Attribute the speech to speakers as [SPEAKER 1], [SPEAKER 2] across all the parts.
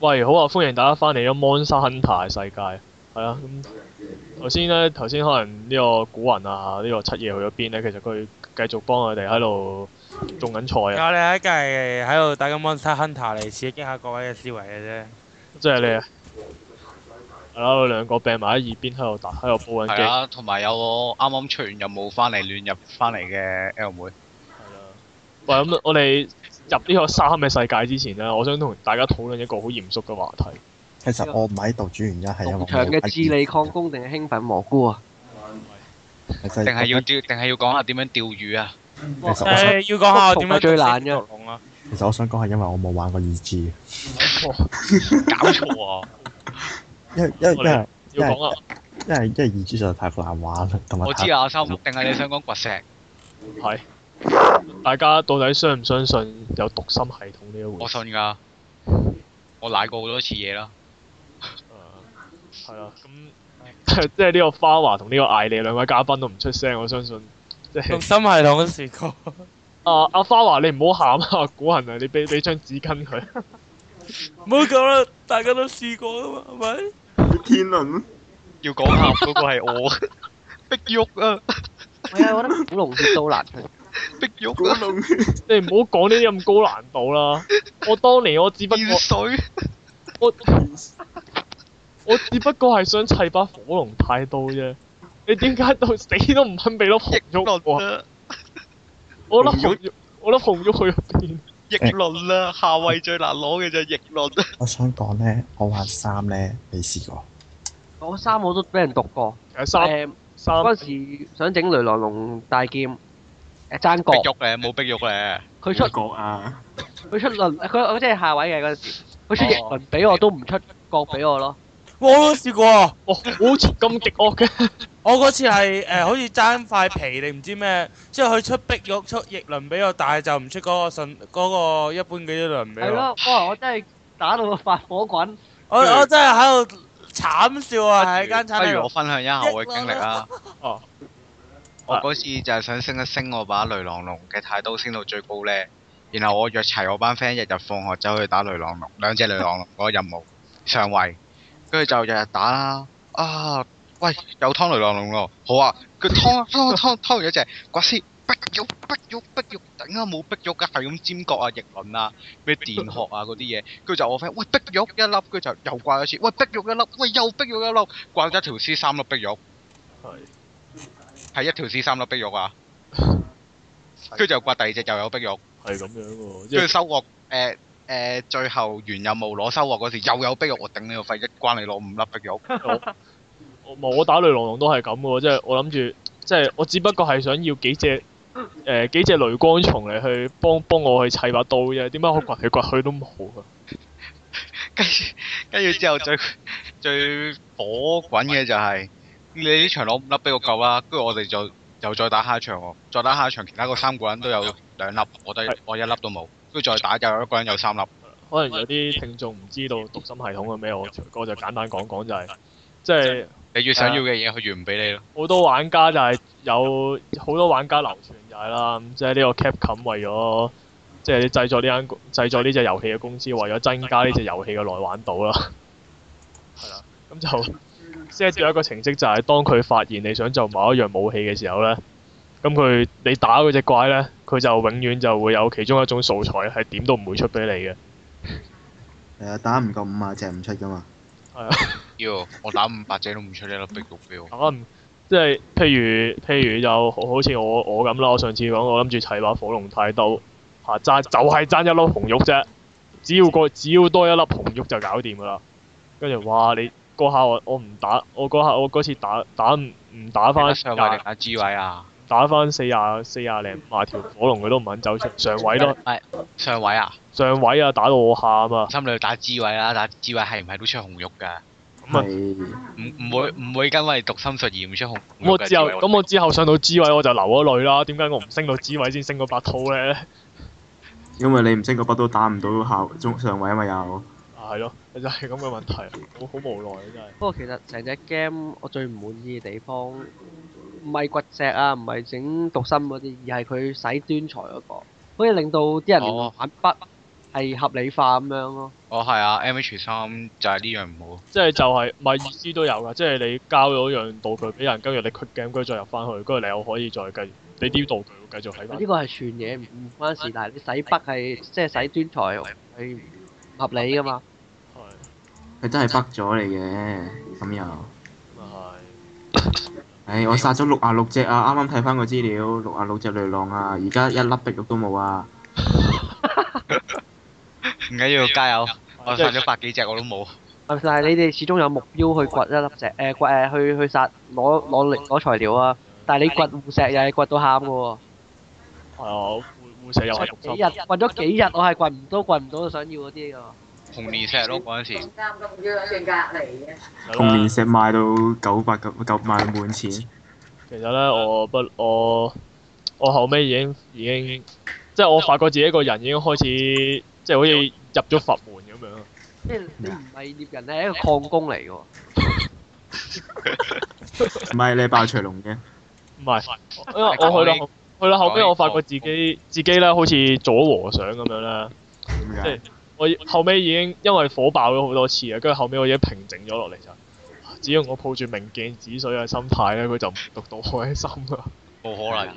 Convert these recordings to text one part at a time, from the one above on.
[SPEAKER 1] 喂，好啊！歡迎大家翻嚟咗 Monster Hunter 嘅世界，係啦。咁頭先咧，頭先可能呢個古雲啊，呢、個七夜去咗邊咧？其實佢繼續幫我哋喺度種緊
[SPEAKER 2] 我
[SPEAKER 1] 菜啊，
[SPEAKER 2] 哋喺隔離喺度打緊 Monster Hunter 嚟刺激下各位嘅思維嘅啫。
[SPEAKER 1] 即係你係啦，兩個病埋喺耳邊喺度打，喺度煲緊機，
[SPEAKER 3] 係
[SPEAKER 1] 係啦。
[SPEAKER 3] 啊，同埋有我啱啱出完任務翻嚟亂入翻嚟嘅 L 妹，
[SPEAKER 1] 啊喂，咁我哋入呢個三嘅世界之前咧，我想同大家討論一個好嚴肅嘅話題。
[SPEAKER 4] 其
[SPEAKER 3] 啊
[SPEAKER 4] 實我唔喺度，主原因係因為啊我
[SPEAKER 5] 農場嘅智利礦工定係興奮蘑菇啊？
[SPEAKER 4] 其實
[SPEAKER 3] 定係要釣，定係要講下點樣釣魚啊？
[SPEAKER 4] 其實我想，
[SPEAKER 2] 誒，要講下我點樣
[SPEAKER 5] 最懶嘅
[SPEAKER 2] 毒龍啊！
[SPEAKER 4] 其實我想講係因為我冇玩過二 G，
[SPEAKER 3] 搞錯啊！
[SPEAKER 4] 因為因為因為
[SPEAKER 1] 要講啊，
[SPEAKER 4] 因為因為二 G 實在太難玩啦，同埋
[SPEAKER 3] 我
[SPEAKER 4] 太
[SPEAKER 3] 知啊，阿三，定係你想講掘石？
[SPEAKER 1] 係大家到底相唔相信有讀心系統呢一回
[SPEAKER 3] 我
[SPEAKER 1] 事？
[SPEAKER 3] 信㗎，我舐過好多次嘢啦。
[SPEAKER 1] 啊係啦，咁 即係呢個花華同呢個艾莉兩位嘉賓都唔出聲，我相信即
[SPEAKER 2] 用
[SPEAKER 1] 係
[SPEAKER 2] 心系統都試過，
[SPEAKER 1] 阿阿花華，你唔好喊啊，古恒啊，你俾俾張紙巾 佢。
[SPEAKER 2] 唔好咁啦，大家都試過啦嘛，係咪？
[SPEAKER 6] 天倫啊
[SPEAKER 3] 要講下嗰個係我， 逼喐啊，
[SPEAKER 5] 係啊，我覺得 古龍血都難聽。
[SPEAKER 3] 逼
[SPEAKER 6] 古
[SPEAKER 3] 喐啊，
[SPEAKER 6] 龍
[SPEAKER 1] 你唔好講呢啲咁高難度啦。我當年我只 不過
[SPEAKER 3] 變水。
[SPEAKER 1] 我我只不過係想砌把火龍太刀啫。你點解到死都唔肯俾粒紅
[SPEAKER 3] 逆
[SPEAKER 1] 玉 我啊？我
[SPEAKER 3] 論啦，
[SPEAKER 1] 粒紅玉，我粒紅玉去咗邊？
[SPEAKER 3] 逆論啦，下位最難攞嘅就係逆論。
[SPEAKER 4] 我想講咧，我玩三咧未試過，
[SPEAKER 5] 我三我都俾人讀過。
[SPEAKER 1] 其實三
[SPEAKER 5] 誒，
[SPEAKER 1] 三
[SPEAKER 5] 嗰陣時想整雷狼龍大劍，誒爭
[SPEAKER 3] 逼
[SPEAKER 5] 角，
[SPEAKER 3] 喐咧，冇逼喐咧。
[SPEAKER 5] 佢出
[SPEAKER 6] 角啊！
[SPEAKER 5] 佢出輪，佢我即係下位嘅嗰陣時，佢出翼輪俾我都唔出角俾我咯。
[SPEAKER 2] 我都試過，啊
[SPEAKER 1] 哇，哦好似咁極惡 嘅。
[SPEAKER 2] 我嗰次係誒好似爭塊皮定唔知咩，之後佢出碧玉出翼輪俾我，但係就唔出嗰個信嗰個一般嗰啲輪俾
[SPEAKER 5] 係
[SPEAKER 2] 我。
[SPEAKER 5] 咯，哇！我真係打到發火滾。
[SPEAKER 2] 我我真係喺度慘笑啊！喺間餐
[SPEAKER 3] 不
[SPEAKER 2] 廳
[SPEAKER 3] 如
[SPEAKER 2] 度
[SPEAKER 3] 我。分享一下我嘅經歷啊！
[SPEAKER 1] 哦，
[SPEAKER 3] 我嗰次就係想升一升我把雷狼龍嘅太刀升到最高呢，然後我約齊我班 friend 日日放學走去打雷狼龍，兩隻雷狼龍嗰個任務上位，跟住就日日打啦。啊，喂，有湯雷狼龍咯，好啊，佢湯湯湯湯完一隻，瓜絲逼喐逼喐逼喐，頂啊冇逼喐嘅，係咁尖角啊、翼輪啊、咩電殼啊嗰啲嘢，跟住就我 friend 喂逼喐一粒，跟住就又掛一次，喂逼喐一粒，喂又逼喐一粒，掛咗條絲三粒逼喐。
[SPEAKER 1] 係。
[SPEAKER 3] 係一條絲三粒碧玉啊，跟住就刮第二隻又有碧玉，
[SPEAKER 1] 係咁樣喎，即係
[SPEAKER 3] 跟住收穫誒誒最後完任務攞收穫嗰時又有碧玉，我頂你個肺，一關你攞五粒碧玉，
[SPEAKER 1] 我我打雷狼龍都係咁嘅喎，即係我諗住，即係我只不過係想要幾 隻誒、呃、幾隻雷光蟲嚟去幫幫我去砌把刀啫，點解我掘嚟掘去都冇啊？
[SPEAKER 3] 跟住跟住之後最最火滾嘅就係、你呢場攞五粒碧玉夠啦，跟住我哋就又再打下一場喎，再打下一場其他嗰三個人都有兩粒，我得我一粒都冇，跟住再打又有一個人有三粒。
[SPEAKER 1] 可能有啲聽眾唔知道讀心系統係咩，我我就簡單講講就係、即係
[SPEAKER 3] 你越想要嘅嘢，佢越唔俾你咯。
[SPEAKER 1] 好多玩家就係有好多玩家流傳就係啦，即係呢個 Capcom 為咗即係製作呢間公製作呢只遊戲嘅公司，為咗增加呢只遊戲嘅內玩度啦。係啦，咁就 set 咗一個程式，就係當佢發現你想做某一樣武器嘅時候咧，咁佢你打嗰只怪咧，佢就永遠就會有其中一種素材係點都唔會出俾你嘅。
[SPEAKER 6] 係啊，打唔夠五啊隻唔出噶嘛。
[SPEAKER 3] 要我打五百隻都唔出一粒碧玉俾我。
[SPEAKER 1] 啊，唔即係譬如譬如就好好似我我咁啦，我上次講我諗住砌把火龍太刀嚇爭、就係爭一粒紅玉啫，只要個只要多一粒紅玉就搞掂噶啦。跟住哇，你嗰下我我唔打，我嗰下我嗰次打打唔唔打翻
[SPEAKER 3] 上位定打 G 位啊？
[SPEAKER 1] 打翻四廿四廿零五廿條火龍，佢都唔肯走出上位咯，
[SPEAKER 3] 上位啊？
[SPEAKER 1] 上位啊打到我喊啊！
[SPEAKER 3] 心裏打智慧啦，打智慧係唔係都出紅肉㗎？
[SPEAKER 1] 咁啊
[SPEAKER 6] 係
[SPEAKER 3] 唔唔會唔會因為讀心術而唔出紅肉
[SPEAKER 1] 咁
[SPEAKER 3] 㗎
[SPEAKER 1] 我之後
[SPEAKER 3] 智慧
[SPEAKER 1] 咁我之後上到 G 位我就流咗淚啦。點解我唔升到 G 位先升嗰把刀咧？
[SPEAKER 6] 因為你唔升個筆都打唔到下中上位啊嘛又。
[SPEAKER 1] 啊，係咯，就係咁嘅問題，好好無奈啊真係。
[SPEAKER 5] 不過其實成隻 game 我最唔滿意嘅地方，唔係掘石啊，唔係整讀心嗰啲，而係佢使端材嗰、個，可以令到啲人
[SPEAKER 3] 哦
[SPEAKER 5] 玩筆係合理化咁樣咯。
[SPEAKER 3] 我係啊，M H 三就係呢樣唔好。
[SPEAKER 1] 即係就係唔係意思都有㗎，即係你交咗樣道具俾人，跟住你 quick game 跟住再入翻去，跟住你又可以再繼續，你啲道具會繼續喺
[SPEAKER 5] 呢
[SPEAKER 1] 翻。
[SPEAKER 5] 個係全嘢唔唔關事，但係你洗北係即係洗端台係唔合理噶嘛。
[SPEAKER 1] 係
[SPEAKER 7] 佢真係北咗你嘅，咁又，
[SPEAKER 1] 咁啊
[SPEAKER 7] 唉，我殺咗六啊六隻啊！啱啱睇翻個資料，六啊六隻雷狼啊，而家一粒碧玉都冇啊！
[SPEAKER 3] 唔緊要，加油！
[SPEAKER 1] 係，
[SPEAKER 3] 我
[SPEAKER 1] 啊即
[SPEAKER 3] 殺
[SPEAKER 1] 係
[SPEAKER 3] 咗百幾隻我都冇。
[SPEAKER 5] 但係你哋始終有目標去掘一粒石，誒掘誒去去殺攞攞力攞材料啊！但係你掘護石又係掘到喊嘅喎，
[SPEAKER 1] 係啊，護護石又係入
[SPEAKER 5] 掘
[SPEAKER 1] 心
[SPEAKER 5] 幾日。掘咗幾日，我係掘唔到掘唔到想要嗰啲㗎。
[SPEAKER 3] 紅連石咯嗰陣時，
[SPEAKER 1] 其實
[SPEAKER 7] 同
[SPEAKER 1] 呢
[SPEAKER 7] 連石賣到九百九九賣到滿錢，
[SPEAKER 1] 其實咧，我不我我後尾已經已經，即係我發覺自己個人已經開始，即係好似入咗佛門咁樣。
[SPEAKER 5] 即係你唔係獵人，你係一個礦工嚟嘅喎。
[SPEAKER 7] 唔係你係爆除龍嘅，
[SPEAKER 1] 唔係，因為我去到後去到後尾，我發覺自己自己咧好似做咗和尚咁樣啦。
[SPEAKER 7] 點
[SPEAKER 1] 即係
[SPEAKER 7] 解？
[SPEAKER 1] 我後尾已經因為火爆咗好多次啊，跟住後尾我已經平靜咗落嚟就，只要我抱住明鏡止水嘅心態咧，佢就唔讀到我嘅心啦。
[SPEAKER 3] 冇可能。
[SPEAKER 1] 啊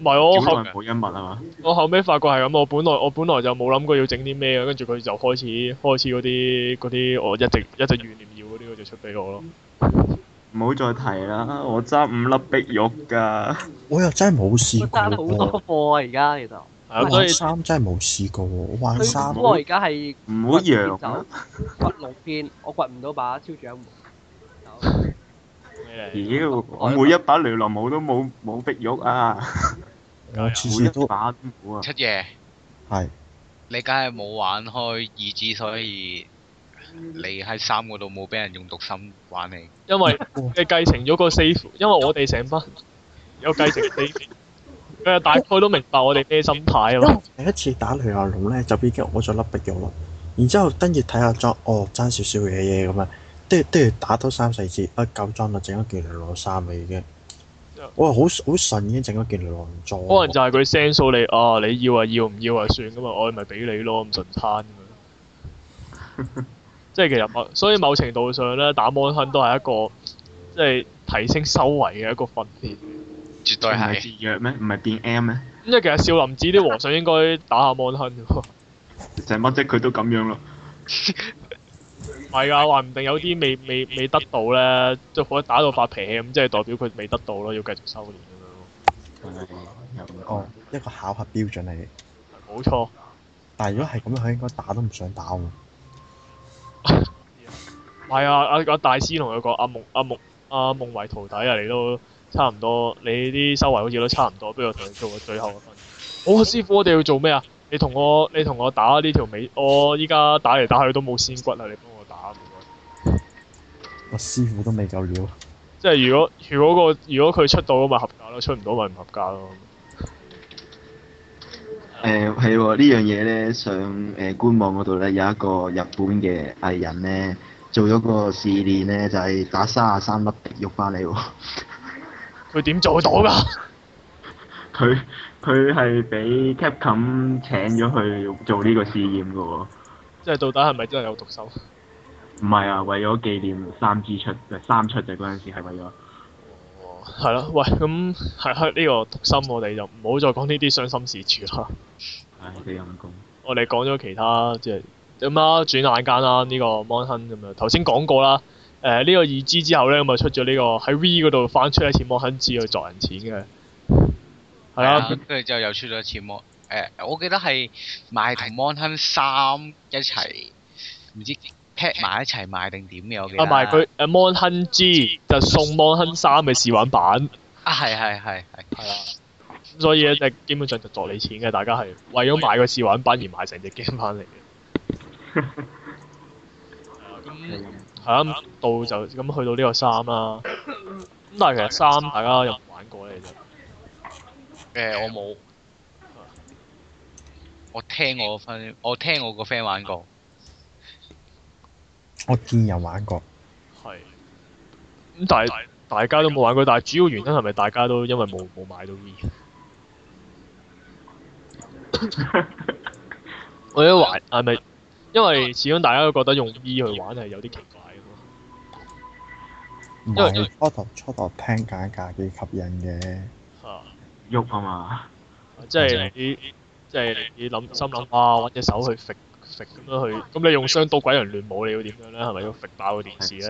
[SPEAKER 1] 唔係我後
[SPEAKER 7] 好耐冇一物啊嘛，
[SPEAKER 1] 我後尾發覺係咁，我本來我本來就冇諗過要整啲咩嘅，跟住佢就開始開始嗰啲嗰啲哦我一直一直怨念要嗰啲，佢就出俾我咯。
[SPEAKER 7] 唔好再提啦！我揸五粒碧玉㗎，
[SPEAKER 4] 我又真係冇
[SPEAKER 5] 我
[SPEAKER 4] 試過
[SPEAKER 5] 爭好
[SPEAKER 4] 喎
[SPEAKER 5] 多，貨啊！而家其實
[SPEAKER 1] 係
[SPEAKER 4] 我
[SPEAKER 1] 啊，所以
[SPEAKER 4] 玩三真係冇試過喎，我玩
[SPEAKER 5] 佢
[SPEAKER 4] 三
[SPEAKER 7] 唔
[SPEAKER 5] 我而家係
[SPEAKER 7] 唔好揚啊！
[SPEAKER 5] 掘龍劍，我掘唔到把超掌門。
[SPEAKER 1] 你
[SPEAKER 7] 屌，我每一把雷狼冇都冇冇碧玉啊，
[SPEAKER 4] 我次
[SPEAKER 7] 每
[SPEAKER 4] 次
[SPEAKER 7] 一
[SPEAKER 4] 都
[SPEAKER 7] 把都冇啊！
[SPEAKER 3] 七爺，
[SPEAKER 4] 係
[SPEAKER 3] 你梗係冇玩開二指，所以你喺三嗰度冇俾人用毒心玩你。
[SPEAKER 1] 因為你繼承咗個 safe，因為我哋成班有繼承 safe，佢就大概都明白我哋咩心態啊
[SPEAKER 4] 因為
[SPEAKER 1] 嘛。
[SPEAKER 4] 我第一次打雷亞龍咧，就已經攞咗粒碧玉啦。然之後跟住睇下裝，哦爭少少嘢嘢咁樣，跟住跟住打多三四次，啊夠裝啦，整咗件雷狼衫啦已經。我好好順已經整咗件雷狼裝。
[SPEAKER 1] 可能就係佢 send 數你啊，你要啊要唔要啊算噶嘛，我咪俾你咯，咁順攤咁樣。即係其實某，所以某程度上咧，打 mon 亨都係一個即係提升修為嘅一個訓練。
[SPEAKER 3] 絕
[SPEAKER 7] 唔
[SPEAKER 3] 對
[SPEAKER 7] 係
[SPEAKER 3] 係。
[SPEAKER 7] 節約咩？唔係變 M 咩？
[SPEAKER 1] 咁即係其實少林寺啲和尚應該打下 mon 亨嘅喎，
[SPEAKER 7] 成乜啫？佢都咁樣咯。
[SPEAKER 1] 唔係啊，話唔定有啲未未未得到咧，即係可能打到發脾氣咁，即係代表佢未得到咯，要繼續修煉咁
[SPEAKER 7] 係又唔講
[SPEAKER 4] 哦，一個考核標準嚟嘅。
[SPEAKER 1] 樣咯。冇錯，
[SPEAKER 4] 但係如果係咁樣，佢應該打都唔想打喎。
[SPEAKER 1] 係啊，阿阿大師同佢講，阿夢阿夢阿夢為徒弟啊，你都差唔多，你啲修為好似都差唔多，不如我同你做個最後嘅分。我、師傅，我哋要做咩啊？你同我你同我打呢條尾，我依家打嚟打去都冇仙骨啊！你幫我打唔該
[SPEAKER 4] 我師傅都未夠料。
[SPEAKER 1] 即係如果如果個如果佢出到咁咪合格咯，出唔到咪唔合格咯。
[SPEAKER 7] 誒係喎，呢樣嘢咧上誒官網嗰度咧有一個日本嘅藝人咧做咗個試練咧，就係打三十三粒碧玉翻嚟喎。
[SPEAKER 1] 佢點做到㗎？
[SPEAKER 7] 佢佢係俾 Capcom 請咗去做呢個試驗嘅喎，
[SPEAKER 1] 即係到底係咪真係有毒手？
[SPEAKER 7] 唔係啊，為咗紀念三支出三出嘅嗰陣時係為咗。
[SPEAKER 1] 係啦，喂，咁係係呢個毒心，我哋就唔好再講呢啲傷心事處啦。
[SPEAKER 7] 唉，幾陰功！
[SPEAKER 1] 我哋講咗其他即係咁啦，轉眼間啦，呢、個 Mon Hun 咁樣頭先講過啦。誒、呢、個二 G 之後咧，咁啊出咗呢、個喺 V 嗰度翻出一次 Mon Hun 知去作人錢嘅，係
[SPEAKER 3] 係啊
[SPEAKER 1] 啦，
[SPEAKER 3] 跟住之後又出咗一次 mon，誒、我記得係賣同 mon 亨三一齊，唔知 pack 埋一齊賣定點嘅，我記得。
[SPEAKER 1] 加埋啊佢誒 Mon Hun G 就送 Mon Hun 三嘅試玩版。
[SPEAKER 3] 啊，係係係係，
[SPEAKER 1] 係啊啦。咁所以咧，就基本上就作你錢嘅，大家係為咗買個試玩版而買成隻 game 翻嚟嘅。 係啊，咁到就咁去到呢個三啦。咁但係其實三大家有冇玩過咧？其實
[SPEAKER 3] 誒、我冇，我聽我個 friend，我聽我個 friend 玩過，
[SPEAKER 4] 我見人玩過，
[SPEAKER 1] 係。咁但係大家都冇玩過，但係主要原因係咪大家都因為冇 冇買到 V？我覺得玩係咪？因為始終大家都覺得用 E 去玩係有啲奇怪嘅嘛。
[SPEAKER 4] 唔
[SPEAKER 1] 因為
[SPEAKER 4] 係初頭初頭聽簡介幾吸引嘅，
[SPEAKER 1] 嚇
[SPEAKER 6] 喐啊嘛，
[SPEAKER 1] 即係你，即係你諗心諗啊，揾隻手去揈揈咁樣去，咁你用雙刀鬼人亂舞，你要點樣咧？係咪要揈爆個電視咧？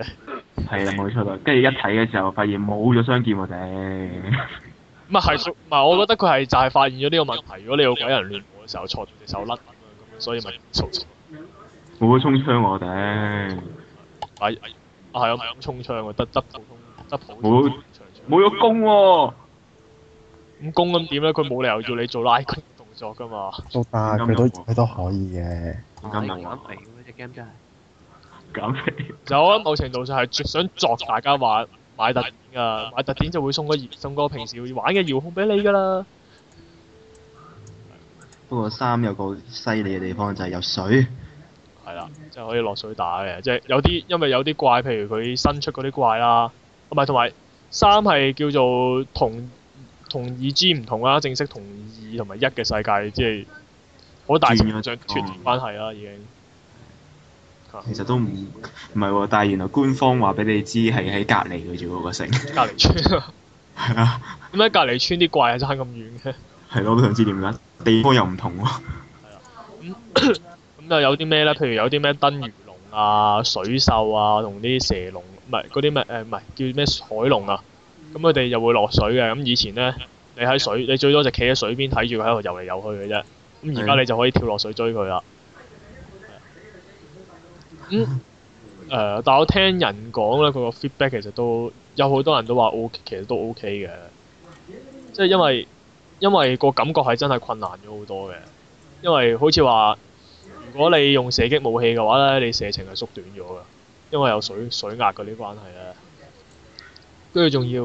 [SPEAKER 6] 係
[SPEAKER 7] 啊
[SPEAKER 6] 啦冇錯啦，跟住一睇嘅時候發現冇咗雙劍喎頂，
[SPEAKER 1] 唔係係，唔係我覺得佢係就係發現咗呢個問題。如果你用鬼人亂舞嘅時候錯住隻手甩咁樣，咁所以咪嘈嘈。
[SPEAKER 6] 冇咗衝槍喎頂，
[SPEAKER 1] 係啊，係啊，咁衝槍喎，得得普通得普
[SPEAKER 6] 冇
[SPEAKER 1] 通長槍。
[SPEAKER 6] 冇咗弓喎，
[SPEAKER 1] 咁攻咁點咧？佢冇理由要你做拉弓動作㗎嘛。
[SPEAKER 4] 都得，
[SPEAKER 6] 咁
[SPEAKER 4] 佢都
[SPEAKER 6] 有冇
[SPEAKER 4] 佢都可以嘅。
[SPEAKER 6] 點解冇啊
[SPEAKER 5] 減？肥咁只 game 真係。
[SPEAKER 6] 減肥
[SPEAKER 1] 其實我覺得某程度上係絕想作大家話買特典啊，買特典就會送個遙送個平時玩嘅遙控俾你㗎啦。
[SPEAKER 6] 不過三有個犀利嘅地方就係有水，
[SPEAKER 1] 係啦，即係可以落水打嘅，即係有啲因為有啲怪，譬如佢新出嗰啲怪啦，唔係同埋三係叫做同同二 G 唔同啦，正式同二同埋一嘅世界，即係好大程度上脱離關係啦，已經。啊
[SPEAKER 6] 其實都唔唔係喎，但係原來官方話俾你知係喺隔離嘅啫喎個城，
[SPEAKER 1] 啊隔離村，
[SPEAKER 6] 係啊。
[SPEAKER 1] 點解隔離村啲怪係差咁遠嘅？
[SPEAKER 6] 係咯，我都想知點解地方又唔同喎。
[SPEAKER 1] 咁就有啲咩咧？譬如有啲咩燈魚龍啊、水獸啊，同啲蛇龍，唔係嗰啲咩呃誒，唔係叫咩海龍啊。咁佢哋就會落水嘅。咁以前咧，你喺水，你最多就企喺水邊睇住佢喺度游嚟游去嘅啫。咁而家
[SPEAKER 6] 係
[SPEAKER 1] 你就可以跳落水追佢啦。咁誒、呃但我聽人講咧，佢個 feedback 其實都有好多人都話 O，其實都 OK 嘅。即係因為因為個感覺係真係困難咗好多嘅，因為好似話。如果你用射擊武器嘅話咧，你射程係縮短咗噶，因為有水水壓嗰啲關係咧。跟住仲要，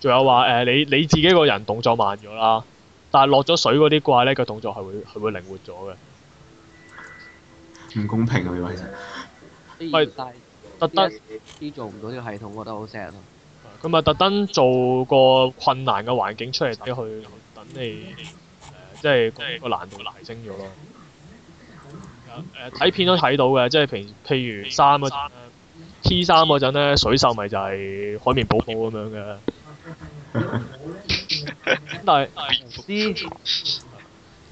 [SPEAKER 1] 仲有話誒、呃你你自己個人動作慢咗啦，但係落咗水嗰啲怪咧，個動作係會係會靈活咗嘅。
[SPEAKER 6] 唔公平啊！呢個其實
[SPEAKER 1] 喂
[SPEAKER 5] 但係
[SPEAKER 1] 特登
[SPEAKER 5] D 做唔到呢個系統，我覺得好 sad 咯。
[SPEAKER 1] 佢咪啊特登做個困難嘅環境出嚟俾佢，等你誒、即係個難度提升咗咯。呃誒睇、片都睇到嘅，即係平譬如三嗰陣咧，T 三嗰陣咧，水手咪就係海綿寶寶咁樣嘅。咁但係
[SPEAKER 5] 啲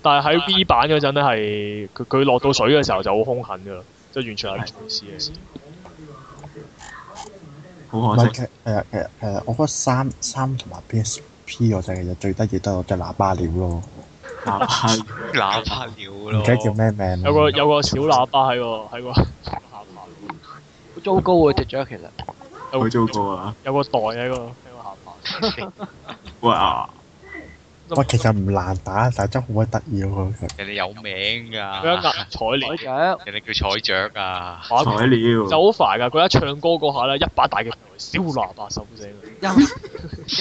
[SPEAKER 1] 但係喺 V 版嗰陣咧，係佢佢落到水嘅時候就好兇狠㗎啦，即係完全係做事嘅事。
[SPEAKER 6] 好
[SPEAKER 4] 唔
[SPEAKER 6] 可
[SPEAKER 4] 係
[SPEAKER 6] 惜，
[SPEAKER 4] 其其實其實其實我覺得三三同埋 PSP 嗰只其實最得意都係我隻喇叭鳥咯，
[SPEAKER 6] 啊係
[SPEAKER 3] 哪怕了咯
[SPEAKER 4] 唔。記得叫咩名啊啦
[SPEAKER 1] 有個有個小喇叭喺個喺個
[SPEAKER 5] 好糟糕喎只雀其實。
[SPEAKER 6] 佢糟糕啊！
[SPEAKER 1] 有個袋喺個喺個下巴。
[SPEAKER 6] 哇，
[SPEAKER 4] 喂，其實唔難打，但係真係好鬼得意咯佢。
[SPEAKER 3] 人哋有
[SPEAKER 1] 佢
[SPEAKER 3] 名
[SPEAKER 1] 一 壓
[SPEAKER 3] 㗎，
[SPEAKER 1] 彩蓮
[SPEAKER 5] 海雀
[SPEAKER 3] 人哋叫彩雀㗎。
[SPEAKER 1] 畫
[SPEAKER 6] 材料
[SPEAKER 1] 就好煩㗎。佢一唱歌嗰下咧，一把大嘅小喇叭收聲。
[SPEAKER 5] 音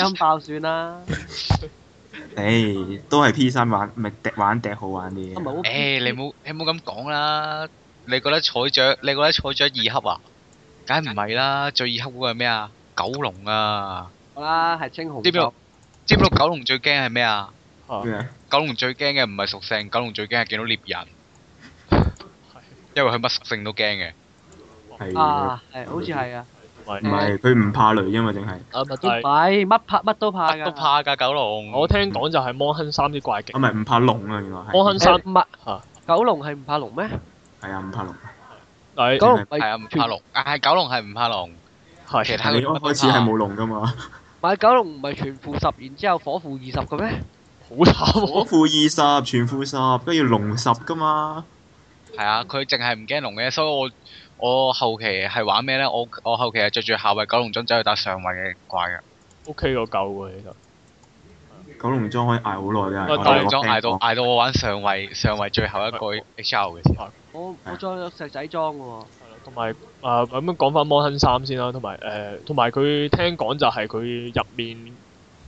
[SPEAKER 5] 音爆算啦，
[SPEAKER 6] 誒都係 P 三玩，唔係笛玩笛好玩啲
[SPEAKER 5] 啊唔係
[SPEAKER 6] 嘅。
[SPEAKER 5] 好
[SPEAKER 3] 誒，你冇你冇咁講啦。你覺得彩雀，你覺得彩雀易恰啊？梗係唔係啦，最易恰嗰個係咩啊？九龍啊！
[SPEAKER 5] 好啦，係青紅
[SPEAKER 3] 知唔知
[SPEAKER 5] 作
[SPEAKER 3] 知唔知道九龍最驚係咩啊？
[SPEAKER 7] 嗯
[SPEAKER 6] 咩啊？
[SPEAKER 3] 九龍最驚嘅唔係屬性，九龍最驚係見到獵人，因為佢乜屬性都驚嘅。
[SPEAKER 6] 係
[SPEAKER 5] 啊，係好似係啊，
[SPEAKER 1] 係
[SPEAKER 6] 唔係佢唔怕雷因嘛？淨係
[SPEAKER 1] 啊，咪
[SPEAKER 5] 都唔係啊乜怕乜都怕㗎，
[SPEAKER 3] 都怕㗎九龍。
[SPEAKER 1] 我聽講就係摩亨三啲怪啊
[SPEAKER 6] 啊
[SPEAKER 1] 勁
[SPEAKER 6] 唔。係唔怕龍啊！原來
[SPEAKER 1] 摩
[SPEAKER 6] 係
[SPEAKER 1] 亨
[SPEAKER 5] 誒
[SPEAKER 1] 三
[SPEAKER 5] 唔係
[SPEAKER 1] 嚇，
[SPEAKER 5] 九龍係唔怕龍咩？
[SPEAKER 6] 係啊，唔怕龍。
[SPEAKER 1] 但係
[SPEAKER 5] 九龍咪
[SPEAKER 3] 係啊，唔怕龍。啊，係九龍係唔怕龍，其
[SPEAKER 1] 係
[SPEAKER 3] 他
[SPEAKER 6] 你一
[SPEAKER 3] 嗰啲
[SPEAKER 6] 開始係冇龍噶嘛？
[SPEAKER 5] 買九龍唔係全負十，然之後火負二十嘅咩？
[SPEAKER 1] 好慘
[SPEAKER 6] 我
[SPEAKER 1] 喎。
[SPEAKER 6] 負二十，全負十，跟住龍十噶嘛？
[SPEAKER 3] 係啊，佢淨係唔驚龍嘅，所以我我後期係玩咩咧？我我後期係着住下位九龍樽走去打上位嘅怪嘅，
[SPEAKER 1] O K 個夠喎，其實。
[SPEAKER 6] 九龍裝可以捱好耐嘅。
[SPEAKER 1] 喂
[SPEAKER 6] 我
[SPEAKER 3] 九
[SPEAKER 1] 但係
[SPEAKER 6] 哋
[SPEAKER 3] 龍
[SPEAKER 6] 個
[SPEAKER 3] 裝捱
[SPEAKER 6] friend
[SPEAKER 3] 到
[SPEAKER 6] 講
[SPEAKER 3] 捱到我玩上位上位最後一個 H R 嘅時候，
[SPEAKER 5] 我我裝咗石仔裝嘅喎，
[SPEAKER 1] 係啦同埋啊咁樣講翻摩亨三先啦，同埋誒，同埋佢聽講就係佢入面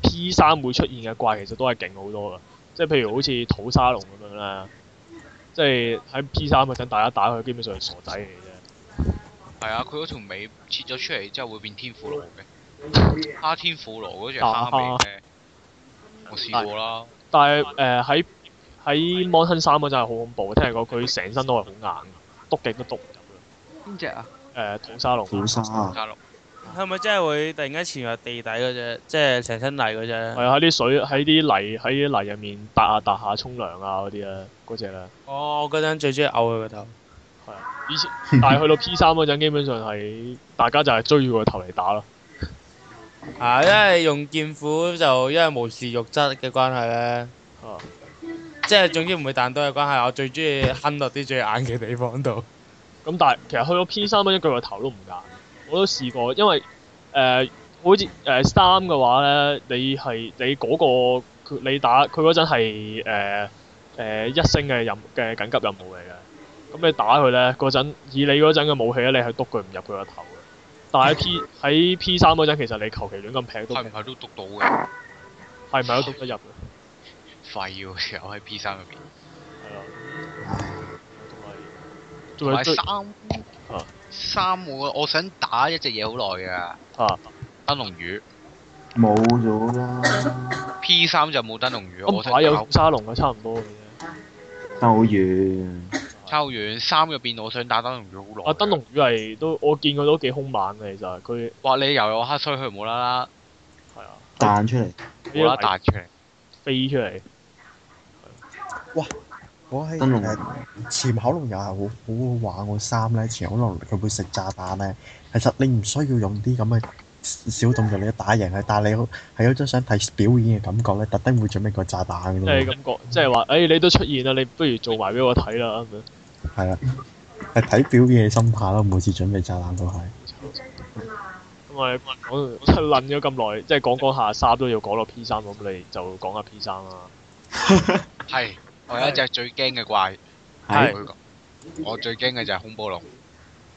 [SPEAKER 1] P 三會出現嘅怪，其實都係勁好多噶，即係譬如好似土沙龍咁樣啦，即係喺 P 三嗰陣大家打佢，基本上係傻仔嚟嘅
[SPEAKER 3] 係啊，佢嗰條尾切咗出嚟之後會變天婦羅嘅，蝦天婦羅嗰只
[SPEAKER 1] 啊
[SPEAKER 3] 蝦尾嘅，我試過啦，
[SPEAKER 1] 啫。但係誒喺喺 Mon 亨三嗰陣係好恐怖，聽人講佢成身都係好硬，篤極都篤唔入
[SPEAKER 5] 邊只啊？
[SPEAKER 1] 嘅。誒、土沙龍，
[SPEAKER 6] 好沙啊！
[SPEAKER 3] 加六
[SPEAKER 1] 哦
[SPEAKER 2] 係咪真係會突然間潛入地底嗰只，即係成身泥嗰
[SPEAKER 1] 係
[SPEAKER 2] 只？
[SPEAKER 1] 啊喺啲水喺啲泥喺啲泥入面搭下搭下沖涼啊嗰啲咧，嗰只咧。
[SPEAKER 2] 哦，我嗰陣最中意嘔佢個頭。
[SPEAKER 1] 係啊，以前但係去到 P 三嗰陣，基本上係大家就係追住個頭嚟打咯。
[SPEAKER 2] 啊，因為用劍斧就因為無視肉質嘅關係咧，
[SPEAKER 1] 啊，
[SPEAKER 2] 即係總之唔會彈刀嘅關係，我最中意坑落啲最硬嘅地方度。
[SPEAKER 1] 咁但係其實去到 P 三嗰陣，佢個頭都唔硬，我都試過，因為誒、呃好似誒三嘅話咧，你係你嗰、個佢你打佢嗰陣係誒誒一星嘅任嘅緊急任務嚟嘅，咁你打佢咧嗰陣，以你嗰陣嘅武器咧，你係篤佢唔入佢個頭嘅。但係 P 喺 P 三嗰陣，其實你求其亂咁劈都
[SPEAKER 3] 係唔係都督到嘅？
[SPEAKER 1] 係咪都篤得入嘅？
[SPEAKER 3] 廢喎，成日喺 P 三入邊，
[SPEAKER 1] 係啊，同
[SPEAKER 3] 同
[SPEAKER 1] 埋
[SPEAKER 3] 埋
[SPEAKER 1] 仲係
[SPEAKER 3] 三
[SPEAKER 1] 啊
[SPEAKER 3] 三我我想打一隻嘢好耐㗎，
[SPEAKER 1] 啊！
[SPEAKER 3] 燈籠魚。
[SPEAKER 6] 冇咗啦，
[SPEAKER 3] P 三就冇燈籠魚，
[SPEAKER 1] 咁
[SPEAKER 3] 我想
[SPEAKER 1] 牌有
[SPEAKER 3] 搞
[SPEAKER 1] 沙龍嘅差唔多嘅啫。
[SPEAKER 6] 鬥完
[SPEAKER 3] 抄完三入邊，我想打燈籠魚好耐。
[SPEAKER 1] 啊，燈籠魚係都我見佢都幾兇猛嘅，其實佢
[SPEAKER 3] 哇！你又有黑衰佢無啦啦
[SPEAKER 1] 係啊，
[SPEAKER 6] 彈出嚟，
[SPEAKER 1] 呢
[SPEAKER 3] 無啦啦
[SPEAKER 1] 一
[SPEAKER 3] 彈出嚟，
[SPEAKER 1] 飛出嚟，
[SPEAKER 3] 啊
[SPEAKER 4] 講起誒
[SPEAKER 6] 燈籠
[SPEAKER 4] 潛口龍又係好好好玩喎，三咧潛口龍佢會食炸彈咧，其實你唔需要用啲咁嘅小動作你都打贏佢，但係你好係有種想睇表演嘅感覺咧，特登會準備個炸彈嘅
[SPEAKER 1] 即係
[SPEAKER 4] 啫，
[SPEAKER 1] 感覺，即係話，誒你都出現啦，你不如做埋俾我睇啦咁樣。
[SPEAKER 4] 係啊，係睇表演嘅心態咯，每次準備炸彈都係。
[SPEAKER 1] 咁我哋講即係撚咗咁耐，即係講講下三都要講到 P 三，咁你就講下 P 三啦。
[SPEAKER 3] 係我有一隻最驚嘅怪，
[SPEAKER 2] 係
[SPEAKER 3] 我會講我最驚嘅就係恐怖龍。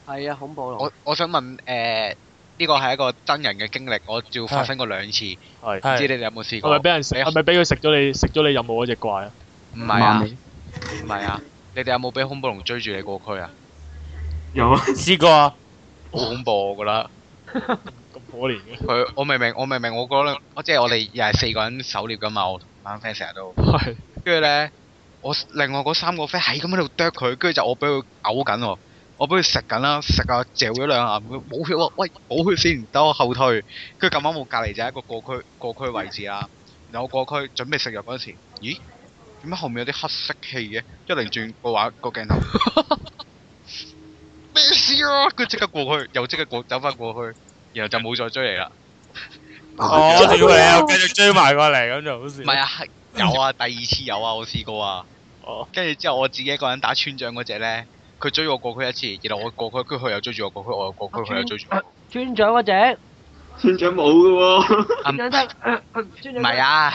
[SPEAKER 5] 係啊，恐怖龍
[SPEAKER 3] 我。
[SPEAKER 1] 哦
[SPEAKER 3] 我想問誒，呢個係一個真人嘅經歷，我照發生過兩次，唔
[SPEAKER 1] 係
[SPEAKER 2] 係
[SPEAKER 3] 知你哋有冇試
[SPEAKER 1] 係咪
[SPEAKER 3] 過？
[SPEAKER 1] 俾人食？
[SPEAKER 3] 你
[SPEAKER 1] 係咪俾佢食咗你食咗你任務嗰只怪啊？
[SPEAKER 3] 唔係啊，
[SPEAKER 6] 萬里
[SPEAKER 3] 唔係啊，你哋有冇俾恐怖龍追住你過區啊？
[SPEAKER 7] 有啊，
[SPEAKER 2] 試過啊，
[SPEAKER 3] 好恐怖我覺得。
[SPEAKER 1] 咁可憐嘅。
[SPEAKER 3] 佢我明明我明明我嗰兩，我即係我哋又係四個人狩獵噶嘛，我同班 friend 成日都。
[SPEAKER 1] 係
[SPEAKER 3] 跟住咧，我另外嗰三個 friend 係咁喺度啄佢，跟住就我俾佢嘔緊喎，我俾佢食緊啦，食啊嚼咗兩下，佢冇血喎，喂冇血先，等我後退。跟住咁啱我隔離就係一個過區過區位置啦，然後我過區準備食藥嗰陣時，咦？點解後面有啲黑色氣嘅？一嚟轉個話個鏡頭，咩事啊？佢即刻過去，又即刻過走翻過去，然後就冇再追你啦。
[SPEAKER 7] 啊
[SPEAKER 2] 哦我仲以為你又繼續追埋過嚟，咁就好笑。
[SPEAKER 3] 唔係啊，係有啊，第二次有啊，我試過啊。
[SPEAKER 1] 哦，
[SPEAKER 3] 跟住之後我自己一個人打村長嗰只咧，佢追我過區一次，然後我過區，佢佢又追住我過區，我又過
[SPEAKER 5] 哦
[SPEAKER 3] 區，佢又追 住我。
[SPEAKER 5] 村長嗰只，
[SPEAKER 7] 村長冇嘅喎。
[SPEAKER 5] 村長得， 村
[SPEAKER 3] 啊唔
[SPEAKER 5] 長
[SPEAKER 3] 係啊，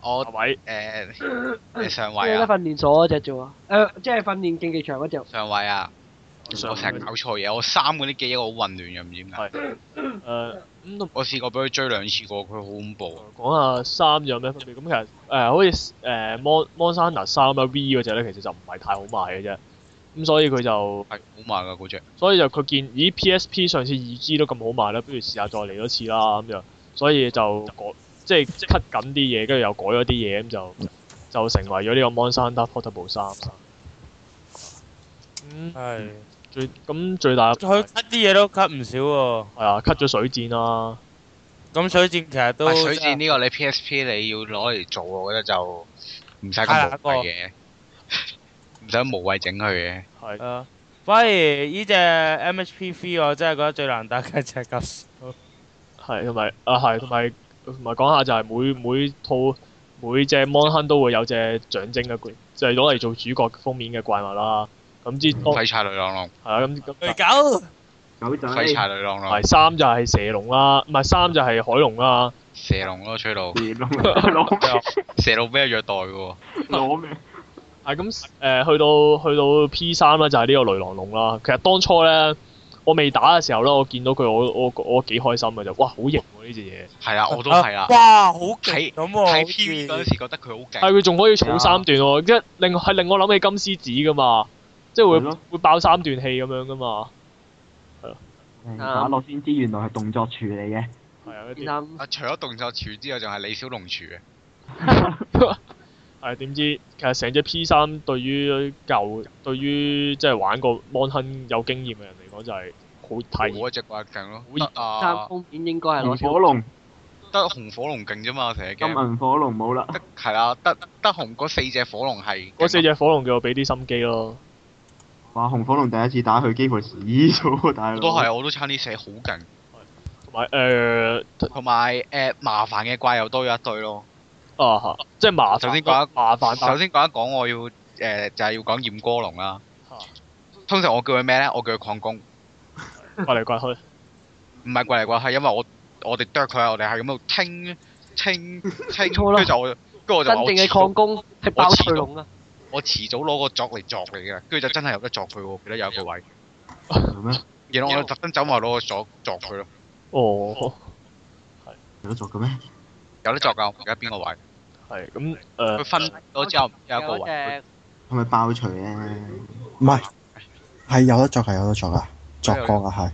[SPEAKER 3] 我
[SPEAKER 1] 阿偉
[SPEAKER 3] 誒誒上
[SPEAKER 5] 得，村
[SPEAKER 3] 位
[SPEAKER 5] 長
[SPEAKER 3] 啊
[SPEAKER 5] 得訓練所嗰只啫喎。誒，即係訓練競技場嗰只。
[SPEAKER 3] 上位啊，
[SPEAKER 1] 上
[SPEAKER 3] 我成日搞錯嘢，我三嗰啲記憶好混亂嘅，唔知點解。
[SPEAKER 1] 誒咁都
[SPEAKER 3] 我試過俾佢追兩次過，佢好恐怖啊。
[SPEAKER 1] 講下三有咩分別？咁其實誒、好似誒 Mon Mon Sana 三啦 V 嗰只咧，其實就唔係太好賣嘅啫。咁所以佢就，
[SPEAKER 3] 係好慢㗎嗰只，
[SPEAKER 1] 所以就佢見，咦 PSP 上次二 G 都咁好賣啦，不如試下再嚟多次啦咁樣。所以就改，即係 cut 緊啲嘢，跟住又改咗啲嘢，咁就就成為咗呢個 Mon Sana Portable 三啦。咁
[SPEAKER 2] 係，
[SPEAKER 1] 最咁最大
[SPEAKER 2] 佢
[SPEAKER 1] 係
[SPEAKER 2] cut 啲嘢都 cut 唔少喎。
[SPEAKER 1] 啊，cut 咗水戰啦。
[SPEAKER 2] 咁水戰其實都
[SPEAKER 3] 但係水戰呢個你 PSP 你要攞嚟做，我覺得就唔使
[SPEAKER 2] 係啊
[SPEAKER 3] 咁無謂嘢， 唔使無謂整佢嘅。
[SPEAKER 1] 係
[SPEAKER 2] 啊，反而呢只 MHP V 我真係覺得最難打嘅就係急手。
[SPEAKER 1] 係同埋啊係同埋同埋講下就係每每套每隻 Mon 亨都會有隻象徵嘅怪，就係攞嚟做主角封面嘅怪物啦。咁之當係
[SPEAKER 3] 廢柴雷狼龍，
[SPEAKER 1] 啊咁咁
[SPEAKER 2] 狗
[SPEAKER 7] 狗仔，
[SPEAKER 3] 廢柴雷狼龍。
[SPEAKER 1] 係三就係蛇龍啦，唔係三就係海龍啦。
[SPEAKER 3] 蛇龍咯，吹到
[SPEAKER 7] 蛇龍 攞咩？
[SPEAKER 3] 蛇龍俾人虐待嘅喎，
[SPEAKER 7] 攞咩？
[SPEAKER 1] 係咁誒，去到去到 P 三啦，就係呢個雷狼龍啦。其實當初咧，我未打嘅時候咧，我見到佢，我我我幾開心嘅就，哇好型喎呢隻嘢！
[SPEAKER 3] 係啊，我都係啊。
[SPEAKER 2] 哇，好勁咁喎！
[SPEAKER 3] 睇
[SPEAKER 2] 好似
[SPEAKER 3] PV 嗰陣時覺得佢好
[SPEAKER 1] 但
[SPEAKER 3] 勁，
[SPEAKER 1] 係佢啊仲可以儲三段喎，即係令係令我諗起金獅子噶嘛，即係
[SPEAKER 7] 係
[SPEAKER 1] 會
[SPEAKER 7] 咯
[SPEAKER 1] 會爆三段戲咁樣噶嘛。
[SPEAKER 3] 啊
[SPEAKER 7] 打落先知，原來係動作處理嘅。
[SPEAKER 1] 係啊，一啲
[SPEAKER 5] 件衫
[SPEAKER 3] 啊除咗動作柱之外，仲係李小龍柱嘅。
[SPEAKER 1] 係點知其實成隻 P 三對於舊對於即係玩過 Mon 亨有經驗嘅人嚟講就係好睇，
[SPEAKER 3] 我嗰只怪勁咯，
[SPEAKER 1] 好熱
[SPEAKER 3] 得
[SPEAKER 5] 三
[SPEAKER 3] 啊，
[SPEAKER 5] 封面應該係攞
[SPEAKER 7] 紅
[SPEAKER 5] 少
[SPEAKER 7] 火龍、
[SPEAKER 3] 得紅火龍勁啫嘛，成日
[SPEAKER 7] 金
[SPEAKER 3] game
[SPEAKER 7] 銀火龍冇啦，
[SPEAKER 3] 得係啦，得得紅嗰四隻火龍係勁咯
[SPEAKER 1] 嗰四隻火龍叫我俾啲心機咯。
[SPEAKER 7] 哇！紅火龍第一次打佢幾乎死咗喎，大
[SPEAKER 3] 我
[SPEAKER 7] 佬。
[SPEAKER 3] 都係，我啊都差啲死，好勁。
[SPEAKER 1] 同埋呃誒
[SPEAKER 3] 同埋誒麻煩嘅怪又多咗一堆咯。
[SPEAKER 1] 啊嚇，即係麻煩。
[SPEAKER 3] 哦首先講一
[SPEAKER 1] 麻煩
[SPEAKER 3] 首
[SPEAKER 1] 但
[SPEAKER 3] 先講一講，我要誒、呃就係、要講焰歌龍啦。通常我叫佢咩咧？我叫佢礦工，唔
[SPEAKER 1] 刮嚟刮去，
[SPEAKER 3] 係跪嚟跪去，因為我我哋啄佢，啊我哋係咁喺度清清清，跟
[SPEAKER 5] 錯啦
[SPEAKER 3] 住就我跟住我就
[SPEAKER 5] 真
[SPEAKER 3] 話
[SPEAKER 5] 正
[SPEAKER 3] 我
[SPEAKER 5] 嘅
[SPEAKER 3] 遲
[SPEAKER 5] 礦
[SPEAKER 3] 早
[SPEAKER 5] 工係爆翠龍啊！
[SPEAKER 3] 我遲早攞個作嚟作你嘅，跟住就真係有得作佢喎，記得有一個位。
[SPEAKER 7] 咩？
[SPEAKER 3] 然後我就特登走埋攞個作作佢咯，
[SPEAKER 1] 哦，
[SPEAKER 7] 有得做嘅咩？
[SPEAKER 3] 有得作㗎，我唔記得邊個位。
[SPEAKER 1] 係咁呃誒
[SPEAKER 3] 佢分咗之後有一個
[SPEAKER 5] 有
[SPEAKER 3] 位，
[SPEAKER 5] 隻
[SPEAKER 7] 係咪爆除啊咧？
[SPEAKER 4] 唔係係有得作㗎，有得作㗎，啊作歌㗎係。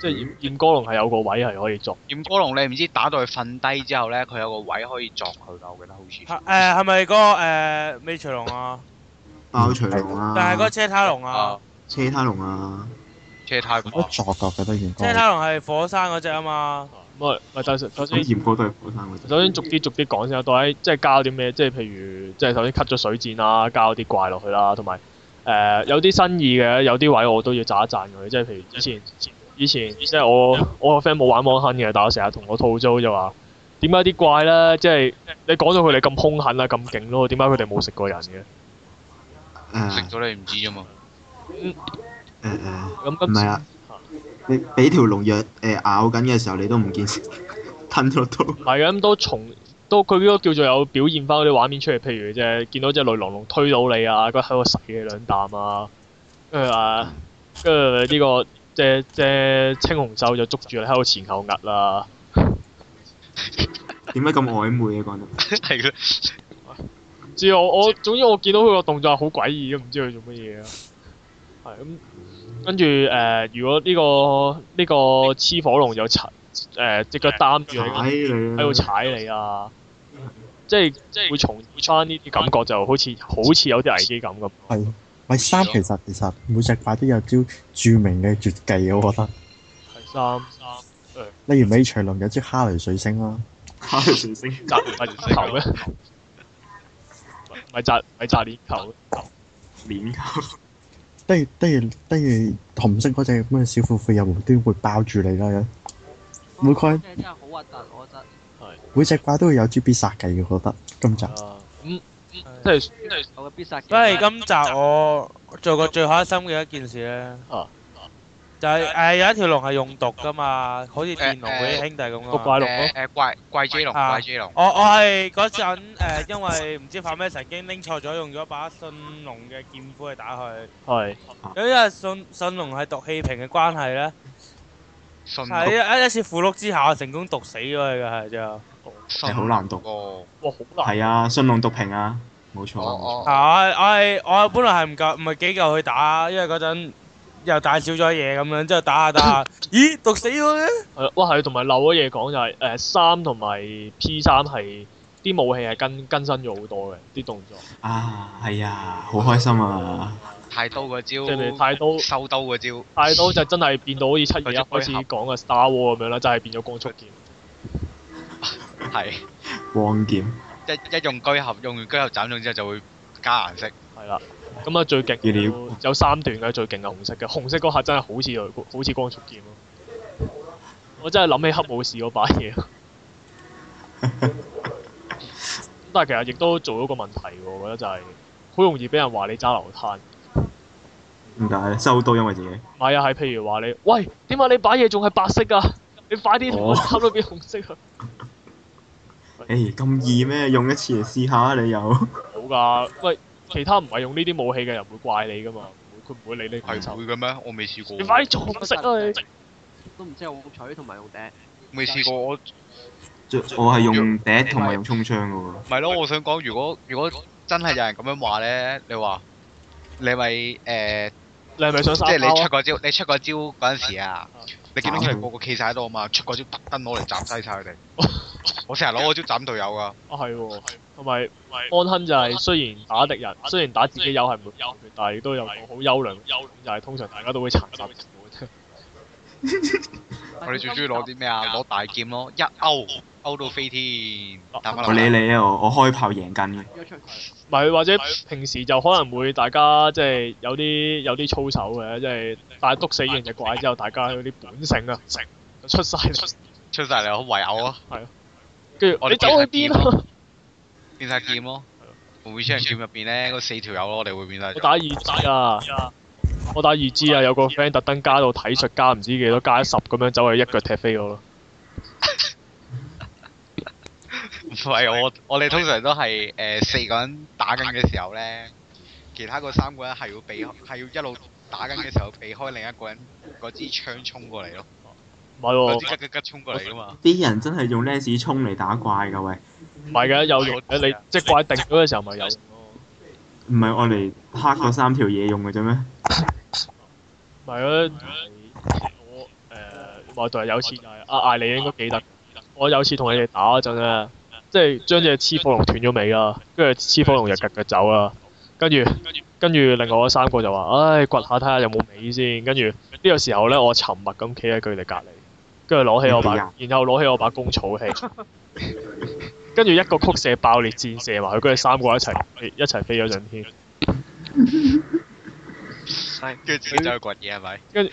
[SPEAKER 1] 即係焰焰歌龍係有個位係可以作，
[SPEAKER 3] 焰歌龍你唔知打到佢瞓低之後咧，佢有個位可以作佢㗎，我記得好似。
[SPEAKER 2] 係誒係咪嗰個誒美徐龍啊？
[SPEAKER 7] 爆除龍啊！
[SPEAKER 2] 但係嗰個車胎龍啊
[SPEAKER 3] 啊！，
[SPEAKER 7] 車胎龍啊！
[SPEAKER 3] 車太
[SPEAKER 4] 有得作㗎，覺得原
[SPEAKER 2] 車
[SPEAKER 4] 歌。
[SPEAKER 2] 胎龍係火山嗰只啊嘛。
[SPEAKER 1] 咁啊，咪但係首先
[SPEAKER 7] 咁。炎哥都係火山嗰隻。
[SPEAKER 1] 首先逐啲逐啲講先啦，到底即係加咗啲咩？即係譬如即係首先 cut 咗水啊戰啦，加咗啲怪落去啦，同埋誒呃有啲新意嘅，有啲位我都要讚一讚佢。即係譬如以前以前即係我我個 friend 冇玩 mon 亨嘅，但我成日同我吐槽就話點解啲怪咧，即係你講到佢哋咁兇狠啊、咁勁咯，點解佢哋冇食過人嘅？
[SPEAKER 3] 食
[SPEAKER 7] 誒
[SPEAKER 3] 咗你唔知啫嘛。
[SPEAKER 7] 誒誒，
[SPEAKER 1] 咁
[SPEAKER 7] 唔
[SPEAKER 1] 今次
[SPEAKER 7] 係啊！你俾條龍藥誒咬緊嘅時候，你都唔見 吞咗落肚。
[SPEAKER 1] 唔係嘅，啊咁都從都佢都叫做有表現翻嗰啲畫面出嚟，譬如即係見到只雷龍龍推到你啊，佢喺度噬你兩啖啊，跟住啊，跟住呢個隻隻青紅獸就捉住你喺度前後啊壓啦，
[SPEAKER 7] 點解咁曖昧嘅啊講得？
[SPEAKER 3] 係咯，
[SPEAKER 1] 唔知我我總之我見到佢個動作係好詭異嘅，唔知佢做乜嘢啊。係咁，跟住誒、呃如果呢、個呢、個黐火龍就踩誒只腳擔住你。
[SPEAKER 7] 踩你
[SPEAKER 1] 喺度踩你啊！即係嗯即係會重翻呢啲感覺，就好似好似有啲危機感咁。
[SPEAKER 4] 係。喂，三其實其實每隻怪都有招著名嘅絕技嘅，我覺得。
[SPEAKER 1] 係三三
[SPEAKER 4] 例如美徐龍有招哈雷水星啦，
[SPEAKER 7] 踩佢水星。
[SPEAKER 1] 擲唔係球咩？ 唔係擲唔係擲鏈球，
[SPEAKER 7] 鏈球。
[SPEAKER 4] 跟住跟住跟住紅色嗰只咩小褲褲又無端會包住你啦，每個人
[SPEAKER 5] 真係好核突，我覺得。
[SPEAKER 4] 每隻怪都會有招必殺技嘅，我覺得今集。
[SPEAKER 1] 啊咁即係即係
[SPEAKER 5] 我嘅必殺技。
[SPEAKER 2] 因為今集我做過最開心嘅一件事咧
[SPEAKER 1] 啊，
[SPEAKER 2] 就係誒有一條龍係用毒噶嘛，好似電龍嗰啲兄弟咁
[SPEAKER 1] 個
[SPEAKER 2] 噶嘛。
[SPEAKER 1] 怪龍
[SPEAKER 3] 誒
[SPEAKER 1] 咯，
[SPEAKER 3] 誒怪怪 J 龍，
[SPEAKER 2] 啊
[SPEAKER 3] 怪 J 龍，
[SPEAKER 2] 我我係嗰陣誒，因為唔知發咩神經拎錯咗，用咗把信龍嘅劍斧去打佢。
[SPEAKER 1] 係
[SPEAKER 2] 因為信信龍係毒氣瓶嘅關係咧，
[SPEAKER 3] 信
[SPEAKER 2] 係一一次符碌之下成功毒死咗佢嘅係就
[SPEAKER 3] 信
[SPEAKER 7] 好難讀
[SPEAKER 1] 哦
[SPEAKER 3] 個，哦我
[SPEAKER 1] 哇好難
[SPEAKER 7] 係啊，信龍毒平啊，冇錯。
[SPEAKER 1] 哦
[SPEAKER 3] 我
[SPEAKER 2] 係我係啊我本來係唔夠唔係幾夠去打，因為嗰陣又帶少咗嘢咁樣，之後打下打 下，咦毒死咗嘅？
[SPEAKER 1] 係啊啦哇係同埋漏咗嘢講就係誒三同埋 P 三係啲武器係更更新咗好多嘅啲動作，
[SPEAKER 7] 啊，係啊，好開心啊！
[SPEAKER 3] 太刀嗰
[SPEAKER 1] 即係譬如
[SPEAKER 3] 招，
[SPEAKER 1] 太刀
[SPEAKER 3] 收刀嗰招，
[SPEAKER 1] 太刀就真係變到好似七二一開始講嘅 Star War 咁樣啦，真係變咗光速劍。
[SPEAKER 3] 係
[SPEAKER 7] 光劍
[SPEAKER 3] 一一用居合，用完居合斬中之後就會加顏色，
[SPEAKER 1] 係啦，咁啊最勁
[SPEAKER 7] 要了
[SPEAKER 1] 有有三段嘅最勁嘅紅色嘅，紅色嗰下真係好似佢好似光速劍咯。我真係諗起黑武士嗰把 嘢。咁但係其實亦都做咗個問題喎，我覺得就係好容易俾人話你揸流攤。
[SPEAKER 7] 點解咧？收刀因為自己
[SPEAKER 1] 唔係啊，係譬如話你，喂，點解你把嘢仲係白色啊？你快啲同我
[SPEAKER 7] 哦
[SPEAKER 1] 打到變紅色啊！
[SPEAKER 7] 誒咁易咩？用一次嚟試下啊！你又
[SPEAKER 1] 冇㗎，喂，其他唔係用呢啲武器嘅人會怪你㗎嘛，唔會佢唔會理你感
[SPEAKER 3] 係
[SPEAKER 1] 受。
[SPEAKER 3] 會嘅咩？我未試過
[SPEAKER 1] 你快
[SPEAKER 3] 喎，
[SPEAKER 1] 啲做紅色啊你！
[SPEAKER 5] 都唔知係好取同埋用頂。
[SPEAKER 3] 未試過我，唔
[SPEAKER 7] 最我係用笛同埋用衝槍嘅喎。
[SPEAKER 3] 係咯，我想講，如果如果真係有人咁樣話咧，你話你咪誒，
[SPEAKER 1] 你係咪想
[SPEAKER 3] 即
[SPEAKER 1] 沙
[SPEAKER 3] 係
[SPEAKER 1] 包
[SPEAKER 3] 你
[SPEAKER 1] 啊
[SPEAKER 3] 出？嗰招，你出嗰招嗰陣時啊
[SPEAKER 1] 啊，
[SPEAKER 3] 你見到佢哋個個企晒喺度 啊嘛，出嗰招特登攞嚟斬低晒佢哋，我成日攞嗰招斬隊友㗎。
[SPEAKER 1] 啊係喎，同埋安亨就係雖然打敵人，雖然打自己友係沒有，但係都有個好優良優，就係通常大家都會殘殺自己。
[SPEAKER 3] 我哋最中意攞啲咩啊？ 攞大劍咯，一勾勾到飛天，
[SPEAKER 1] 哦
[SPEAKER 3] 打翻
[SPEAKER 7] 我理你啊！我我開炮贏緊嘅，
[SPEAKER 5] 約出佢。
[SPEAKER 1] 唔係或者平時就可能會大家即係有啲有啲操守嘅，即係但係篤死完隻怪之後，大家有啲本性啊，出晒出
[SPEAKER 3] 出晒嚟，好唯有啊，
[SPEAKER 1] 跟住
[SPEAKER 3] 我哋
[SPEAKER 1] 你走去邊啊？
[SPEAKER 3] 變晒劍咯。無面超人劍入邊咧，嗰四條友咯，我哋會變晒
[SPEAKER 1] 我打二支啊！我打二支啊！有個 friend 特登加到體術加唔知幾多，加咗十咁樣走去一腳踢飛我咯。
[SPEAKER 3] 唔係我，我哋通常都係誒、呃四個人打緊嘅時候咧，其他嗰三個人係要避，係要一路打緊嘅時候避開另一個人嗰支槍衝過嚟咯，
[SPEAKER 1] 唔係
[SPEAKER 3] 嗰
[SPEAKER 1] 喎，
[SPEAKER 3] 支吉吉吉衝過嚟噶嘛。
[SPEAKER 7] 啲人真係用 Les 衝嚟打怪㗎喂，
[SPEAKER 1] 唔係嘅，有用嘅。你即係怪定咗嘅時候咪有。
[SPEAKER 7] 唔係我嚟黑嗰三條嘢用嘅啫咩？
[SPEAKER 1] 唔係啊，我誒話對有次就係阿艾你應該記得，我有次同你哋打嗰陣咧，即係將只黐火龍斷咗尾啦，跟住黐火龍就夾腳走啦，跟住跟住另外嗰三個就話：，唉，掘下睇下有冇尾先。跟住呢個時候咧，我沉默咁企喺佢哋隔離，跟住攞起我
[SPEAKER 7] 嗯哎
[SPEAKER 1] 把，然後攞起我把弓草氣，跟住一個曲射爆裂箭射埋佢，跟住三個一齊一齊飛咗上天。
[SPEAKER 3] 跟住自己走去掘嘢係咪？
[SPEAKER 1] 跟住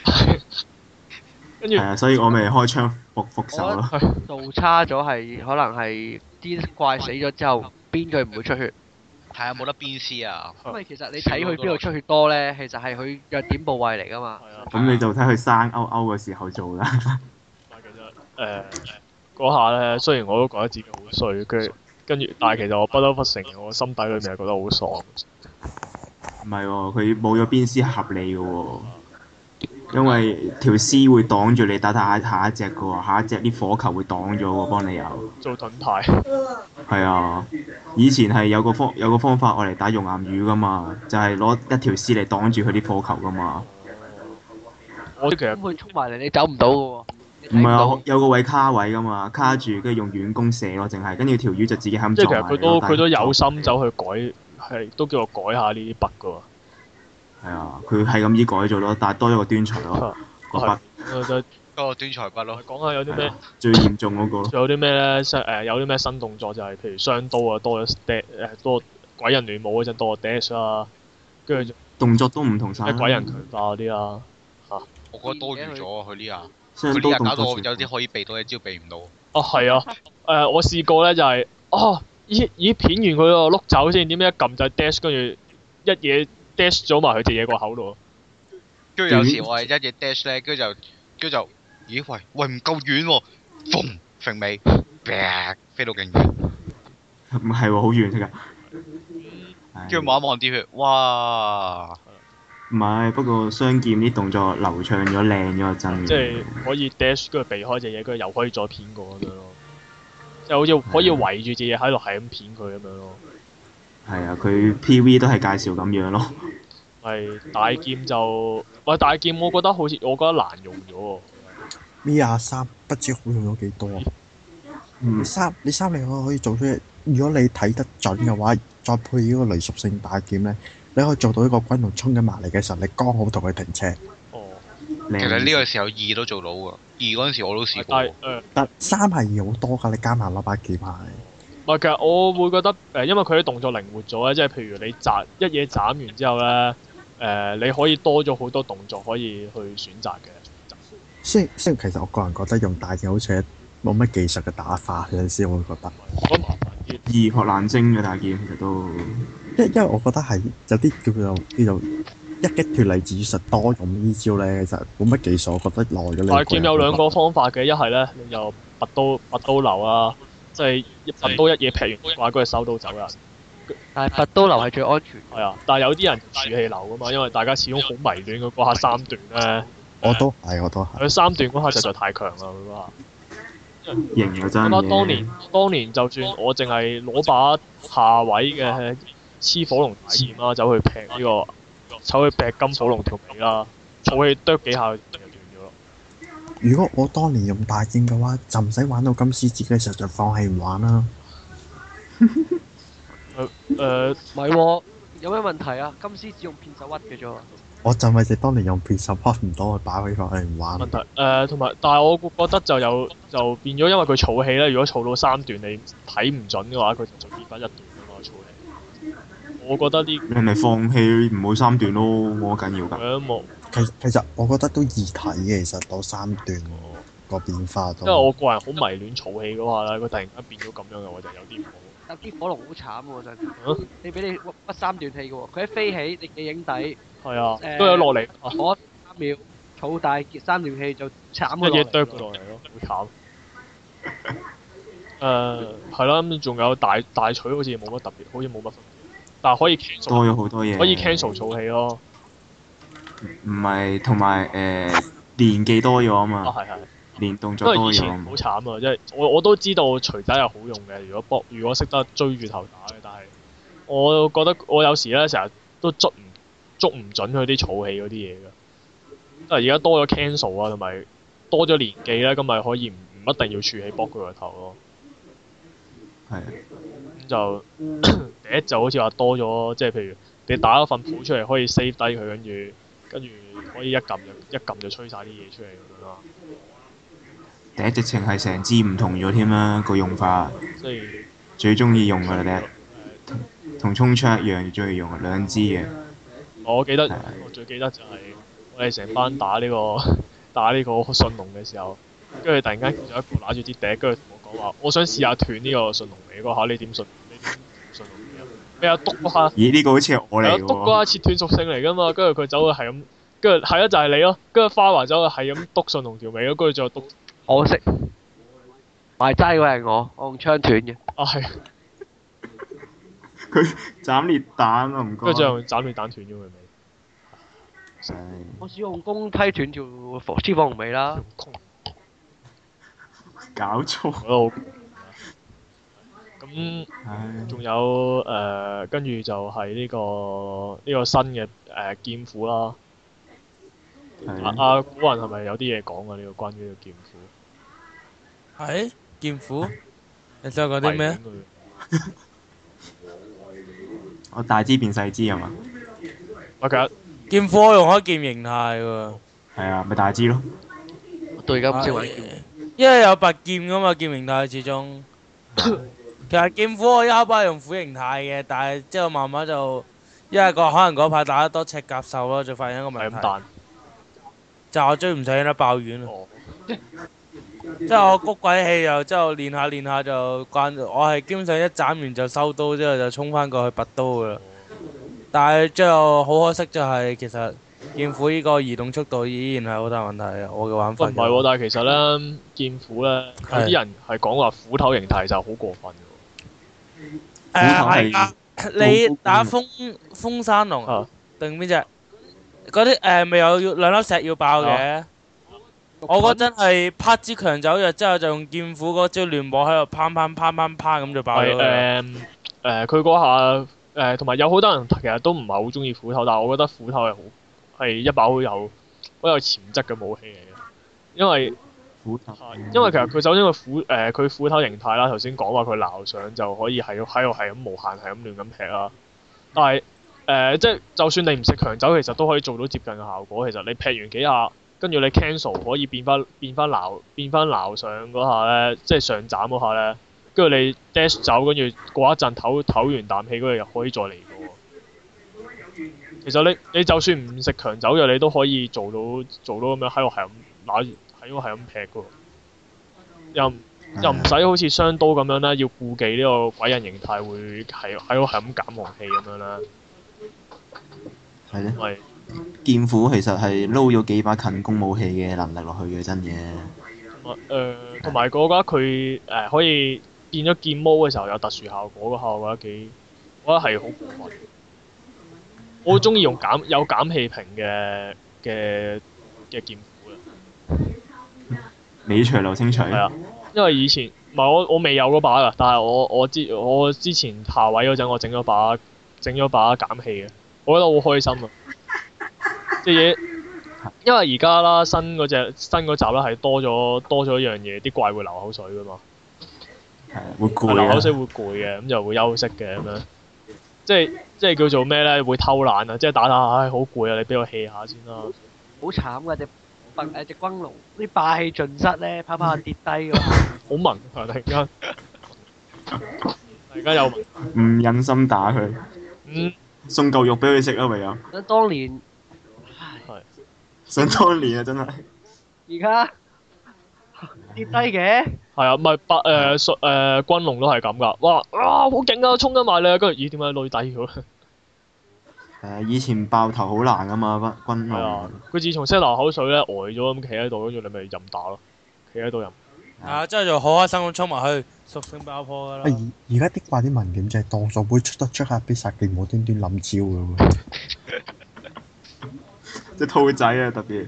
[SPEAKER 1] 跟住
[SPEAKER 7] 係啊，所以我咪開槍復復手咯。
[SPEAKER 5] 做差咗係可能係啲怪死咗之後，邊佢唔會出血？
[SPEAKER 3] 係啊，冇得鞭屍啊！
[SPEAKER 5] 因為其實你睇佢邊度出血多咧，其實係佢弱點部位嚟噶嘛。
[SPEAKER 1] 係啊。
[SPEAKER 7] 咁你就睇佢生勾勾嘅時候做啦。
[SPEAKER 1] 但係其實誒嗰下咧，雖然我都覺得自己好衰，跟住跟住，但係其實我不得不承認，我心底裏面係覺得好爽。
[SPEAKER 7] 唔係喎，佢冇咗邊絲係合理嘅喎，因為條絲會擋住你打打下下一隻嘅喎，下一隻啲火球會擋咗喎，幫你又
[SPEAKER 1] 做盾牌，
[SPEAKER 7] 係啊。以前係有個方有個方法我嚟打熔岩魚噶嘛，就係、攞一條絲嚟擋住佢啲火球噶嘛。
[SPEAKER 1] 我其
[SPEAKER 5] 咁
[SPEAKER 1] 實
[SPEAKER 5] 佢衝埋嚟，你走唔到嘅喎。你
[SPEAKER 7] 唔
[SPEAKER 5] 睇
[SPEAKER 7] 係
[SPEAKER 5] 到
[SPEAKER 7] 啊，有個位卡位噶嘛，卡住跟住用遠弓射咯，淨係跟住條魚就自己喺咁
[SPEAKER 1] 即係其實
[SPEAKER 7] 撞埋
[SPEAKER 1] 佢
[SPEAKER 7] 嚟咯
[SPEAKER 1] 都
[SPEAKER 7] 但係
[SPEAKER 1] 佢都有心走去改，係都叫我改下呢啲 bug 噶喎。
[SPEAKER 7] 係啊，佢係咁依改咗咯，但係多咗個端材咯，
[SPEAKER 1] 啊
[SPEAKER 7] 個
[SPEAKER 1] 係
[SPEAKER 7] 筆
[SPEAKER 1] 我就
[SPEAKER 3] 嗰個端財骨咯，
[SPEAKER 1] 講下有啲咩，
[SPEAKER 7] 啊最嚴重嗰、個咯。
[SPEAKER 1] 仲有啲咩咧？新誒有啲咩新動作就係譬如雙刀啊，多咗 stat 誒多鬼人聯武嗰陣多咗 dash 啊，跟住
[SPEAKER 7] 動作都唔同
[SPEAKER 1] 仲
[SPEAKER 7] 晒啦
[SPEAKER 1] 咩鬼人強化嗰啲啊。
[SPEAKER 3] 我覺得多餘咗啊！佢呢下，
[SPEAKER 7] 雙
[SPEAKER 3] 佢
[SPEAKER 7] 刀
[SPEAKER 3] 呢下
[SPEAKER 7] 嗯動
[SPEAKER 3] 搞到
[SPEAKER 7] 作
[SPEAKER 3] 我
[SPEAKER 7] 全
[SPEAKER 3] 有
[SPEAKER 7] 部
[SPEAKER 3] 啲可以避到，一招避唔到。
[SPEAKER 1] 哦，係啊，誒、我試過咧就係、哦，咦咦片完佢個碌走先，點解一撳就 dash，跟住一嘢 dash 咗埋佢隻嘢個口度，
[SPEAKER 3] 跟住有時我係一嘢 dash 咧，跟住就跟住就，咦喂喂唔夠遠喎，嘣揈尾，啪飛到勁遠，
[SPEAKER 7] 唔係喎，好遠㗎。
[SPEAKER 3] 嗯
[SPEAKER 7] 唉
[SPEAKER 3] 跟住望一望啲血，哇！
[SPEAKER 7] 唔係，不過雙劍啲動作流暢咗、靚咗真
[SPEAKER 1] 即
[SPEAKER 7] 嘅。
[SPEAKER 1] 係可以 dash 跟住避開隻嘢，跟住又可以再片過咁樣咯，即係好似可以圍住隻嘢喺度係咁片佢咁樣咯。
[SPEAKER 7] 係啊，佢 PV 都係介紹咁樣咯。
[SPEAKER 1] 係大劍就，喂大劍我覺得好似我覺得難用咗喎，
[SPEAKER 4] Mi 廿三不知好用咗幾多啊！
[SPEAKER 7] 嗯
[SPEAKER 4] 你，三你三你可可以做出，如果你睇得準嘅話，再配呢個雷屬性大劍咧，你可以做到一個軍龍衝緊埋嚟嘅時候，你剛好同佢停車。
[SPEAKER 1] 哦，
[SPEAKER 7] 靚
[SPEAKER 3] 其實呢個時候二都做到㗎，二嗰陣時我都
[SPEAKER 1] 但
[SPEAKER 3] 試過
[SPEAKER 1] 係。誒
[SPEAKER 4] 但三係好多㗎，你加埋攞把劍係。
[SPEAKER 1] 唔係，其實我會覺得誒、呃因為佢啲動作靈活咗咧，即係譬如你斬一嘢斬完之後咧，誒、你可以多咗好多動作可以去選擇嘅。
[SPEAKER 4] 雖然雖然其實我個人覺得用大劍好似冇乜技術嘅打法，有陣時我會覺得，
[SPEAKER 1] 我覺得麻煩啲，
[SPEAKER 7] 易學難精嘅大劍，其實都
[SPEAKER 4] 因因為我覺得係有啲叫做叫做一擊脱離技術多用呢招咧，其實冇乜技術，我覺得耐咗你。
[SPEAKER 1] 但係劍有兩個方法嘅，一係咧你就拔刀拔刀流啊，即係一拔刀一嘢劈完掛嗰隻手刀走啦，
[SPEAKER 5] 但係拔刀流係最安全。
[SPEAKER 1] 係啊。但係有啲人儲氣流噶嘛，因為大家始終好迷戀佢嗰下三段咧，
[SPEAKER 4] 我都係，我都係。
[SPEAKER 1] 佢三段嗰下實在太強啦，佢嗰下。
[SPEAKER 7] 型又真
[SPEAKER 1] 咁啊，當年
[SPEAKER 7] 嘅。
[SPEAKER 1] 當年就算我淨係攞把下位嘅黐火龍大劍啦，走去劈呢、個，走去劈金火龍條尾啦，坐起啄幾下就斷咗咯。
[SPEAKER 4] 如果我當年用大劍嘅話，就唔使玩到金獅子嘅時候就放棄唔玩啦。
[SPEAKER 1] 誒
[SPEAKER 5] 唔係喎，有咩問題啊？金獅只用片手屈嘅啫喎。
[SPEAKER 4] 我就係當年用 p r e s e r v 唔到，我擺佢翻嚟唔玩。
[SPEAKER 1] 問題誒，同埋但係我覺得就有就變咗，因為佢儲戲咧，如果儲到三段你睇唔準嘅話，佢就變翻一段㗎嘛儲戲。我覺得呢
[SPEAKER 7] 你咪放棄唔好三段咯，冇乜緊要
[SPEAKER 1] 咁樣
[SPEAKER 7] 㗎。
[SPEAKER 1] 啊冇，
[SPEAKER 4] 其其實我覺得都易睇嘅，其實嗰三段個變化都。
[SPEAKER 1] 因為我個人好迷戀儲戲嗰下咧，佢突然間變咗咁樣嘅，我就有啲唔好。
[SPEAKER 5] 但啲火龍好慘喎，真係。你俾你屈屈三段氣嘅喎，佢一飛起，你你影底，
[SPEAKER 1] 係啊，
[SPEAKER 5] 誒
[SPEAKER 1] 都有落嚟啊，
[SPEAKER 5] 我三秒，儲大結三段氣就慘
[SPEAKER 1] 一
[SPEAKER 5] 佢
[SPEAKER 1] 嘢啄佢落
[SPEAKER 5] 落嚟。
[SPEAKER 1] 嚟咯，啊好慘。 誒係啦，咁仲有大大取好似冇乜特別，好似冇乜分別，但係可以 cancel
[SPEAKER 7] 多咗好多嘢。
[SPEAKER 1] 可以 cancel 儲戲咯。
[SPEAKER 7] 唔係，同埋誒年紀多咗啊
[SPEAKER 1] 啊
[SPEAKER 7] 嘛，
[SPEAKER 1] 係係。
[SPEAKER 7] 連動
[SPEAKER 1] 因
[SPEAKER 7] 作
[SPEAKER 1] 為
[SPEAKER 7] 多
[SPEAKER 1] 以
[SPEAKER 7] 咗
[SPEAKER 1] 前
[SPEAKER 7] 啊嘛
[SPEAKER 1] 好。慘啊，即係我我都知道錘仔係好用嘅，如果搏如果識得追住頭打嘅，但係我覺得我有時咧成日都捉唔捉唔準佢啲草氣嗰啲嘢㗎。但係而家多咗 cancel 啊，同埋多咗年紀咧，咁咪可以唔唔一定要儲起搏佢個頭咯。
[SPEAKER 7] 係啊
[SPEAKER 1] 咁就第一就好似話多咗，即係譬如你打一份譜出嚟，可以 save 低佢，跟住跟住可以一撳就一撳就吹晒啲嘢出嚟咁樣啦。
[SPEAKER 7] 第一直情係成支唔同咗添啦，個用法
[SPEAKER 1] 即係。
[SPEAKER 7] 最中意用㗎啦，第一同衝槍一樣最中意用，兩支嘅。
[SPEAKER 1] 我記得
[SPEAKER 7] 係
[SPEAKER 1] 我最記得就係我哋成班打呢、個打呢個信龍嘅時候，跟住突然間見咗一個拿住支笛，跟住同我講話，我想試下斷呢個信龍尾嗰下，你點信？你點信龍尾啊？咩啊？篤嗰下，
[SPEAKER 7] 咦？呢個好似係我嚟
[SPEAKER 1] 係啊
[SPEAKER 7] 㗎
[SPEAKER 1] 篤嗰
[SPEAKER 7] 喎。
[SPEAKER 1] 下切斷屬性嚟㗎嘛，跟住佢走去係咁，跟住係啊就係你咯，跟住花華走去係咁篤信龍條尾咯，跟住再篤
[SPEAKER 5] 我識埋齋嗰係我，我用槍斷嘅。
[SPEAKER 1] 啊係，
[SPEAKER 7] 斬裂彈啊！唔該。
[SPEAKER 1] 跟住再用斬亂蛋斷咗佢尾，
[SPEAKER 7] 係
[SPEAKER 5] 我試用公梯斷條脂肪龍尾啦
[SPEAKER 1] 條。空
[SPEAKER 7] 搞錯。
[SPEAKER 1] 我覺得好咁。
[SPEAKER 7] 唉
[SPEAKER 1] 仲有誒，呃跟、住就係呢、個呢、個新嘅誒、呃劍斧啦。阿、
[SPEAKER 7] 係啊
[SPEAKER 1] 阿古雲係咪有啲嘢講啊？呢、個關於呢個劍斧。
[SPEAKER 2] 係劍斧，你想講啲咩？
[SPEAKER 1] 迷戀佢？
[SPEAKER 7] 我大支變細支係嘛？
[SPEAKER 1] 啊我其實
[SPEAKER 2] 劍斧我用開劍形態喎，
[SPEAKER 7] 係啊，咪大支咯。
[SPEAKER 5] 我到而家唔識玩劍。
[SPEAKER 2] 因為有拔劍噶嘛，劍形態始 終。其實劍斧我一開波係用斧形態嘅，但係之後慢慢就因為個可能嗰排打得多赤甲獸咯，就發現一個
[SPEAKER 1] 係咁
[SPEAKER 2] 問題，
[SPEAKER 1] 彈。
[SPEAKER 2] 就係我追唔上得爆丸啊！
[SPEAKER 1] 哦，
[SPEAKER 2] 即係我谷鬼氣又之後練下練下就慣咗，我係基本上一斬完就收刀之後就衝翻過去拔刀噶啦。但係最後好可惜就係其實劍斧呢個移動速度依然係好大問題嘅，我嘅玩法
[SPEAKER 1] 哦喂唔係喎，但係其實咧，劍斧咧，有啲
[SPEAKER 2] 係
[SPEAKER 1] 人係講話斧頭形態就好過分嘅
[SPEAKER 2] 誒
[SPEAKER 7] 斧頭係
[SPEAKER 2] 係啊，你打風風山龍
[SPEAKER 1] 喎。啊，
[SPEAKER 2] 定邊只？嗰啲誒咪有兩粒石要爆嘅。我嗰陣係拍支強走藥之後，就用劍斧嗰招亂舞喺度砰砰砰砰砰咁就爆
[SPEAKER 1] 係
[SPEAKER 2] 咗佢啊啦。
[SPEAKER 1] 誒誒，佢嗰下誒，同埋有好多人其實都唔係好中意斧頭，但係我覺得斧頭係好係一把好有好有潛質嘅武器嚟嘅，因為
[SPEAKER 7] 斧頭
[SPEAKER 1] 係，因為其實佢首先佢斧誒佢斧頭形態啦，頭先講話佢鬧上就可以係喺度係咁無限係咁亂咁劈啦。但係誒、呃即係就算你唔食強酒，其實都可以做到接近嘅效果。其實你劈完幾下，跟住你 cancel 可以變翻變翻鬧變翻鬧上嗰下咧，即係上斬嗰下咧，跟住你 dash 走，跟住過一陣唞唞完啖氣，跟住又可以再嚟過喎。其實你你就算唔食強酒藥，你都可以做到做到咁樣喺度係咁拿住喺度係咁劈嘅喎。又唔
[SPEAKER 7] 嗯
[SPEAKER 1] 又
[SPEAKER 7] 啊
[SPEAKER 1] 唔使好似雙刀咁樣啦，要顧忌呢個鬼人形態會係喺度係咁減黃氣咁樣啦，
[SPEAKER 7] 係啊咧。
[SPEAKER 1] 咪
[SPEAKER 7] 劍斧其實係撈咗幾把近攻武器嘅能力落去嘅，真嘅。
[SPEAKER 1] 誒呃同埋我覺得佢誒、呃可以變咗劍毛嘅時候有特殊效果嘅效果，我覺得幾我覺得係好過分。我好中意用減有減氣瓶嘅嘅嘅劍斧嘅，
[SPEAKER 7] 尾隨流星錘。
[SPEAKER 1] 係啊，因為以前唔係我我未有嗰把㗎，但係我我之我之前下位嗰陣我整咗把整咗把減氣嘅，我覺得好開心啊！即係嘢，因為而家啦新嗰隻新嗰集啦係多咗多咗一樣嘢，啲怪會流口水㗎嘛，
[SPEAKER 7] 係啊會攰
[SPEAKER 1] 流口水
[SPEAKER 7] 啊！
[SPEAKER 1] 會攰嘅，咁就會休息嘅咁樣。即係即係叫做咩咧？會偷懶啊！即係打打下，唉，好攰啊！你俾我 hea 下先啦。
[SPEAKER 5] 好慘㗎只笨誒只軍龍，啲霸氣盡失咧，跑跑下跌低咁。
[SPEAKER 1] 好萌啊！突然間，突然間又萌。
[SPEAKER 7] 唔忍心打佢，
[SPEAKER 1] 嗯，
[SPEAKER 7] 送嚿肉俾佢食啊， 唯有。
[SPEAKER 5] 咁當年，唉，
[SPEAKER 7] 想當年啊，真係。
[SPEAKER 5] 而家 跌低嘅，
[SPEAKER 1] 係啊，唔係白誒水誒軍龍都係咁㗎。哇啊，好勁啊！衝得埋你啊！跟住咦點解女底咗咧？
[SPEAKER 7] 誒，啊以前爆頭好難噶嘛，軍軍
[SPEAKER 1] 係啊
[SPEAKER 7] 龍。，
[SPEAKER 1] 佢自從 set 流口水咧，呆咗咁企喺度，跟住你咪任打咯，企喺度任。
[SPEAKER 2] 啊，之後就好開心咁衝埋去，屬性爆破㗎
[SPEAKER 4] 啊
[SPEAKER 2] 啦
[SPEAKER 4] 而。而家啲掛啲文件就係當數會出得出下必殺技，無端端諗招嘅喎。
[SPEAKER 7] 只兔仔啊，特別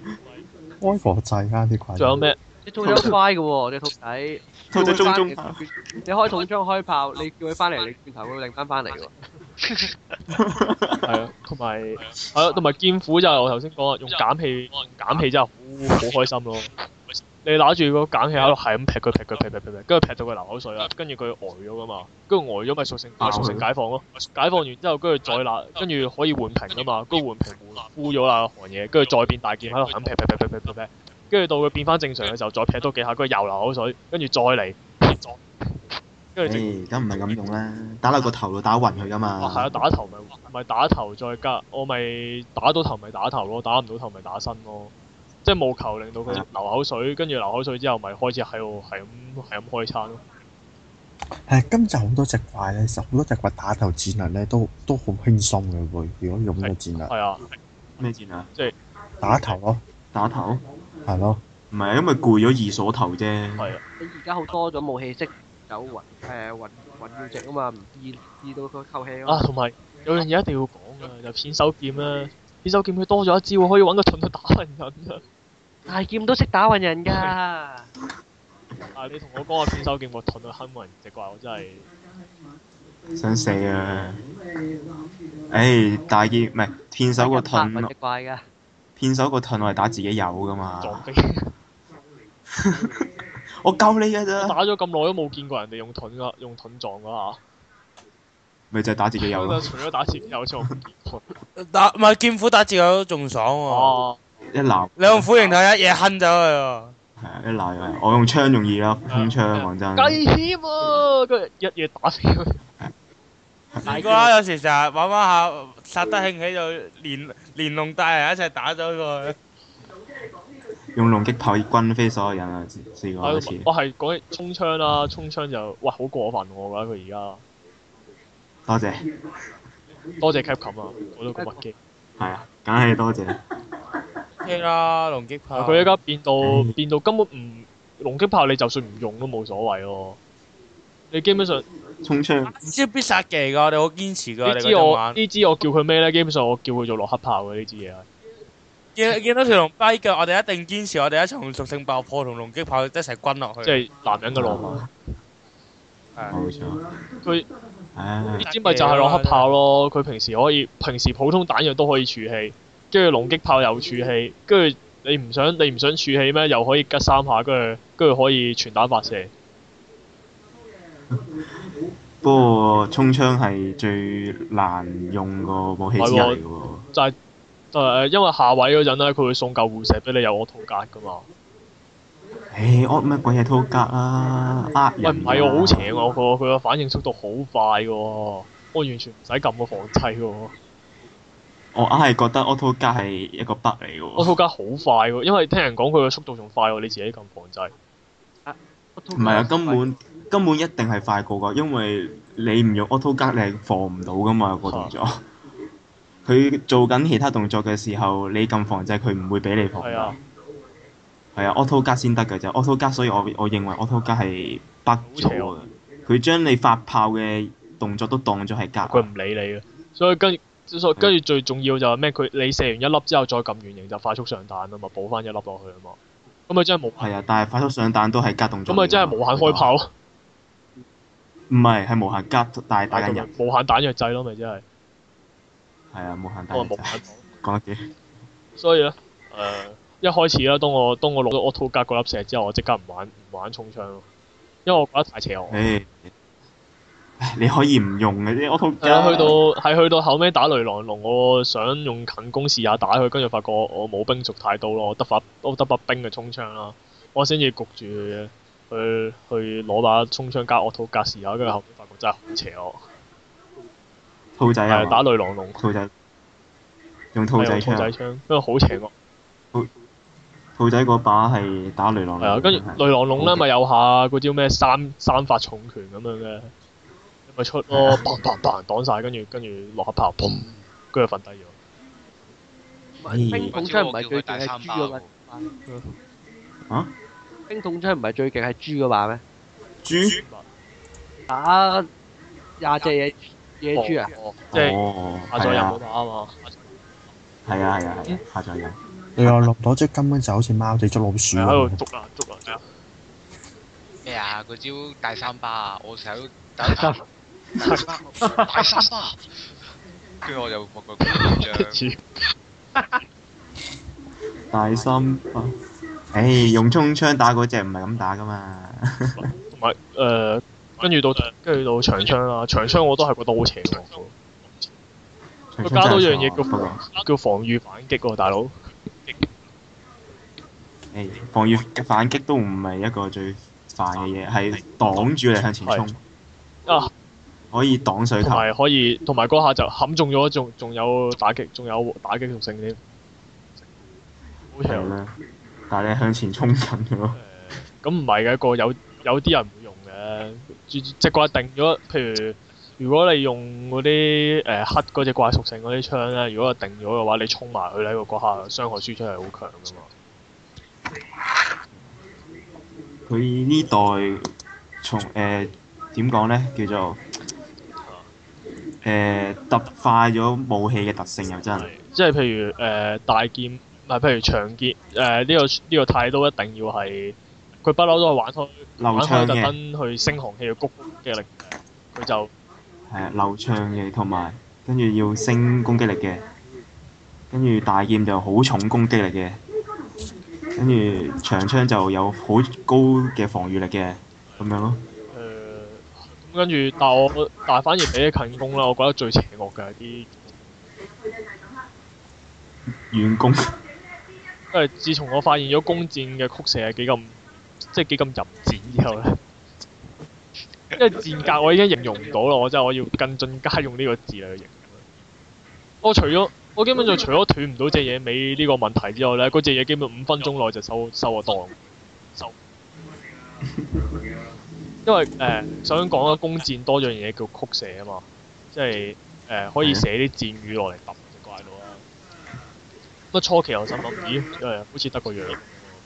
[SPEAKER 4] 開火掣啊啲掛。
[SPEAKER 1] 仲有？咩？
[SPEAKER 5] 你兔仔好乖嘅喎，你兔仔。
[SPEAKER 7] 兔仔中
[SPEAKER 5] 佢
[SPEAKER 7] 中
[SPEAKER 5] 會返嚟你開桶裝開炮，你叫佢翻嚟，你轉頭會擰翻翻嚟喎。
[SPEAKER 1] 係啊，同埋係啊，同埋劍斧就係我頭先講啊，用減氣，用減氣真係好好開心咯。你揦住個減氣喺度係咁劈佢劈佢劈佢劈佢，跟住劈到佢流口水啦，跟住佢呆咗噶嘛，跟住呆咗咪屬性
[SPEAKER 7] 爆佢
[SPEAKER 1] 屬性解放咯，解放完之後啊跟住再揦，跟住可以換屏噶嘛，跟住換屏換敷咗啦行嘢，跟住再變大劍喺度係咁劈劈劈劈劈劈劈，跟住到佢變翻正常嘅時候再劈多幾下，跟住又流口水，跟住再嚟，跟住直
[SPEAKER 7] 誒，梗唔係咁用啦，打落個頭度打暈佢噶
[SPEAKER 1] 啊，係啊，
[SPEAKER 7] 嘛。
[SPEAKER 1] 打頭咪咪打頭再加，我咪打到頭咪打頭咯，打唔到頭咪打身咯，即係務求令到佢流口水，跟住流口水之後咪開始喺度係咁係咁開餐咯。
[SPEAKER 4] 係今集好多隻怪咧，其實好多隻怪打鬥戰略咧都都好輕鬆嘅喎。如果用呢個戰略
[SPEAKER 1] 係啊，
[SPEAKER 7] 咩戰啊？
[SPEAKER 4] 打頭咯，
[SPEAKER 7] 打頭？
[SPEAKER 4] 係咯。
[SPEAKER 7] 唔係啊，因為攰咗二鎖頭啫。
[SPEAKER 1] 係啊，
[SPEAKER 5] 你而家好多咗武器識走雲誒雲雲要值啊嘛，唔易易到佢扣氣
[SPEAKER 1] 啊
[SPEAKER 5] 咯。
[SPEAKER 1] 同埋有樣嘢一定要講啊，就片手劍啦，片手劍佢多咗一招，可以揾個盾去打暈人啊！
[SPEAKER 5] 大劍都識打暈人 㗎，
[SPEAKER 1] 啊，你同我講話片手劍個盾去坑暈只怪，我真係
[SPEAKER 7] 想死啊！誒，大劍唔係片手個
[SPEAKER 5] 拍暈
[SPEAKER 7] 盾
[SPEAKER 5] 隻，怪㗎。
[SPEAKER 7] 片手個盾我係打自己友噶嘛。
[SPEAKER 1] 撞飛。
[SPEAKER 7] 我救你噶
[SPEAKER 1] 我
[SPEAKER 7] 咋？
[SPEAKER 1] 打咗咁耐都冇見過人哋用盾噶，用盾撞嗰下。
[SPEAKER 7] 咪就係打自己友咯，
[SPEAKER 1] 除咗打自己有之外，我冇見 過
[SPEAKER 2] 打唔係劍斧打自己都仲爽喎。
[SPEAKER 1] 哦，
[SPEAKER 7] 一鬧
[SPEAKER 2] 你用斧形頭一嘢坑走佢喎。
[SPEAKER 7] 係啊，一鬧又係我用槍容易啦，空槍講真。
[SPEAKER 1] 啊雞險啊！跟住一嘢打死佢。
[SPEAKER 2] 如果啦，有時成日玩玩下，殺得興起就連連龍帶人一齊打咗佢。
[SPEAKER 7] 用龍擊炮轟飛所有人啊！試試過一次，
[SPEAKER 1] 我係講起衝槍啦，衝槍就哇好過分喎我覺得佢而
[SPEAKER 7] 多謝，
[SPEAKER 1] 家多謝 Capcom 啊，我都咁屈機。
[SPEAKER 7] 係啊，梗係多謝。
[SPEAKER 2] O K 啦，龍擊炮。
[SPEAKER 1] 啊佢而家變到
[SPEAKER 7] 嗯
[SPEAKER 1] 變到根本唔龍擊炮，你就算唔用都冇所謂咯。你基本上
[SPEAKER 7] 衝槍
[SPEAKER 2] 唔知必殺技㗎，我哋好堅持㗎，我
[SPEAKER 1] 呢
[SPEAKER 2] 哋
[SPEAKER 1] 支
[SPEAKER 2] 嗰陣
[SPEAKER 1] 我
[SPEAKER 2] 玩。
[SPEAKER 1] 呢支我叫佢咩咧？基本上我叫佢做洛克炮嘅呢支嘢係。啊
[SPEAKER 2] 見見到條龍跛腳，我哋一定堅持，我哋一齊用屬性爆破同龍擊炮一齊轟落去。
[SPEAKER 1] 即係男人嘅浪漫，
[SPEAKER 2] 係
[SPEAKER 7] 啊冇錯。
[SPEAKER 1] 佢
[SPEAKER 7] 唉嗯
[SPEAKER 1] 呢，支咪就係洛克炮咯。佢平時可以，平時普通彈藥都可以儲氣，跟住龍擊炮又儲氣，跟住你唔想你唔想儲氣咩？又可以吉三下，跟住跟住可以全彈發射。
[SPEAKER 7] 不過衝槍係最難用個武器之一嚟嘅喎。
[SPEAKER 1] 就係、就係誒因為下位嗰陣咧，佢會送嚿護石俾你，有我套格噶嘛。
[SPEAKER 7] 唉，我乜鬼嘢套格啊？呃
[SPEAKER 1] 喂，唔
[SPEAKER 7] 人㗎
[SPEAKER 1] 係喎，好邪喎！佢個佢個反應速度好快嘅喎，我完全唔使撳個防掣嘅
[SPEAKER 7] 哦
[SPEAKER 1] 喎。
[SPEAKER 7] 我硬係覺得 auto 格係一個 bug 嚟嘅
[SPEAKER 1] 我
[SPEAKER 7] 喎。
[SPEAKER 1] 套格好快喎，因為聽人講佢嘅速度仲快過你自己撳防掣。
[SPEAKER 5] Ờ,
[SPEAKER 7] 唔係啊，根本根本一定係快過㗎，因為你唔用 auto 格，你係防唔到㗎嘛個動作。佢做緊其他動作嘅時候，你撳防掣，佢唔會俾你防㗎。
[SPEAKER 1] 係啊，
[SPEAKER 7] 係啊，auto 加先得嘅啫，auto 加，所以我我認為 auto 加係北咗
[SPEAKER 1] 好
[SPEAKER 7] 嘅。佢將你發炮嘅動作都當咗係加。
[SPEAKER 1] 佢唔理你嘅，所以跟
[SPEAKER 7] 嗯
[SPEAKER 1] 所以跟住最重要就係咩？佢你射完一粒之後再撳圓形就快速上彈啊嘛，補翻一粒落去啊嘛。咁咪真係無，
[SPEAKER 7] 係啊，但係快速上彈都係加動
[SPEAKER 1] 咁
[SPEAKER 7] 作。
[SPEAKER 1] 咪真係無限開炮。咯，
[SPEAKER 7] 唔係，係無限加，但係打緊人。
[SPEAKER 1] 無限彈藥掣咯，咪真係，
[SPEAKER 7] 係啊，無限打
[SPEAKER 1] 我話
[SPEAKER 7] 人
[SPEAKER 1] 無限
[SPEAKER 7] 就係。講得幾？
[SPEAKER 1] 所以咧，誒、一開始啦，當我當我攞咗 auto 格啊
[SPEAKER 7] 嗯
[SPEAKER 1] 嗰粒石之後，我即刻唔玩唔玩衝槍咯，因為我覺得太邪惡。
[SPEAKER 7] 誒，唉你可以唔用嘅啫，我套
[SPEAKER 1] 係啊，去到係去到後尾打雷狼龍，我想用近攻試下打佢，跟住發覺我我冇兵族太刀咯，我得把我得把兵嘅衝槍啦，我先至焗住去去攞把衝槍加我套格試下，跟住後尾發覺真係好邪惡，
[SPEAKER 7] 兔仔啊
[SPEAKER 1] 係，打雷狼龍，
[SPEAKER 7] 兔仔，用兔
[SPEAKER 1] 係
[SPEAKER 7] 仔
[SPEAKER 1] 用兔仔
[SPEAKER 7] 槍，
[SPEAKER 1] 槍，跟住好邪惡，
[SPEAKER 7] 兔仔嗰把係打雷狼龍
[SPEAKER 1] 係啊，跟住雷狼龍咧咪有下嗰招咩三三發重拳咁樣嘅，咪出咯，砰砰砰擋晒，跟住跟住落下炮，砰，跟住瞓低咗。
[SPEAKER 5] 冰
[SPEAKER 7] 咦
[SPEAKER 3] 哎
[SPEAKER 5] 桶槍唔係最勁，係豬嗰把。
[SPEAKER 7] 啊？
[SPEAKER 5] 冰桶槍唔係最勁，係豬嗰把咩？
[SPEAKER 7] 豬
[SPEAKER 5] 打廿隻野野豬啊！
[SPEAKER 1] 哦！即係
[SPEAKER 7] 哦，
[SPEAKER 1] 下咗
[SPEAKER 7] 係
[SPEAKER 1] 有
[SPEAKER 7] 啊
[SPEAKER 1] 冇，打啊嘛？
[SPEAKER 7] 係啊係啊
[SPEAKER 1] 嗯
[SPEAKER 7] 係啊，下載有。
[SPEAKER 4] 你話綠島即根本就好似貓仔捉老鼠
[SPEAKER 1] 係喺
[SPEAKER 4] 咁
[SPEAKER 1] 度
[SPEAKER 4] 樣，
[SPEAKER 1] 捉啊捉啊捉啊！
[SPEAKER 3] 咩啊？嗰招大三巴啊！我 成日都大三巴，大三巴。跟住我就發覺咁樣，
[SPEAKER 1] 黐
[SPEAKER 7] 大三巴，唉，用衝槍打嗰只唔係咁打噶嘛。
[SPEAKER 1] 同埋 誒，跟住到跟住到長槍啦，長槍我都係覺得好邪惡
[SPEAKER 7] 佢
[SPEAKER 1] 加多樣嘢叫喎，叫防禦反擊喎，大佬。
[SPEAKER 7] 誒防禦反擊都唔係一個最煩嘅嘢，係擋住你向前衝，
[SPEAKER 1] 啊，
[SPEAKER 7] 可以擋水
[SPEAKER 1] 同
[SPEAKER 7] 球。
[SPEAKER 1] 埋可以，同埋嗰下就冚中咗，仲仲有打擊，仲有打擊屬性添。好邪
[SPEAKER 7] 係
[SPEAKER 1] 惡！
[SPEAKER 7] 啦，但係你向前衝緊嘅咯。
[SPEAKER 1] 咁唔係嘅，個有有啲人會用嘅，即只怪定咗。譬如如果你用嗰啲誒黑嗰只怪屬性嗰啲槍咧，如果係定咗嘅話，你衝埋去咧，個嗰下傷害輸出係好強噶嘛。
[SPEAKER 7] 佢呢代從誒點講咧，叫做誒突化咗武器嘅特性又真係。
[SPEAKER 1] 即係譬如誒、呃大劍，唔係譬如長劍，誒、呢、個呢、個態度一定要係佢不嬲都係玩開
[SPEAKER 7] 流
[SPEAKER 1] 玩
[SPEAKER 7] 暢
[SPEAKER 1] 開特
[SPEAKER 7] 嘅，
[SPEAKER 1] 登去升航器去谷嘅力，佢就
[SPEAKER 7] 係啊流暢嘅，同埋跟住要升攻擊力嘅，跟住大劍就好重攻擊力嘅，跟住長槍就有好高嘅防禦力嘅，咁樣咯。
[SPEAKER 1] 誒呃咁跟住，但我但係反而比起近攻啦，我覺得最邪惡嘅係啲
[SPEAKER 7] 遠攻
[SPEAKER 1] 因為自從我發現咗弓箭嘅曲射係幾咁，即係幾咁淫賤之後咧， 因為戰格我已經形容唔到啦，我真係我要更進加用呢個字嚟去形容。我除咗我基本上除咗斷唔到隻嘢尾呢個問題之外咧，嗰隻嘢基本五分鐘內就收收我檔收。因為誒、呃想講啊，弓箭多樣嘢叫曲射啊嘛，即係誒、呃可以寫啲箭語落嚟揼隻怪佬啦。咁初期我心諗，咦，誒好似得個樣。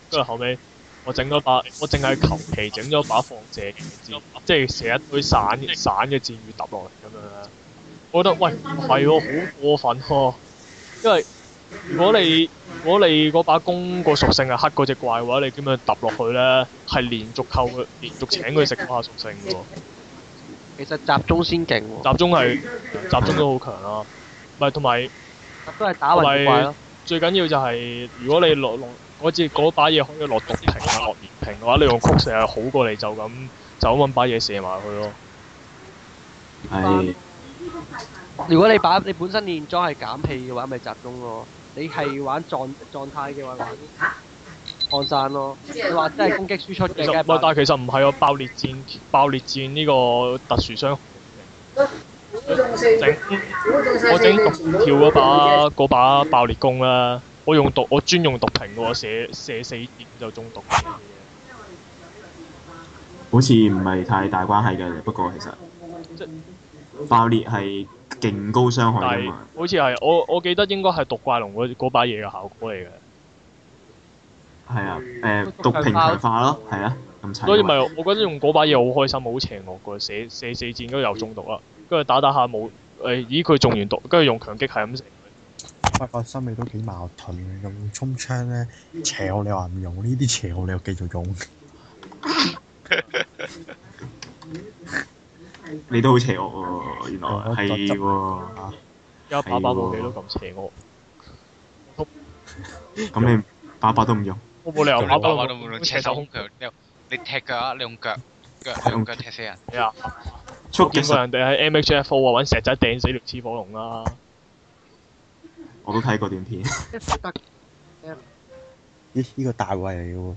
[SPEAKER 1] 跟住後尾我整咗把，我淨係求其整咗把放射嘅箭，即係射一堆散散嘅箭雨揼落嚟咁樣啦。我覺得喂唔係喎，好過分喎、因為如果你如果你嗰把弓個屬性係啊黑嗰只怪嘅話，你點樣揼落去咧？係連續扣佢，連續請佢食嗰下屬性嘅喎。
[SPEAKER 5] 其實集中先勁喎，
[SPEAKER 1] 集中係集中都好強啦、唔係同埋。
[SPEAKER 5] 都係打暈隻怪咯。
[SPEAKER 1] 最緊要就係如果你落落嗰隻嗰把嘢可以落毒瓶啊、落連瓶嘅話，你用曲射係好過你就咁就咁揾把嘢射埋去咯。
[SPEAKER 7] 係
[SPEAKER 5] 如果你把你本身練裝係減氣嘅話，咪集中咯。你係玩狀狀態嘅話，玩放散咯。你話真係攻擊輸出
[SPEAKER 1] 其
[SPEAKER 5] 嘅，
[SPEAKER 1] 實
[SPEAKER 5] 梗係
[SPEAKER 1] 唔係，但
[SPEAKER 5] 爆
[SPEAKER 1] 係其實唔係啊！爆裂戰爆裂戰呢個特殊傷整我整毒跳嗰把嗰把爆裂弓啦，我用毒我專用毒瓶嘅喎，射射四箭就中毒嘅。
[SPEAKER 7] 好似唔係太大關係嘅，不過其實爆裂係勁高傷
[SPEAKER 1] 但
[SPEAKER 7] 害㗎
[SPEAKER 1] 係
[SPEAKER 7] 嘛。
[SPEAKER 1] 好似係我我記得應該係毒怪龍嗰嗰把嘢嘅效果嚟嘅。
[SPEAKER 7] 係啊，
[SPEAKER 1] 嗯
[SPEAKER 7] 誒毒平強化咯，係啊，咁齊。
[SPEAKER 1] 所以咪我覺得用嗰把嘢好開心，好邪惡嘅，射射四箭跟住又中毒啦，跟住打打下冇誒，咦佢中完毒，跟住用強擊係咁射，
[SPEAKER 4] 發覺心理都幾矛盾嘅。用衝槍咧，邪惡你話唔用，呢啲邪惡你又繼續用。
[SPEAKER 7] 你都好邪惡喎，原來
[SPEAKER 1] 啊
[SPEAKER 7] 係喎。啊
[SPEAKER 1] 有一把把武器都咁邪惡，
[SPEAKER 7] 咁你把把都唔用，
[SPEAKER 1] 我冇理由
[SPEAKER 3] 我
[SPEAKER 1] 把
[SPEAKER 3] 爸
[SPEAKER 1] 把
[SPEAKER 3] 爸都
[SPEAKER 1] 武
[SPEAKER 3] 冇
[SPEAKER 1] 器
[SPEAKER 3] 用，赤手空腳，你你踢腳啊，你用腳腳你用腳踢死人。
[SPEAKER 1] 係啊，
[SPEAKER 7] 速極
[SPEAKER 1] 見過
[SPEAKER 7] 實
[SPEAKER 1] 人哋喺 MHFO 啊，揾石仔掟死條黐火龍啦。
[SPEAKER 7] 我都睇過段 片，
[SPEAKER 5] 即係特
[SPEAKER 4] 咦？呢個大衛嚟嘅喎，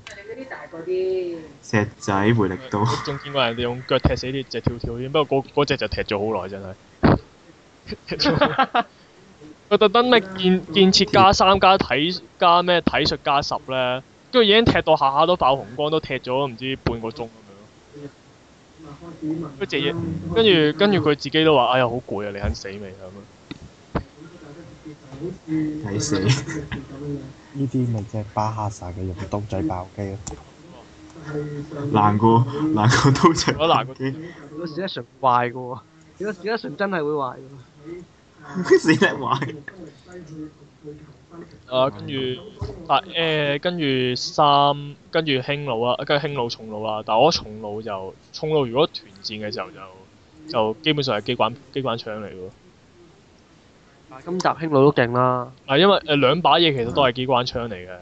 [SPEAKER 7] 石仔回力刀，
[SPEAKER 1] 仲見過人哋用腳踢死啲只跳跳添，不過嗰嗰只就踢咗好耐，真係。 踢咗好耐佢特登咩建建設加三加體加咩體術加十咧，跟住已經踢到下下都爆紅光，都踢咗唔知半個鐘咁樣。佢直嘢，跟住跟住佢自己都話：哎呀，好攰啊！你肯死未咁啊？
[SPEAKER 7] 睇 死
[SPEAKER 4] 呢啲咪即係巴哈薩嘅用刀仔爆機咯。
[SPEAKER 7] 難過難過刀仔
[SPEAKER 1] 我 難過
[SPEAKER 5] 有時咧純壞嘅喎，有時咧純真係會壞嘅喎。
[SPEAKER 7] 死得壞，
[SPEAKER 1] 啊，跟住但誒，跟住三，跟住輕弩啊，跟住輕弩重弩啦。但我重弩就重弩，如果團戰嘅時候就就基本上係機關機關槍嚟喎。嗯
[SPEAKER 5] 但係今集興佬都勁啦，
[SPEAKER 1] 啊，因為誒、兩把嘢其實都係機關槍嚟嘅，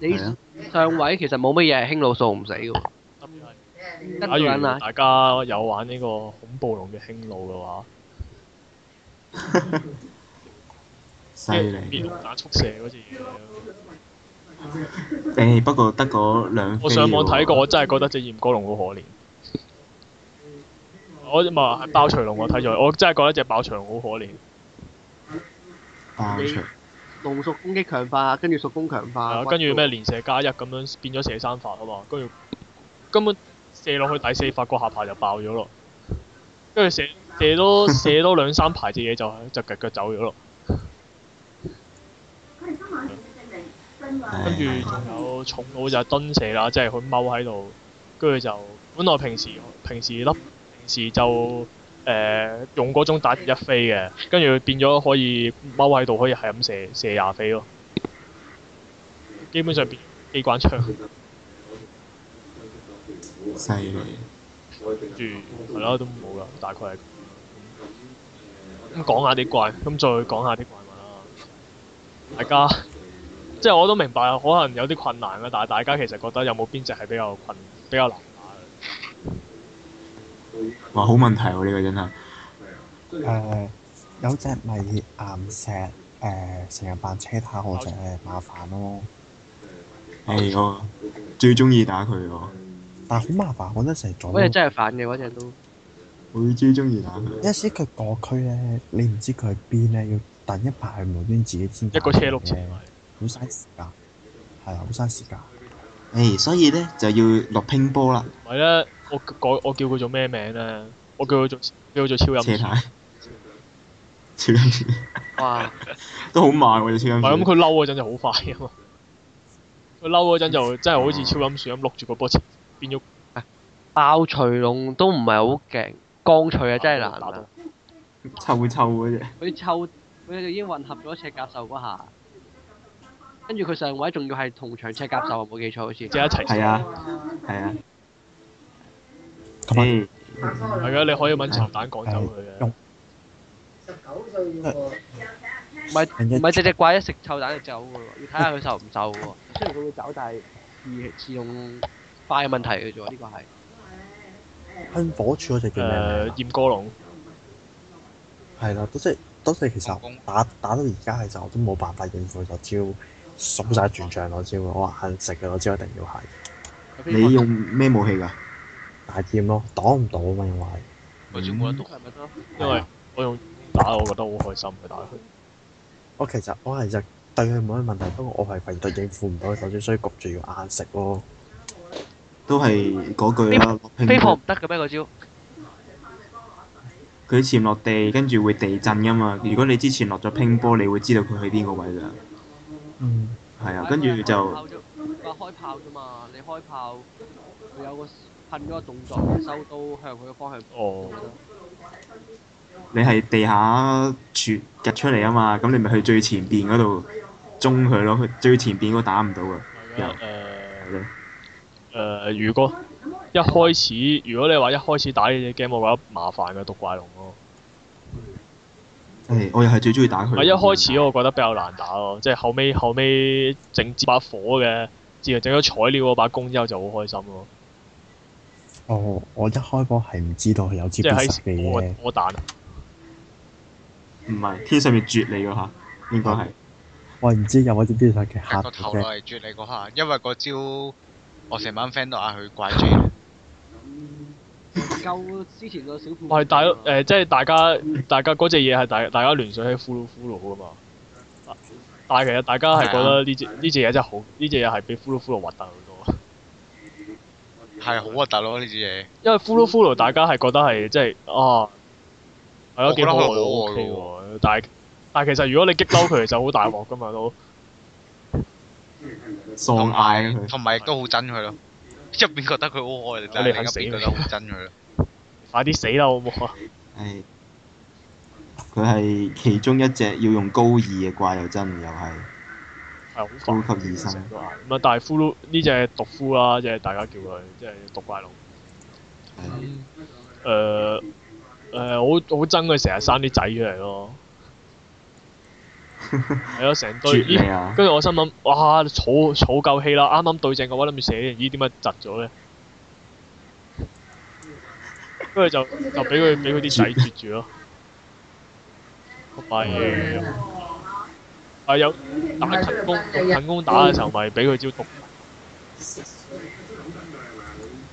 [SPEAKER 5] 你
[SPEAKER 6] 係啊
[SPEAKER 5] 上位其實冇乜嘢係興佬數唔死嘅喎，
[SPEAKER 1] 特別
[SPEAKER 5] 得個
[SPEAKER 1] 係
[SPEAKER 5] 人
[SPEAKER 1] 假
[SPEAKER 5] 啊
[SPEAKER 1] 如，大家有玩呢個恐怖龍嘅輕弩嘅話，
[SPEAKER 7] 犀
[SPEAKER 1] 即係滅
[SPEAKER 7] 利。
[SPEAKER 1] 龍彈速射嗰隻嘢，
[SPEAKER 7] 誒不過得嗰兩飛
[SPEAKER 1] 我上網睇過，我
[SPEAKER 7] 喎，
[SPEAKER 1] 真係覺得只炎哥龍好可憐。我唔係係爆長龍，我睇咗，我真係覺得只爆長龍好可憐。
[SPEAKER 7] 爆出
[SPEAKER 5] 龍屬攻擊強化，跟住屬攻強
[SPEAKER 1] 係啊
[SPEAKER 5] 化，
[SPEAKER 1] 跟住咩連射加一咁樣變咗射三發啊嘛，跟住根本射落去第四發個下排就爆咗咯，跟住射射多 射多兩三排隻嘢就就腳腳走咗咯，跟住仲有重弩就係蹲射啦，即係佢踎喺度，跟住就本來平時平時粒平時就誒、呃用嗰種打一飛嘅，跟住變咗可以踎喺度可以係咁射射廿飛咯，基本上變機關槍。
[SPEAKER 7] 犀利。
[SPEAKER 1] 跟住係啦，都冇啦，大概係咁咁講下啲怪，咁再講下啲怪物啦。大家即係我都明白，可能有啲困難啦，但係大家其實覺得有冇邊只係比較困、比較難打
[SPEAKER 7] 哇，好問題喎！呢個真係
[SPEAKER 4] 誒、呃有隻咪岩石誒，成日扮車塔嗰只麻煩咯，，
[SPEAKER 7] 誒我最中意打佢喎，
[SPEAKER 4] 但係好麻煩，我覺得成日阻
[SPEAKER 5] 嗰隻
[SPEAKER 4] 到。
[SPEAKER 5] 真係煩嘅嗰隻都。
[SPEAKER 7] 我最中意打佢。
[SPEAKER 4] 有時佢過區咧，你唔知佢喺邊咧，要等一排無端自己先
[SPEAKER 1] 一個車轆車
[SPEAKER 4] 嘅
[SPEAKER 1] 埋，
[SPEAKER 4] 好嘥時間，係啊，好嘥時間。
[SPEAKER 7] 誒，所以咧就要落拼波啦，
[SPEAKER 1] 唔係咧，我改我叫佢做咩名咧？我叫佢做叫佢做超音
[SPEAKER 7] 斜
[SPEAKER 1] 鼠。
[SPEAKER 7] 太。 超音鼠
[SPEAKER 5] 哇！
[SPEAKER 7] 都好慢喎，隻超音
[SPEAKER 1] 唔
[SPEAKER 7] 鼠
[SPEAKER 1] 係咁，佢嬲嗰陣就好快啊嘛。佢嬲嗰陣就真係好似超音鼠咁碌住個波，變咗
[SPEAKER 5] 爆除龍都唔係好勁，鋼除啊真係難
[SPEAKER 1] 打到
[SPEAKER 5] 啊！
[SPEAKER 7] 臭臭嗰只。
[SPEAKER 5] 佢抽佢已經混合咗赤甲獸嗰下，跟住佢上位仲要係同場赤甲獸，我冇記錯好似。
[SPEAKER 1] 即係一齊。
[SPEAKER 7] 係啊，係啊。
[SPEAKER 4] 同埋
[SPEAKER 1] 啊
[SPEAKER 7] 誒，
[SPEAKER 1] 係嘅，你可以揾茶蛋趕走佢嘅。
[SPEAKER 5] 唔係唔係隻
[SPEAKER 1] 嗯
[SPEAKER 5] 隻怪一食臭蛋就走嘅喎，要睇下佢受唔受嘅喎。雖然佢會走，但係自自用快嘅問題嘅啫喎，呢個係。
[SPEAKER 4] 噴火柱嗰
[SPEAKER 1] 誒、
[SPEAKER 4] 隻叫咩名啊？
[SPEAKER 1] 焰哥龍，呃
[SPEAKER 4] 係啦，都即係都即係其實打打到而家其實我都冇辦法應付嗰招數晒全場嗰招，我話硬食嘅嗰招一定要係
[SPEAKER 7] 你用咩武器㗎？
[SPEAKER 4] 大劍咯，擋唔到啊嘛，因為
[SPEAKER 3] 我仲冇得讀。
[SPEAKER 5] 係咪咯？
[SPEAKER 1] 因為我用打我覺得好開心佢打佢。
[SPEAKER 4] 我其實我係就對佢冇乜問題，不過我係唯獨應付唔到佢手招，所以焗住要硬食咯。
[SPEAKER 7] 都係嗰句啦，落拼
[SPEAKER 5] 飛破
[SPEAKER 7] 波
[SPEAKER 5] 唔。得嘅咩嗰招？
[SPEAKER 7] 佢潛落地，跟住會地震㗎嘛。如果你之前落咗拼波，你會知道佢去邊個位㗎。
[SPEAKER 4] 嗯。
[SPEAKER 7] 係啊，跟住就
[SPEAKER 5] 話開炮啫嘛，你開炮佢有個噴咗個動作，收刀向佢嘅方向。
[SPEAKER 1] 哦，
[SPEAKER 7] 你係地下處趌出嚟啊嘛，咁你咪去最前邊嗰度中佢咯，佢最前邊嗰個打唔到㗎。
[SPEAKER 1] 係
[SPEAKER 7] 有
[SPEAKER 1] 嘅
[SPEAKER 7] 係咯
[SPEAKER 1] 誒誒，如果一開始，如果你話一開始打呢隻 game，我覺得麻煩嘅毒怪龍咯。
[SPEAKER 7] 誒，我又係啊最中意打佢。
[SPEAKER 1] 唔係一開始我覺得比較難打咯，即係後尾後尾整支把火嘅，自從整咗材料嗰把弓之後就好開心咯。
[SPEAKER 4] 哦，我一開波係唔知道佢有支
[SPEAKER 1] 即
[SPEAKER 4] 必
[SPEAKER 1] 係
[SPEAKER 4] 殺技
[SPEAKER 1] 喺我
[SPEAKER 4] 嘅，
[SPEAKER 1] 我彈啊
[SPEAKER 7] 唔係天上面絕你嗰下，應該係
[SPEAKER 1] 哦
[SPEAKER 4] 我係唔知有嗰支必殺技嚇
[SPEAKER 3] 個
[SPEAKER 4] 到
[SPEAKER 3] 頭
[SPEAKER 4] 啫。
[SPEAKER 3] 落嚟啜你嗰下，因為嗰招我成班 friend 都嗌佢怪 J 咯
[SPEAKER 5] 夠之前個小
[SPEAKER 1] 唔
[SPEAKER 5] 富
[SPEAKER 1] 係大誒、即係大家大家嗰只嘢係大大家聯想起呼嚕呼嚕噶嘛。但係其實大家係覺得呢只呢只嘢真係好，呢只嘢係比呼嚕呼嚕核突好多。
[SPEAKER 3] 係好核突咯呢支
[SPEAKER 1] 因為呼嚕呼嚕大家係覺得係即係啊，係
[SPEAKER 3] 我
[SPEAKER 1] 咯
[SPEAKER 3] 覺
[SPEAKER 1] 幾
[SPEAKER 3] 得
[SPEAKER 1] 可愛
[SPEAKER 3] 佢可愛
[SPEAKER 1] 都 OK 喎。但係但係其實如果你激嬲佢，其實好大鑊噶嘛都。
[SPEAKER 7] 喪嗌啊
[SPEAKER 3] 嘢，
[SPEAKER 7] 佢。
[SPEAKER 3] 同埋亦都好憎佢咯。一邊覺得佢好可愛，但係
[SPEAKER 1] 啊你
[SPEAKER 3] 另
[SPEAKER 1] 肯
[SPEAKER 3] 一
[SPEAKER 1] 死
[SPEAKER 3] 邊覺得好憎佢咯。
[SPEAKER 1] 快啲死啦好唔好啊？
[SPEAKER 7] 係佢係其中一隻要用高二嘅怪又真又係
[SPEAKER 1] 係好
[SPEAKER 7] 高
[SPEAKER 1] 煩。
[SPEAKER 7] 級醫生，
[SPEAKER 1] 都係咁啊！但係呼嚕呢只毒呼啦，即係大家叫佢即係毒怪佬。
[SPEAKER 7] 係
[SPEAKER 1] 誒、誒、好好憎佢成日生啲仔出嚟咯。係咯，成堆。
[SPEAKER 7] 絕你
[SPEAKER 1] 咦
[SPEAKER 7] 啊！
[SPEAKER 1] 跟住我心諗，哇！草草夠氣啦，啱啱對正個位諗住射，咦？點解窒咗咧？跟住就 就俾佢俾佢啲仔絕住咯。同埋誒，係啊有打近攻近攻打嘅時候，咪俾佢招毒。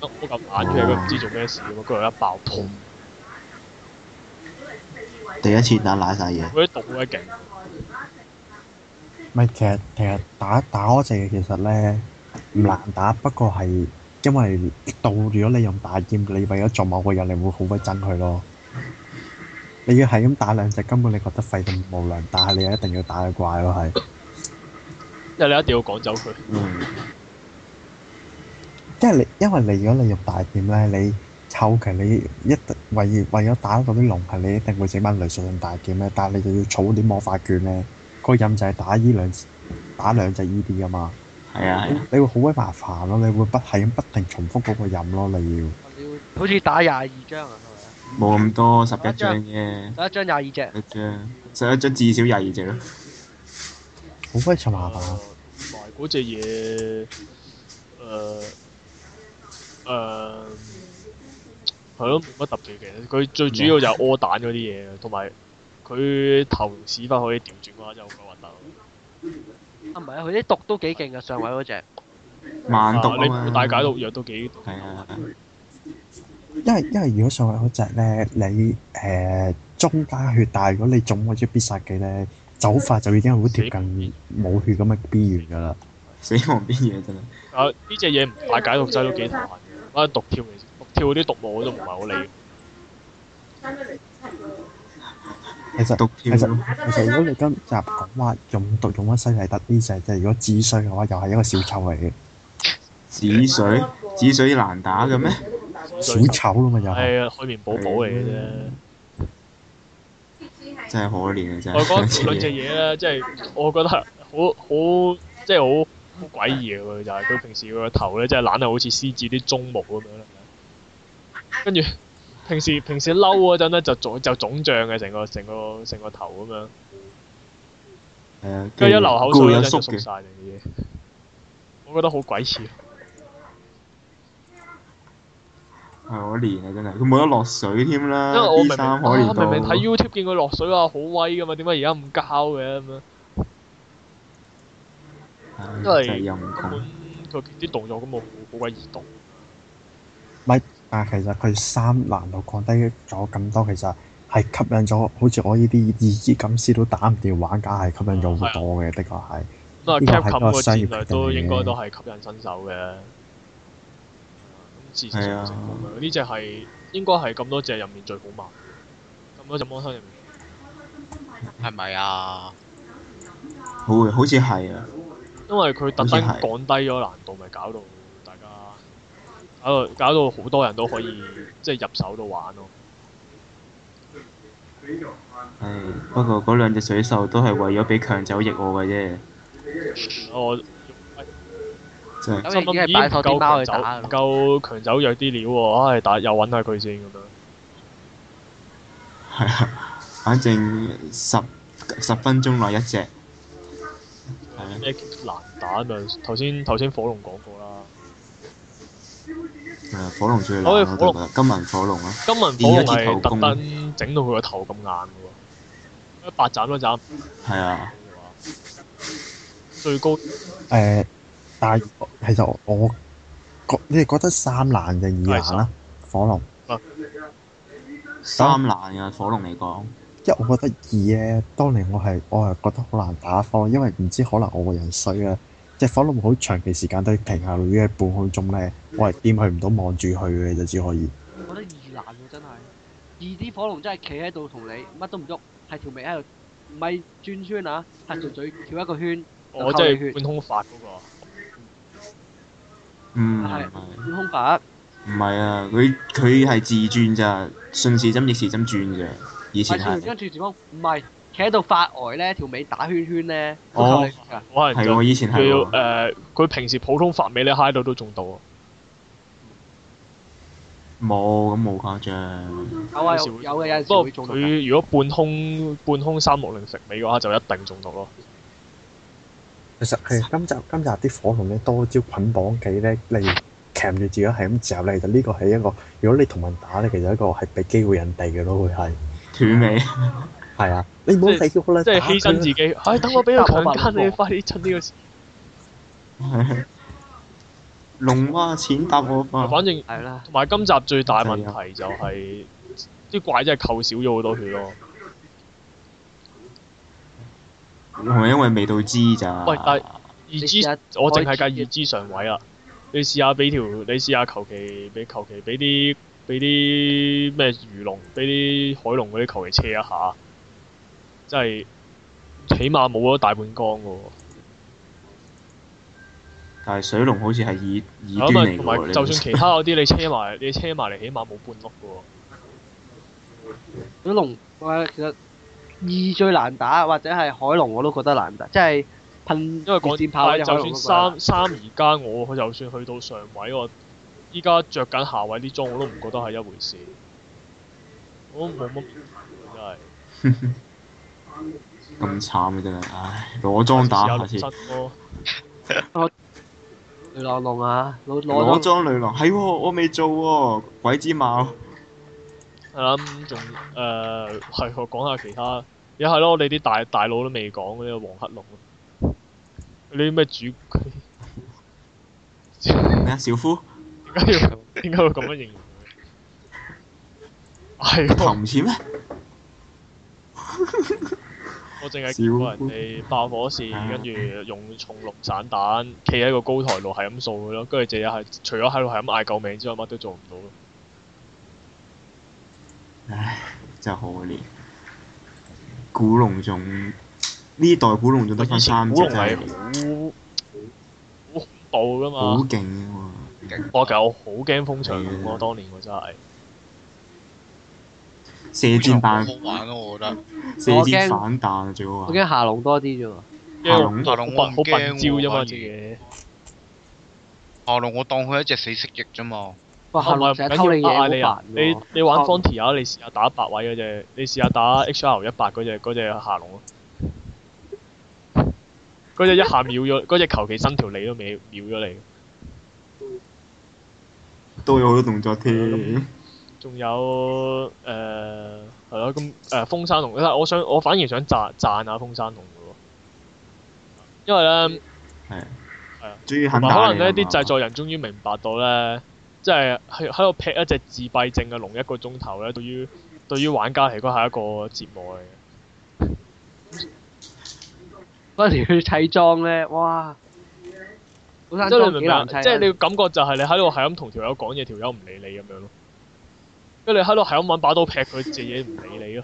[SPEAKER 1] 得我咁彈出嚟，佢唔知做咩事咁啊！跟住一爆，砰！
[SPEAKER 7] 第一次打瀨晒嘢，
[SPEAKER 1] 嗰啲毒好鬼勁。
[SPEAKER 4] 唔係，其實其實打打嗰隻嘢其實咧唔難打，不過係因為到如果你用大劍，你為咗做某個人，你會好鬼憎佢咯。你要係咁打兩隻，根本你覺得廢到無良，但係你又一定要打佢怪咯，係。
[SPEAKER 1] 因為你一定要趕走佢。
[SPEAKER 7] 嗯，
[SPEAKER 4] 因為你因為你如果你用大劍咧，你後期你一定為為咗打嗰啲龍係，你一定會整班雷術用大劍咧，但係你就要儲啲魔法卷咧，個任就係打依兩打兩隻依啲噶嘛。
[SPEAKER 7] 係啊係啊，
[SPEAKER 4] 你會好鬼麻煩咯，你會不係咁不停重複嗰個任咯，你要。
[SPEAKER 5] 好似打廿二張啊，係
[SPEAKER 7] 冇咁多十一張嘅，
[SPEAKER 5] 咪啊？第一張廿二隻，
[SPEAKER 7] 一張十一張至少廿二隻咯。
[SPEAKER 4] 好鬼嘈麻
[SPEAKER 1] 啊
[SPEAKER 4] 煩，
[SPEAKER 1] 同埋嗰隻嘢，呃誒誒呃係咯，冇乜特別嘅。佢最主要就係屙蛋嗰啲嘢，同埋佢頭屎忽可以調轉嘅話，真係好鬼核突。
[SPEAKER 5] 啊唔係啊，佢啲毒都幾勁啊，上位嗰隻。
[SPEAKER 7] 慢讀
[SPEAKER 1] 啊
[SPEAKER 7] 啊
[SPEAKER 1] 你
[SPEAKER 7] 嘛，
[SPEAKER 1] 冇帶解毒藥都幾
[SPEAKER 7] 係啊，係啊
[SPEAKER 4] 因為因為如果上位嗰隻咧，你誒、呃中加血，但係如果你中嗰隻必殺技咧，走法就已經好貼近冇血咁嘅 B 源㗎啦。
[SPEAKER 7] 死亡邊嘢真係。
[SPEAKER 1] 啊！呢隻嘢唔帶解毒劑都幾難嘅，啊毒跳嚟，毒跳嗰啲毒我都唔係好理。
[SPEAKER 4] 其實
[SPEAKER 7] 毒
[SPEAKER 4] 其
[SPEAKER 7] 跳
[SPEAKER 4] 實
[SPEAKER 7] 咯，
[SPEAKER 4] 其實如果你今集講話用毒用得犀利得呢隻，即係如果止水嘅話，又係一個小丑嚟嘅，
[SPEAKER 7] 止水，止水難打嘅咩？
[SPEAKER 4] 小丑咁嘛又係。
[SPEAKER 1] 係啊，海綿寶寶嚟嘅啫。
[SPEAKER 7] 嗯真係可憐啊！真
[SPEAKER 1] 我覺得
[SPEAKER 7] 係
[SPEAKER 1] 兩隻嘢咧，即係我覺得係好好即係好好詭異嘅佢就係佢平時個頭咧，即係懶係好似獅子啲鬃毛咁樣啦。跟住平時平時嬲嗰陣咧，就腫就腫脹嘅成個成個成個頭咁樣，
[SPEAKER 7] 係啊，
[SPEAKER 1] 跟住一流口水
[SPEAKER 7] 攰
[SPEAKER 1] 嗰
[SPEAKER 7] 有
[SPEAKER 1] 陣就
[SPEAKER 7] 縮
[SPEAKER 1] 縮
[SPEAKER 7] 嘅，
[SPEAKER 1] 晒成嘅嘢。我覺得好啊鬼似，
[SPEAKER 7] 係可憐啊！真係佢冇得落水添啦，
[SPEAKER 1] 因為我明
[SPEAKER 7] 啲
[SPEAKER 1] 明
[SPEAKER 7] 衫
[SPEAKER 1] 啊
[SPEAKER 7] 可憐
[SPEAKER 1] 明
[SPEAKER 7] 到
[SPEAKER 1] 明睇 YouTube 見佢落水啊，好威噶嘛，點解而家唔交嘅咁樣？
[SPEAKER 7] 唉
[SPEAKER 1] 因為
[SPEAKER 7] 真係陰
[SPEAKER 1] 根
[SPEAKER 7] 公。
[SPEAKER 1] 本佢啲動作咁冇好好鬼易動。
[SPEAKER 4] 但係其實佢三難度降低咗咁多，其實係吸引咗好似我呢啲二級金絲都打唔掂玩家係吸引咗好多嘅，的確係。
[SPEAKER 1] 咁啊
[SPEAKER 4] 呢個係
[SPEAKER 1] Capcom
[SPEAKER 4] 一個
[SPEAKER 1] 個
[SPEAKER 4] 商業
[SPEAKER 1] 戰略
[SPEAKER 4] 決定
[SPEAKER 1] 都應該
[SPEAKER 4] 嚟嘅
[SPEAKER 1] 都係吸引新手嘅。咁自
[SPEAKER 7] 係
[SPEAKER 1] 然
[SPEAKER 7] 啊
[SPEAKER 1] 成功嘅呢只係應該係咁多隻入面最好賣，咁多隻 mon 入面。
[SPEAKER 3] 係咪啊？
[SPEAKER 7] 好嘅，好似係啊，
[SPEAKER 1] 因為佢特登
[SPEAKER 7] 好似係
[SPEAKER 1] 降低咗難度，咪搞到大家搞到搞到好多人都可以即係入手到玩咯。
[SPEAKER 7] 係不過嗰兩隻水獸都係為咗俾強走益我嘅啫，
[SPEAKER 1] 我
[SPEAKER 7] 真係
[SPEAKER 5] 咁
[SPEAKER 1] 心
[SPEAKER 5] 已經
[SPEAKER 1] 諗
[SPEAKER 5] 係
[SPEAKER 1] 咦
[SPEAKER 5] 擺
[SPEAKER 1] 唔
[SPEAKER 5] 妥啲
[SPEAKER 1] 夠
[SPEAKER 5] 貓去
[SPEAKER 1] 強
[SPEAKER 5] 打啊
[SPEAKER 1] 走唔夠強走弱啲料喎，唉，打又揾下佢先咁樣。
[SPEAKER 7] 係啊，反正十十分鐘內一隻，係啊，
[SPEAKER 1] 啊咩難打咪頭先頭先火龍講過啦。
[SPEAKER 7] 誒火龍最難
[SPEAKER 1] 可以火龍
[SPEAKER 7] 咯，我覺得金銀火龍啊，
[SPEAKER 1] 金文火龍係特登整到佢個頭咁硬嘅喎，一白斬都斬唔
[SPEAKER 7] 係啊，
[SPEAKER 1] 到嘅話，最高
[SPEAKER 4] 誒，但係其實我我覺你哋覺得三難定二難啦？啊火龍，
[SPEAKER 7] 三難啊火龍嚟講，
[SPEAKER 4] 因為我覺得二咧，當年我係我係覺得好難打火，因為唔知可能我個人衰啦，隻火龍好長期時間都停下於喺半空中咧，我係掂佢唔到，望住佢嘅就只可以。
[SPEAKER 5] 我覺得易難喎，真係易啲火龍真係企喺度同你乜都唔喐，係條尾喺度，唔係轉圈啊，係條嘴翹一個圈，
[SPEAKER 1] 我真係半空法嗰個，
[SPEAKER 7] 嗯，
[SPEAKER 5] 係
[SPEAKER 7] 係
[SPEAKER 5] 半空法。
[SPEAKER 7] 唔係啊？佢佢係自轉咋，順時針逆時針轉咋，以前
[SPEAKER 5] 係轉
[SPEAKER 7] 係
[SPEAKER 5] 跟住住方唔係企喺度發呆咧，條尾打圈圈咧，都
[SPEAKER 7] 哦
[SPEAKER 5] 夠力㗎。
[SPEAKER 1] 可能
[SPEAKER 7] 係
[SPEAKER 1] 就
[SPEAKER 7] 喎，以前係
[SPEAKER 1] 佢要
[SPEAKER 7] 喎，
[SPEAKER 1] 誒，佢平時普通發尾咧嗨到都中到啊，
[SPEAKER 7] 冇咁冇誇張。
[SPEAKER 5] 有啊，
[SPEAKER 1] 有時
[SPEAKER 5] 有
[SPEAKER 1] 會
[SPEAKER 5] 有嘅有陣時
[SPEAKER 1] 不過
[SPEAKER 5] 會中毒㗎。
[SPEAKER 1] 佢如果半空半空三六零食尾嘅話，就一定中 毒咯。
[SPEAKER 4] 其實係今集今集啲火龍咧多招捆綁技咧，例如鉗住自己係咁嚼咧，其實呢個係一個，如果你同人打咧，其實一個係俾機會人哋嘅咯，會係
[SPEAKER 7] 斷尾，
[SPEAKER 4] 係啊，你唔好
[SPEAKER 1] 即係
[SPEAKER 4] 理佢啦，
[SPEAKER 1] 即係
[SPEAKER 4] 打
[SPEAKER 1] 犧牲
[SPEAKER 4] 佢啦
[SPEAKER 1] 自 己。唉，等我俾佢強奸你，快啲趁呢個時。
[SPEAKER 7] 龍媽錢搭我吧。
[SPEAKER 1] 反正
[SPEAKER 5] 係啦，
[SPEAKER 1] 同埋今集最大
[SPEAKER 7] 啊
[SPEAKER 1] 問題就係啲怪真係扣少咗好多血咯。
[SPEAKER 7] 係咪因為未到知咋？
[SPEAKER 1] 喂但係二
[SPEAKER 5] 你
[SPEAKER 1] 支
[SPEAKER 5] 試下
[SPEAKER 1] 我淨係
[SPEAKER 5] 開
[SPEAKER 1] 計二支上位啦。你試下俾條，你試下求其俾求其俾啲俾啲咩魚龍，俾啲海龍嗰啲求其車一下，真係起碼冇咗大半缸嘅喎。
[SPEAKER 7] 但係水龍好似係異異
[SPEAKER 1] 咁啊，
[SPEAKER 7] 端嚟
[SPEAKER 1] 同
[SPEAKER 7] 㗎喎。
[SPEAKER 1] 埋
[SPEAKER 7] 你
[SPEAKER 1] 就算其他嗰啲你車埋你車埋嚟，起碼冇半碌嘅喎。
[SPEAKER 5] 啲龍誒其實二最難打，或者係海龍我都覺得難打，即係噴因
[SPEAKER 1] 因為講
[SPEAKER 5] 箭炮嗰
[SPEAKER 1] 但係
[SPEAKER 5] 隻
[SPEAKER 1] 就
[SPEAKER 5] 海龍嗰個
[SPEAKER 1] 算三三而家我就算去到上位，我依家着緊下位啲裝，我都唔覺得係一回事。我都冇乜真係
[SPEAKER 7] 咁慘嘅真係，唉，攞裝打下
[SPEAKER 1] 試
[SPEAKER 7] 次
[SPEAKER 1] 下，六七咯。
[SPEAKER 5] 雷狼龍啊，攞
[SPEAKER 7] 攞
[SPEAKER 5] 攞咗
[SPEAKER 7] 裝女郎係喎，我未做喎，鬼之貌
[SPEAKER 1] 係啦，咁仲誒係我講下其他，亦係咯，我哋啲大大佬都未講嗰啲黃黑龍，嗰啲咩主 點
[SPEAKER 7] 咩啊？小夫
[SPEAKER 1] 解要點解會咁樣形容佢？係喎
[SPEAKER 7] 頭唔似咩？
[SPEAKER 1] 我淨係見過人哋爆火線，
[SPEAKER 7] 啊
[SPEAKER 1] 跟住用重六散彈，企喺個高台度係咁掃佢咯，跟住隻嘢係除咗喺度係咁嗌救命之外，乜都做唔到咯。
[SPEAKER 7] 唉，真係可憐。古龍仲呢代古龍仲得
[SPEAKER 1] 以
[SPEAKER 7] 翻
[SPEAKER 1] 前
[SPEAKER 7] 三
[SPEAKER 1] 古
[SPEAKER 7] 隻
[SPEAKER 1] 龍
[SPEAKER 7] 真
[SPEAKER 1] 係啊
[SPEAKER 7] 係
[SPEAKER 1] 好好恐怖噶
[SPEAKER 7] 好
[SPEAKER 1] 嘛，
[SPEAKER 7] 勁喎！
[SPEAKER 1] 我其實我好驚風長龍
[SPEAKER 7] 係啊
[SPEAKER 1] 喎，當年我真係。
[SPEAKER 7] 射箭彈、
[SPEAKER 3] 好玩咯，我覺得。
[SPEAKER 7] 射箭
[SPEAKER 5] 我
[SPEAKER 7] 反彈最好
[SPEAKER 5] 我
[SPEAKER 7] 玩。
[SPEAKER 5] 驚下龍多啲啫喎。
[SPEAKER 1] 因為
[SPEAKER 7] 下龍
[SPEAKER 1] 好
[SPEAKER 3] 下龍
[SPEAKER 1] 笨
[SPEAKER 3] 我唔
[SPEAKER 1] 好笨招啫
[SPEAKER 3] 驚喎
[SPEAKER 1] 嘛，
[SPEAKER 3] 反而
[SPEAKER 1] 自己。
[SPEAKER 3] 下龍我當佢一隻死蜥蜴啫嘛。
[SPEAKER 5] 哇！下
[SPEAKER 1] 哦唔係
[SPEAKER 5] 龍
[SPEAKER 1] 唔
[SPEAKER 5] 成日
[SPEAKER 1] 緊
[SPEAKER 5] 偷你
[SPEAKER 1] 要呃
[SPEAKER 5] 嘢，
[SPEAKER 1] 你
[SPEAKER 5] 好
[SPEAKER 1] 啊！
[SPEAKER 5] 煩
[SPEAKER 1] 你
[SPEAKER 5] 喎。
[SPEAKER 1] 你玩
[SPEAKER 5] 哦
[SPEAKER 1] Frontier 啊，你試下打八位嗰隻，你試下打 HR 一百嗰隻嗰隻下龍啊！嗰隻一下秒 咗，嗰隻求其伸條脷都秒秒咗你。
[SPEAKER 7] 都有好多動作添。
[SPEAKER 1] 仲有誒係咯，咁、誒風山龍，但我想我反而想讚讚下風山龍嘅喎，因為咧
[SPEAKER 7] 終於肯
[SPEAKER 1] 同埋
[SPEAKER 7] 打
[SPEAKER 1] 可能
[SPEAKER 7] 你啦
[SPEAKER 1] 呢啲
[SPEAKER 7] 嘛
[SPEAKER 1] 製作人終於明白到咧，即係喺喺度劈一隻自閉症嘅龍一個鐘頭咧，對於對於玩家嚟講係一個折磨嚟嘅。
[SPEAKER 5] 嗰陣時去砌裝咧，哇！好山
[SPEAKER 1] 即係你明
[SPEAKER 5] 裝
[SPEAKER 1] 唔
[SPEAKER 5] 幾
[SPEAKER 1] 明啊？
[SPEAKER 5] 難
[SPEAKER 1] 即
[SPEAKER 5] 砌
[SPEAKER 1] 係你感覺就係你喺度係咁同條友講嘢，條友唔理你咁樣咯。跟住你喺度係咁揾把刀劈佢，隻嘢唔理 你咯。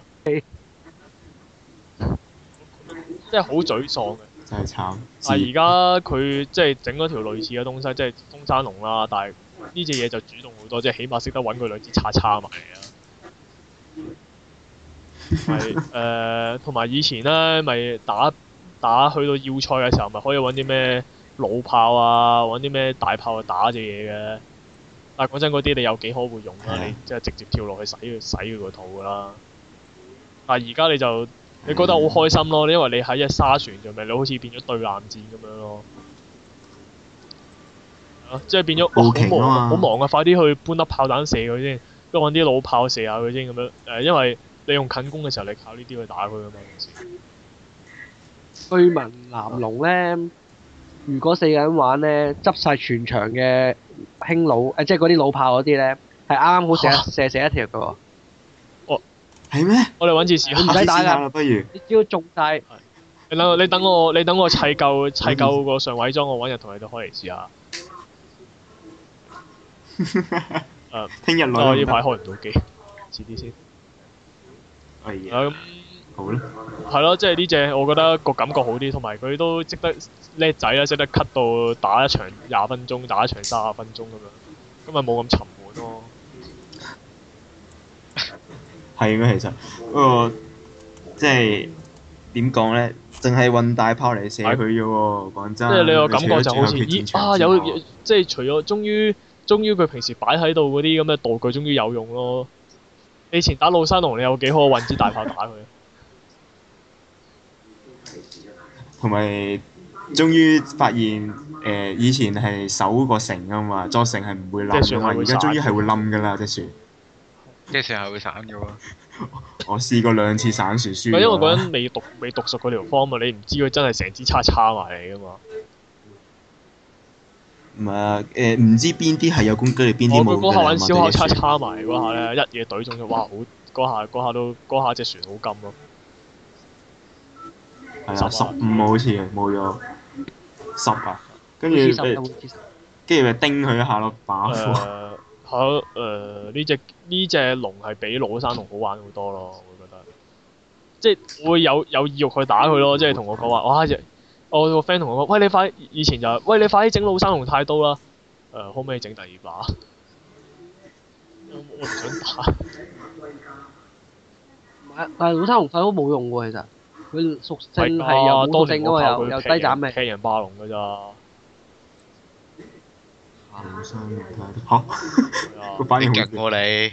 [SPEAKER 1] 即係好沮喪嘅。
[SPEAKER 7] 真係慘。
[SPEAKER 1] 但係啊而家佢即係整咗條類似嘅東西，即係風山龍啦。但係呢隻嘢就主動好多，即係起碼識得揾佢兩支叉叉埋嚟啊。係誒，呃同埋以前咧，咪打打去到要塞嘅時候，咪可以揾啲咩老炮啊，揾啲咩大炮去打隻嘢嘅。但係講真，嗰啲你有幾可會用
[SPEAKER 7] 係
[SPEAKER 1] 啊
[SPEAKER 7] 啊？
[SPEAKER 1] 你即係直接跳落去洗佢洗佢個肚㗎啦。但啊係而家你就你覺得好開心
[SPEAKER 6] 嗯
[SPEAKER 1] 咯，因為你喺一沙船上面，你好似變咗對艦戰咁樣咯。啊即係變咗哇
[SPEAKER 6] 好勁
[SPEAKER 1] 好忙
[SPEAKER 6] 啊嘛
[SPEAKER 1] 啊好忙啊！快啲去搬粒炮彈射佢先，跟住揾啲老炮射下佢先咁樣。誒，因為你用近攻嘅時候，你靠呢啲去打佢啊嘛。有時
[SPEAKER 5] 居民南龍咧，如果四個人玩咧，執晒全場嘅輕佬，誒、即係嗰啲老炮嗰啲咧，係啱啱好射 一射射一條嘅喎。
[SPEAKER 7] 係咩？
[SPEAKER 1] 我哋揾次試
[SPEAKER 6] 嗯
[SPEAKER 5] 唔
[SPEAKER 1] 下
[SPEAKER 5] 使
[SPEAKER 7] 下次
[SPEAKER 5] 打㗎
[SPEAKER 7] 試下啦，不如
[SPEAKER 5] 你只要中晒，
[SPEAKER 1] 嗯你等我你等我你等我砌
[SPEAKER 6] 嗯
[SPEAKER 1] 夠砌夠個上位裝，我揾日同你哋開嚟試下。誒，
[SPEAKER 7] 聽日
[SPEAKER 6] 嗯
[SPEAKER 1] 不過我呢
[SPEAKER 7] 內
[SPEAKER 1] 哦排開唔到機，遲啲先。
[SPEAKER 7] 哎呀
[SPEAKER 1] 係啦咁
[SPEAKER 7] 好啦，
[SPEAKER 1] 係咯，即係呢只我覺得個感覺好啲，同埋佢都識得叻仔啦，識得 cut 到打一場廿分鐘，打一場三十分鐘咁樣，咁咪冇咁沉悶咯。
[SPEAKER 7] 係咩？其實不過即係點講咧？淨係運大炮嚟射佢啫喎，講真。
[SPEAKER 1] 即係你個感覺就好似
[SPEAKER 7] 除咗
[SPEAKER 1] 咦
[SPEAKER 7] 最後決戰場
[SPEAKER 1] 啊
[SPEAKER 7] 之
[SPEAKER 1] 有
[SPEAKER 7] 外
[SPEAKER 1] 即係除咗終於終於佢平時擺喺度嗰啲咁嘅道具，終於有用咯。你以前打老山龍，你有幾可運支大炮打佢？
[SPEAKER 7] 同埋終於發現誒、呃以前係守個城啊嘛，座城係唔會冧
[SPEAKER 1] 隻
[SPEAKER 7] 噶
[SPEAKER 1] 船
[SPEAKER 7] 嘛，
[SPEAKER 1] 係
[SPEAKER 7] 而
[SPEAKER 1] 會
[SPEAKER 7] 家
[SPEAKER 1] 散
[SPEAKER 7] 終於係會冧噶啦隻船。
[SPEAKER 3] 即成日會散嘅喎。
[SPEAKER 7] 我試過兩次散船輸
[SPEAKER 1] 唔係因為
[SPEAKER 7] 咗
[SPEAKER 1] 嗰
[SPEAKER 7] 啦。
[SPEAKER 1] 人未讀未讀熟嗰條方嘛，你唔知佢真係成支叉叉埋嚟噶嘛。
[SPEAKER 7] 唔係啊，誒唔知邊啲係有攻擊力，邊啲
[SPEAKER 1] 我
[SPEAKER 7] 冇
[SPEAKER 1] 佢嗰下
[SPEAKER 7] 㗎啦
[SPEAKER 1] 玩
[SPEAKER 7] 嘛
[SPEAKER 1] 燒烤叉
[SPEAKER 7] 對隻船
[SPEAKER 1] 叉埋嗰下咧，一嘢懟中咗，哇！好嗰下嗰下都嗰下隻船好金咯。
[SPEAKER 7] 係啊，
[SPEAKER 1] 十
[SPEAKER 7] 十
[SPEAKER 1] 啊
[SPEAKER 7] 五好似冇咗十啊，跟住
[SPEAKER 5] 會黐手
[SPEAKER 1] 嗯
[SPEAKER 7] 誒
[SPEAKER 5] 就會黐手。
[SPEAKER 7] 跟住咪叮佢一下咯，把
[SPEAKER 1] 誒
[SPEAKER 7] 火。
[SPEAKER 1] 好誒呢只呢只龍係比老山龍好玩好多咯，我覺得。即係會有有意欲去打佢
[SPEAKER 5] 嗯
[SPEAKER 1] 咯，即係同我講話，哇！隻我個 friend 同我講，喂你快以前就係喂你快啲整老山龍太刀啦。誒、可唔可以整第二 把？我唔想打。
[SPEAKER 5] 但但係老三紅粉好冇用喎，其實佢屬性
[SPEAKER 1] 係
[SPEAKER 5] 係
[SPEAKER 1] 啊
[SPEAKER 5] 有固定噶嘛，
[SPEAKER 1] 多
[SPEAKER 5] 又
[SPEAKER 1] 年
[SPEAKER 5] 又
[SPEAKER 1] 冇靠
[SPEAKER 5] 低
[SPEAKER 1] 佢劈人
[SPEAKER 5] 斬命
[SPEAKER 1] 劈。人霸龍㗎咋。
[SPEAKER 7] 老山龍太刀嚇，
[SPEAKER 1] 係啊
[SPEAKER 7] 個反
[SPEAKER 3] 你
[SPEAKER 7] 應好
[SPEAKER 3] 勁過你。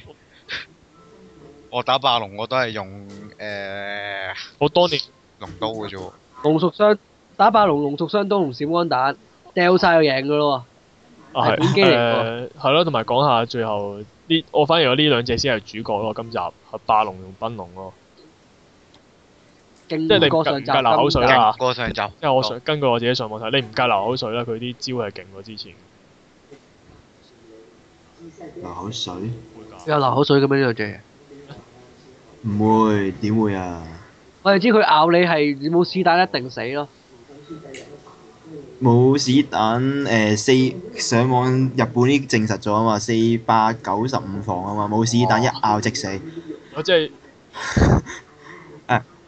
[SPEAKER 3] 我打霸龍我都係用誒
[SPEAKER 1] 我當年
[SPEAKER 3] 龍刀嘅啫喎。
[SPEAKER 5] 龍屬雙打霸龍，龍屬雙刀同閃光彈掉晒就贏噶咯
[SPEAKER 1] 啊
[SPEAKER 5] 係
[SPEAKER 1] 係
[SPEAKER 5] 本機嚟㗎
[SPEAKER 1] 誒係咯，同埋講下最後呢，我反而有呢兩隻先係主角咯。今集係霸龍同奔龍咯，
[SPEAKER 5] 喎，
[SPEAKER 1] 即係你
[SPEAKER 5] 勁
[SPEAKER 1] 唔
[SPEAKER 5] 過
[SPEAKER 1] 計
[SPEAKER 5] 上
[SPEAKER 1] 唔
[SPEAKER 5] 集
[SPEAKER 1] 計流口水
[SPEAKER 5] 咁
[SPEAKER 1] 啦
[SPEAKER 7] 啊
[SPEAKER 3] 勁過上集。
[SPEAKER 1] 因為
[SPEAKER 7] 哦
[SPEAKER 1] 我想根據我自己上網睇，你唔計流口水啦，佢啲招係勁過之前。
[SPEAKER 7] 流口水，
[SPEAKER 1] 會㗎
[SPEAKER 5] 有流口水咁樣呢樣嘢。
[SPEAKER 7] 唔會點會啊？
[SPEAKER 5] 我哋知佢咬你係你冇屎蛋一定死咯，
[SPEAKER 7] 冇屎蛋誒四上網日本呢證實咗啊嘛，四百九十五房啊嘛，冇屎蛋一咬即死，
[SPEAKER 1] 我即係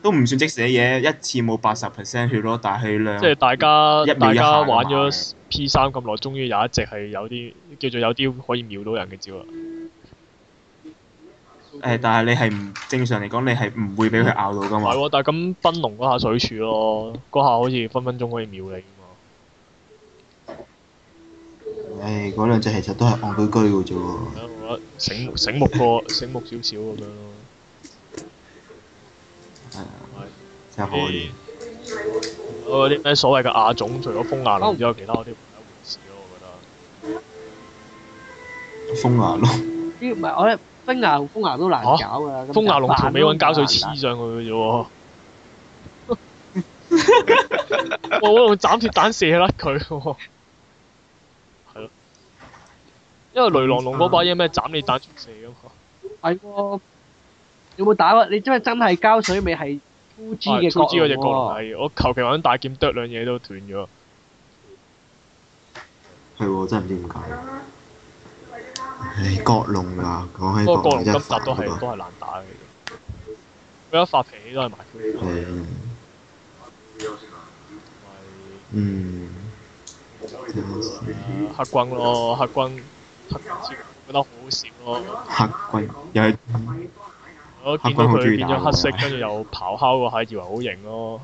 [SPEAKER 7] 都唔算即死嘅，一次冇八十 percent 血咯，但係量
[SPEAKER 1] 即係大家
[SPEAKER 7] 嗯一
[SPEAKER 1] 大
[SPEAKER 7] 秒一下
[SPEAKER 1] 家
[SPEAKER 7] 㗎嘛
[SPEAKER 1] 玩咗 P 三咁耐，終於有一隻係有啲叫做有啲可以秒到人嘅招啦。
[SPEAKER 7] 嗯誒，呃但係你係唔正常嚟講，你係唔會俾佢咬到噶
[SPEAKER 1] 唔
[SPEAKER 7] 嘛
[SPEAKER 1] 係。喎，但係咁奔龍嗰下水柱咯，嗰下好似分分鐘可以秒你㗎嘛。
[SPEAKER 7] 唉，嗰兩隻其實都係戇居居嘅啫喎。
[SPEAKER 1] 係咯我覺得
[SPEAKER 7] 嗯
[SPEAKER 1] 醒目醒目過醒目少少咁樣咯。
[SPEAKER 7] 係啊
[SPEAKER 1] 係。
[SPEAKER 7] 真係可憐。
[SPEAKER 1] 嗰啲咩所謂嘅亞種，除咗風牙龍之
[SPEAKER 7] 哦
[SPEAKER 1] 外，其他嗰啲唔係一回事咯，我覺得。
[SPEAKER 7] 風牙龍
[SPEAKER 5] 呢唔係我哋風牙同風牙都難搞㗎啦。咁
[SPEAKER 1] 風牙龍條尾揾膠水
[SPEAKER 5] 扮
[SPEAKER 1] 黐
[SPEAKER 5] 都
[SPEAKER 1] 上去嘅啫喎。我我用斬鐵彈射甩佢喎。係咯。因為雷狼龍嗰把嘢咩斬你彈出射噶嘛。
[SPEAKER 5] 難打係喎，有冇打過？你真係真係膠水尾係 two G 嘅角
[SPEAKER 1] 知啊嗰只角龍
[SPEAKER 5] 喎，
[SPEAKER 1] 係，我求其揾大劍剁兩嘢都斷咗。
[SPEAKER 7] 係喎，真係唔知點解。唉，角龍啊，講起
[SPEAKER 1] 不過角
[SPEAKER 7] 角
[SPEAKER 1] 龍今
[SPEAKER 7] 龍真係
[SPEAKER 1] 集
[SPEAKER 7] 煩
[SPEAKER 1] 都係
[SPEAKER 7] 喎。
[SPEAKER 1] 都係難打嘅。佢一發脾氣都係埋佢。
[SPEAKER 7] 係啊嗯。
[SPEAKER 1] 咪啊黑軍咯，黑軍黑軍覺得好好笑咯。
[SPEAKER 7] 黑龜又係
[SPEAKER 1] 我見到佢變咗黑色，跟住又咆哮嗰下，以為好型咯。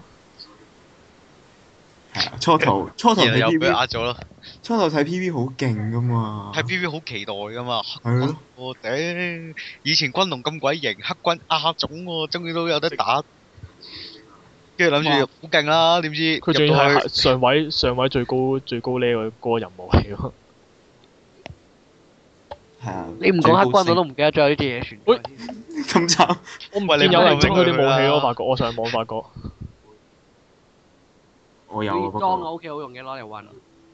[SPEAKER 7] 係啊初頭初頭
[SPEAKER 3] 然後
[SPEAKER 7] 睇
[SPEAKER 3] 又俾佢
[SPEAKER 7] PV，
[SPEAKER 3] 呃咗咯。
[SPEAKER 7] 初頭睇 PV 好勁噶嘛。
[SPEAKER 3] 睇 B B 好期待噶嘛，黑
[SPEAKER 7] 啊係
[SPEAKER 3] 軍
[SPEAKER 7] 咯
[SPEAKER 3] 我頂！以前軍龍咁鬼型，黑軍亞種喎，終於都有得打。跟住諗
[SPEAKER 7] 啊
[SPEAKER 3] 住好勁啦，點知
[SPEAKER 1] 佢仲要
[SPEAKER 3] 入到去
[SPEAKER 1] 係上位上位最高最高呢個嗰個任務嚟咯。
[SPEAKER 7] 係啊，
[SPEAKER 5] 你唔講黑軍我都唔記得咗呢啲嘢存在添。
[SPEAKER 7] 咁慘，
[SPEAKER 1] 我唔
[SPEAKER 3] 喂你
[SPEAKER 1] 見有人
[SPEAKER 3] 唔好
[SPEAKER 1] 整佢
[SPEAKER 3] 理
[SPEAKER 1] 啲武
[SPEAKER 3] 佢
[SPEAKER 1] 器
[SPEAKER 3] 啦
[SPEAKER 1] 咯，發覺我上網發覺。
[SPEAKER 7] 我有啊，不
[SPEAKER 5] 原裝我
[SPEAKER 7] 過
[SPEAKER 5] 屋企好用嘅，攞嚟運。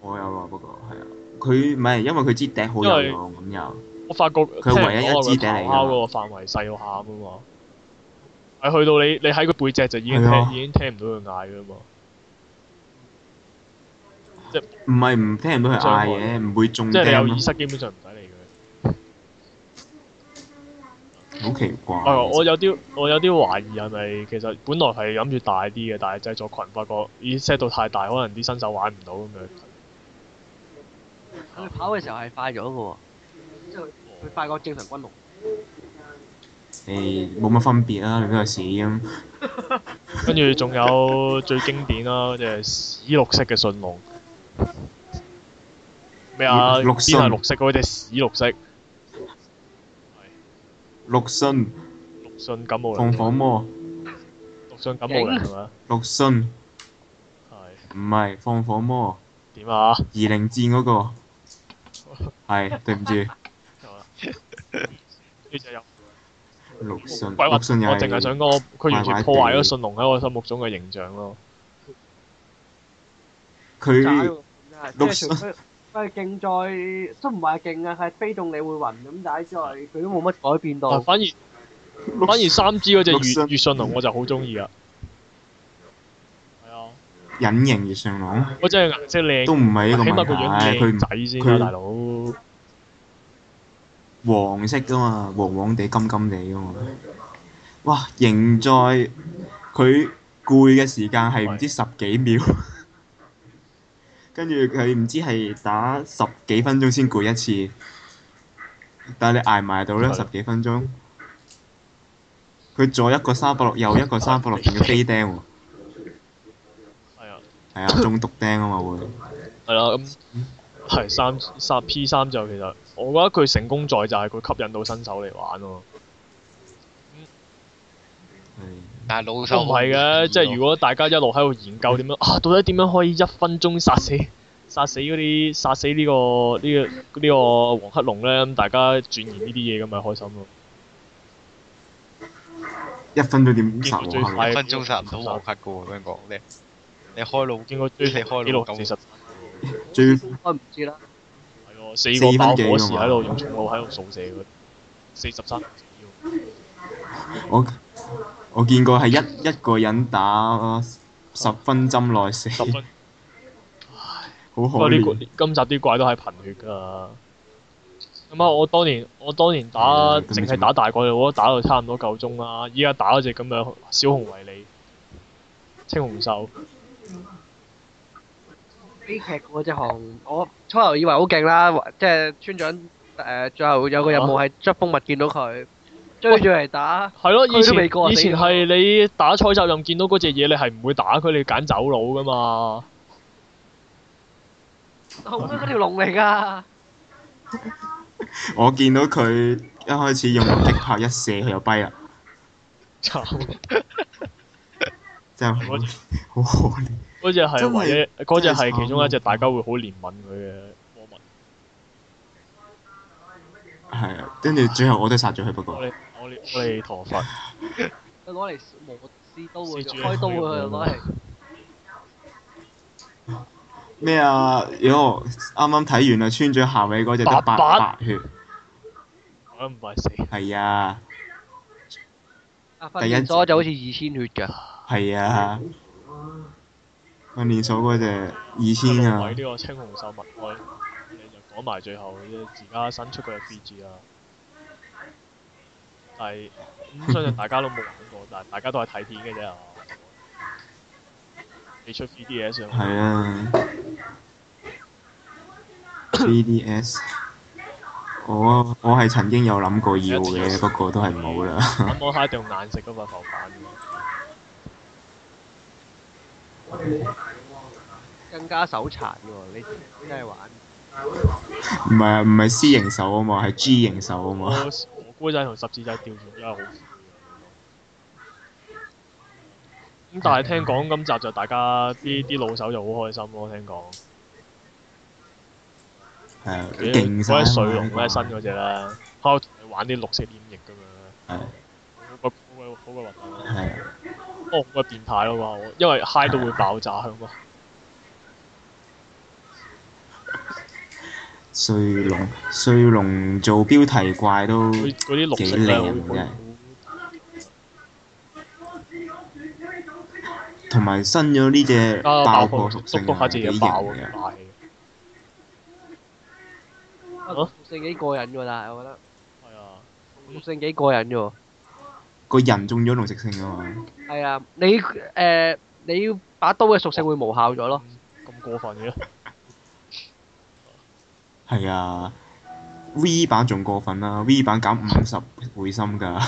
[SPEAKER 7] 我有啊，不過係啊，佢唔係因為佢支笛好
[SPEAKER 1] 因為
[SPEAKER 7] 有用咁又。
[SPEAKER 1] 我發覺
[SPEAKER 7] 佢唯一一支
[SPEAKER 1] 聽人
[SPEAKER 7] 頂嚟㗎
[SPEAKER 1] 講話佢咆哮嗰個範圍細到喊啊嘛，係去到你你喺佢背脊就已經
[SPEAKER 7] 係啊
[SPEAKER 1] 聽已經聽唔到佢嗌㗎嘛。
[SPEAKER 7] 唔係唔聽唔到佢嗌嘅，唔啊會中
[SPEAKER 1] 即係你有
[SPEAKER 7] 釘
[SPEAKER 1] 意
[SPEAKER 7] 咯，
[SPEAKER 1] 識，基本上唔使理佢。
[SPEAKER 7] 好奇怪。
[SPEAKER 1] 啊，我有啲我有啲懷疑係咪其實本來係諗住大啲嘅，但係製作群發覺咦 set 到太大，可能啲新手玩唔到咁樣。
[SPEAKER 5] 佢跑嘅時候係快咗嘅喎，即係佢快過正常軍龍。
[SPEAKER 7] 誒冇乜分別啦，你都係屎咁。
[SPEAKER 1] 跟住仲有最經典啦，即係屎綠色嘅信龍。咩啊？
[SPEAKER 7] 綠
[SPEAKER 1] 邊係
[SPEAKER 7] 信
[SPEAKER 1] 綠色嗰隻屎綠色？
[SPEAKER 7] 綠信
[SPEAKER 1] 綠信感冒
[SPEAKER 7] 放
[SPEAKER 1] 嚟㗎，
[SPEAKER 7] 火魔，
[SPEAKER 1] 綠信感冒嚟係咪？
[SPEAKER 7] 綠信
[SPEAKER 1] 係啊
[SPEAKER 7] 唔係放火魔，
[SPEAKER 1] 點啊？
[SPEAKER 7] 二零戰嗰個係對唔住，
[SPEAKER 1] 呢隻有
[SPEAKER 7] 綠 信
[SPEAKER 1] 鬼話，我
[SPEAKER 7] 綠信又
[SPEAKER 1] 淨係
[SPEAKER 7] 係
[SPEAKER 1] 想講，佢完全破
[SPEAKER 7] 怪
[SPEAKER 1] 壞
[SPEAKER 7] 怪地
[SPEAKER 1] 咗信龍喺我心目中嘅形象咯。
[SPEAKER 7] 佢
[SPEAKER 5] 即係除非佢係勁在都唔係勁啊，係飛動你會暈咁解之外，佢都冇乜改變到。
[SPEAKER 1] 但反而反而三 G 嗰隻
[SPEAKER 7] 綠信
[SPEAKER 1] 月月信龍我就好中意啊。係啊，
[SPEAKER 7] 隱形月上龍
[SPEAKER 1] 嗰隻顏色靚，
[SPEAKER 7] 都唔係呢個
[SPEAKER 1] 起碼
[SPEAKER 7] 問
[SPEAKER 1] 個樣
[SPEAKER 7] 題，佢
[SPEAKER 1] 靚
[SPEAKER 7] 唔
[SPEAKER 1] 仔先
[SPEAKER 7] 佢
[SPEAKER 1] 啊，大佬。唔
[SPEAKER 7] 黃色噶嘛，黃黃地金金地噶嘛。哇！仍在佢攰嘅時間係唔知十幾秒， 跟住佢唔知係打十幾分鐘先攰一次，但係你捱埋到咧
[SPEAKER 1] 係
[SPEAKER 7] 十幾分鐘，佢左一個三百六，右一個三百六，仲要飛釘喎，
[SPEAKER 1] 係啊，
[SPEAKER 7] 係啊，中毒釘啊嘛會，
[SPEAKER 1] 係啦，咁
[SPEAKER 7] 嗯
[SPEAKER 1] 係三三 P 三就其實我覺得佢成功在就係佢吸引到新手嚟玩咯。
[SPEAKER 7] 係
[SPEAKER 3] 但係老
[SPEAKER 1] 都
[SPEAKER 7] 哦
[SPEAKER 3] 手
[SPEAKER 1] 唔係嘅，即係如果大家一路喺度研究點樣啊，到底點樣可以一分鐘殺死 殺死嗰啲殺死呢、個呢、個呢、個黃黑龍咧，咁大家鑽研呢啲嘢咁咪開心咯。
[SPEAKER 7] 一分鐘點殺啊
[SPEAKER 1] 英國最
[SPEAKER 7] 喎？
[SPEAKER 1] 快
[SPEAKER 3] 一分鐘殺唔到黃黑嘅喎，香港你你開路
[SPEAKER 1] 應該追
[SPEAKER 3] 你開
[SPEAKER 1] 記
[SPEAKER 3] 路
[SPEAKER 1] 錄
[SPEAKER 3] 咁
[SPEAKER 1] 四十
[SPEAKER 7] 最
[SPEAKER 5] 應該唔知啦。
[SPEAKER 1] 係喎，四個
[SPEAKER 7] 四分
[SPEAKER 1] 爆
[SPEAKER 7] 幾啊
[SPEAKER 1] 火時
[SPEAKER 7] 㗎嘛
[SPEAKER 1] 喺度用重弩喺度掃射佢，四十 三要
[SPEAKER 7] 我我見過係一一個人打十分針內死，
[SPEAKER 1] 十分。
[SPEAKER 7] 好
[SPEAKER 1] 不
[SPEAKER 7] 可
[SPEAKER 1] 過呢個
[SPEAKER 7] 憐。
[SPEAKER 1] 今集啲怪都係貧血㗎。咁啊！我當年我當年打
[SPEAKER 7] 嗯咁
[SPEAKER 1] 淨
[SPEAKER 7] 你
[SPEAKER 1] 係
[SPEAKER 7] 做
[SPEAKER 1] 打
[SPEAKER 7] 乜
[SPEAKER 1] 大怪我都打到差唔多夠鐘啦。依家打嗰只咁樣小紅維尼、青紅獸。
[SPEAKER 5] 悲劇嗰只行，我初頭以為好勁啦，即係村長誒、最後有個任務係捽蜂蜜見到佢，追住嚟打，
[SPEAKER 1] 係咯，
[SPEAKER 5] 佢都
[SPEAKER 1] 以前
[SPEAKER 5] 未過啊
[SPEAKER 1] 以
[SPEAKER 5] 死
[SPEAKER 1] 前係你打採集任見到嗰只嘢，你係唔會打佢，你揀走佬噶嘛。
[SPEAKER 5] 紅色嗰條龍嚟㗎，
[SPEAKER 7] 我見到佢一開始用個擊炮一射，佢就跛啦，
[SPEAKER 1] 慘！
[SPEAKER 7] 真係好好可憐。
[SPEAKER 1] 嗰只係
[SPEAKER 7] 真係
[SPEAKER 1] 唯一，嗰只
[SPEAKER 7] 真係慘
[SPEAKER 1] 係
[SPEAKER 7] 啊
[SPEAKER 1] 其中一隻大家會好憐憫佢嘅魔物。
[SPEAKER 7] 係啊，跟住最後我都殺咗佢，不
[SPEAKER 1] 我
[SPEAKER 7] 過
[SPEAKER 1] 哋我哋我哋陀佛，
[SPEAKER 5] 佢攞嚟磨絲刀嘅，
[SPEAKER 1] 試住
[SPEAKER 5] 開刀嘅佢攞嚟。
[SPEAKER 7] 咩啊？如果我啱啱睇完啊，穿咗下尾嗰只
[SPEAKER 1] 白
[SPEAKER 7] 得八
[SPEAKER 1] 白
[SPEAKER 7] 白血，
[SPEAKER 1] 我唔係死。
[SPEAKER 7] 係啊，
[SPEAKER 5] 啊，
[SPEAKER 7] 第一
[SPEAKER 5] 訓練所就好似二千血㗎，
[SPEAKER 7] 係啊。訓練所嗰只二千啊
[SPEAKER 1] 位，呢個青紅獸物愛，你就講埋最後而家新出嗰只 BG 啦。但係咁相信大家都冇玩過，但係大家都係睇片嘅啫係嘛。你出 3DS 上
[SPEAKER 7] 係啊。3DS，我啊我係曾經有諗過要嘅，不過都係冇啦。
[SPEAKER 1] 咁我睇一定用眼食嗰塊浮板嘅，
[SPEAKER 5] 更加手殘喎！你真係玩，
[SPEAKER 7] 唔係啊，唔係 C 型手啊嘛，係 G 型手啊
[SPEAKER 1] 我
[SPEAKER 7] 嘛。
[SPEAKER 1] 我姑仔同十字仔調轉真係好苦嘅咁但係聽講今集就大家啲啲老手就好開心咯，聽講。
[SPEAKER 7] 係啊
[SPEAKER 1] 嗰
[SPEAKER 7] 勁晒啊
[SPEAKER 1] 啲
[SPEAKER 7] 嘛
[SPEAKER 1] 水龍
[SPEAKER 7] 呢個
[SPEAKER 1] 咧新嗰只啦，開頭玩啲綠色黏液咁樣，啊
[SPEAKER 7] 係
[SPEAKER 1] 好鬼好鬼好鬼核突啊！
[SPEAKER 7] 係啊
[SPEAKER 1] 哦，好鬼變態咯嘛，我因為 high 到會爆炸香嘛。
[SPEAKER 7] 碎龍碎龍做標題怪都
[SPEAKER 1] 佢嗰啲綠色
[SPEAKER 7] 幾
[SPEAKER 1] 咧，
[SPEAKER 7] 靚
[SPEAKER 1] 好
[SPEAKER 7] 喎真係
[SPEAKER 1] 好
[SPEAKER 7] 同埋新咗呢只
[SPEAKER 1] 啊
[SPEAKER 7] 爆
[SPEAKER 1] 爆
[SPEAKER 7] 破
[SPEAKER 1] 破，
[SPEAKER 7] 屬
[SPEAKER 1] 篤
[SPEAKER 7] 性
[SPEAKER 1] 篤下
[SPEAKER 7] 係
[SPEAKER 1] 自
[SPEAKER 7] 幾
[SPEAKER 1] 己
[SPEAKER 7] 型
[SPEAKER 1] 爆啊
[SPEAKER 7] 嘅
[SPEAKER 1] 咁，大氣。
[SPEAKER 5] 屬性幾過癮㗎，但係我覺得
[SPEAKER 1] 係啊，
[SPEAKER 5] 屬性幾過癮㗎喎。
[SPEAKER 7] 個人中咗龍食性啊嘛，
[SPEAKER 5] 係啊，你誒你要把刀嘅屬性會無效咗咯。
[SPEAKER 1] 咁過分嘅，
[SPEAKER 7] 係啊，V 版仲過分啦，V 版減五十會心㗎，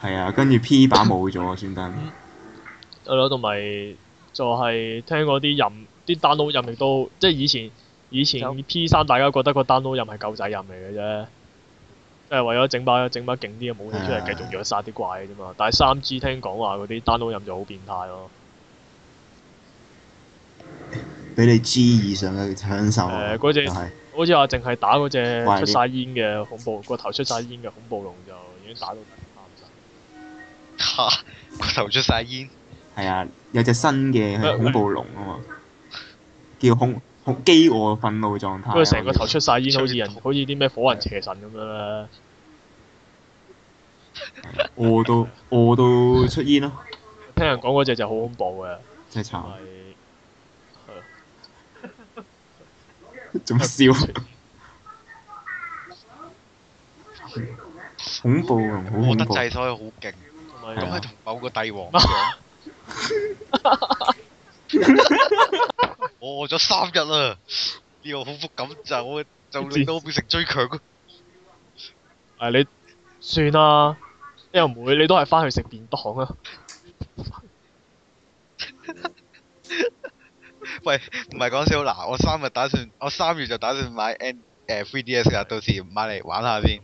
[SPEAKER 7] 係啊，跟住 P 版冇咗啊專登，
[SPEAKER 1] 係咯，同埋就係聽講啲任啲 download 任亦都，即係以前以
[SPEAKER 5] 有
[SPEAKER 1] 前 P 三大家覺得個 download 任係狗仔任嚟嘅啫，即係為咗整把整把勁啲嘅武器出嚟
[SPEAKER 7] 係啊
[SPEAKER 1] 繼續虐殺啲怪嘅啫嘛。但係三 G 聽講話嗰啲 download 任就好變態咯，
[SPEAKER 6] 俾你 G 以上嘅享受啊。
[SPEAKER 1] 誒嗰隻
[SPEAKER 6] 就係
[SPEAKER 1] 好似話淨係打嗰隻
[SPEAKER 7] 喂
[SPEAKER 1] 出晒煙嘅恐怖個頭出晒煙嘅恐怖龍就已經打到打唔晒。
[SPEAKER 3] 嚇個頭出晒煙，
[SPEAKER 7] 係啊，有隻新嘅係恐怖龍啊嘛，叫恐恐飢餓憤怒狀態啊，
[SPEAKER 1] 因為成個頭出晒煙，
[SPEAKER 3] 吹
[SPEAKER 1] 好似人
[SPEAKER 3] 泡
[SPEAKER 1] 好似啲咩火雲邪神咁樣咧。
[SPEAKER 7] 餓到餓到出煙咯，
[SPEAKER 1] 聽人講嗰只就好恐怖嘅，
[SPEAKER 7] 真係
[SPEAKER 1] 係
[SPEAKER 7] 慘，仲笑。恐怖龍好
[SPEAKER 3] 我
[SPEAKER 7] 恐
[SPEAKER 3] 得
[SPEAKER 7] 怖，
[SPEAKER 3] 滯，所以好勁。
[SPEAKER 1] 同
[SPEAKER 7] 係
[SPEAKER 3] 咁
[SPEAKER 1] 埋
[SPEAKER 3] 佢同某個帝王一樣。我餓咗三日啦，呢個恐怖感就就令到我變成最強嘅。
[SPEAKER 1] 誒你算啦，因為唔會你都係翻去食便當啊。
[SPEAKER 3] 唔係講笑嗱，我三日打算，我三月就打算買 N 誒 3DS 噶，到時買嚟玩下先。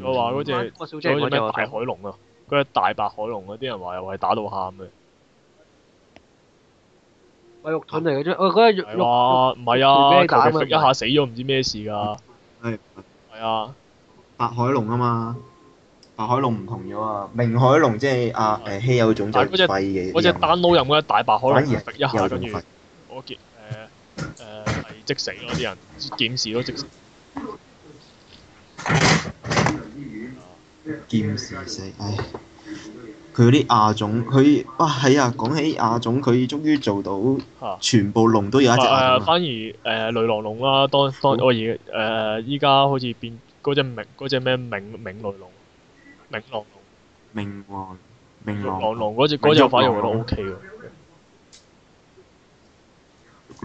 [SPEAKER 1] 我話嗰
[SPEAKER 5] 玩
[SPEAKER 1] 只
[SPEAKER 5] 個小姐
[SPEAKER 1] 嗰
[SPEAKER 5] 嗯嗰
[SPEAKER 1] 只咩
[SPEAKER 5] 隻
[SPEAKER 1] 大
[SPEAKER 5] 我睇
[SPEAKER 1] 海龍啊，嗰只大白海龍嗰啊啲人話又係打到喊啊嘅。
[SPEAKER 5] 我肉盾嚟嘅啫，我嗰隻肉
[SPEAKER 1] 係
[SPEAKER 5] 肉
[SPEAKER 1] 哇，唔係
[SPEAKER 5] 肉
[SPEAKER 1] 啊，
[SPEAKER 5] 咩膽啊
[SPEAKER 1] 求其揈一下死咗，唔知咩事㗎。
[SPEAKER 6] 係
[SPEAKER 1] 係啊，
[SPEAKER 6] 白海龍啊嘛，
[SPEAKER 7] 白海龍唔同咗啊！明海龍即係啊
[SPEAKER 6] 誒稀有種就
[SPEAKER 1] 但係嗰隻
[SPEAKER 6] 廢嘅，
[SPEAKER 1] 嗰只單撈飲嗰只大白海龍
[SPEAKER 6] 反而
[SPEAKER 1] 揈一下，
[SPEAKER 6] 有
[SPEAKER 1] 跟
[SPEAKER 6] 用
[SPEAKER 1] 住
[SPEAKER 7] 啊
[SPEAKER 6] 廢。
[SPEAKER 1] 我見誒誒係即死咯，啲人檢視都即死。
[SPEAKER 7] 劍士死，唉！佢啲亞種，佢哇係啊！講起亞種，佢終於做到
[SPEAKER 1] 嚇
[SPEAKER 7] 全部龍都有一隻
[SPEAKER 1] 啊誒
[SPEAKER 7] 亞種啊
[SPEAKER 1] 反而誒、雷狼龍啦，當當我而誒依家好似變嗰只明嗰只咩明明雷龍，明狼龍，
[SPEAKER 7] 明王明
[SPEAKER 1] 狼
[SPEAKER 7] 王
[SPEAKER 1] 龍嗰只嗰只反而我覺得 O K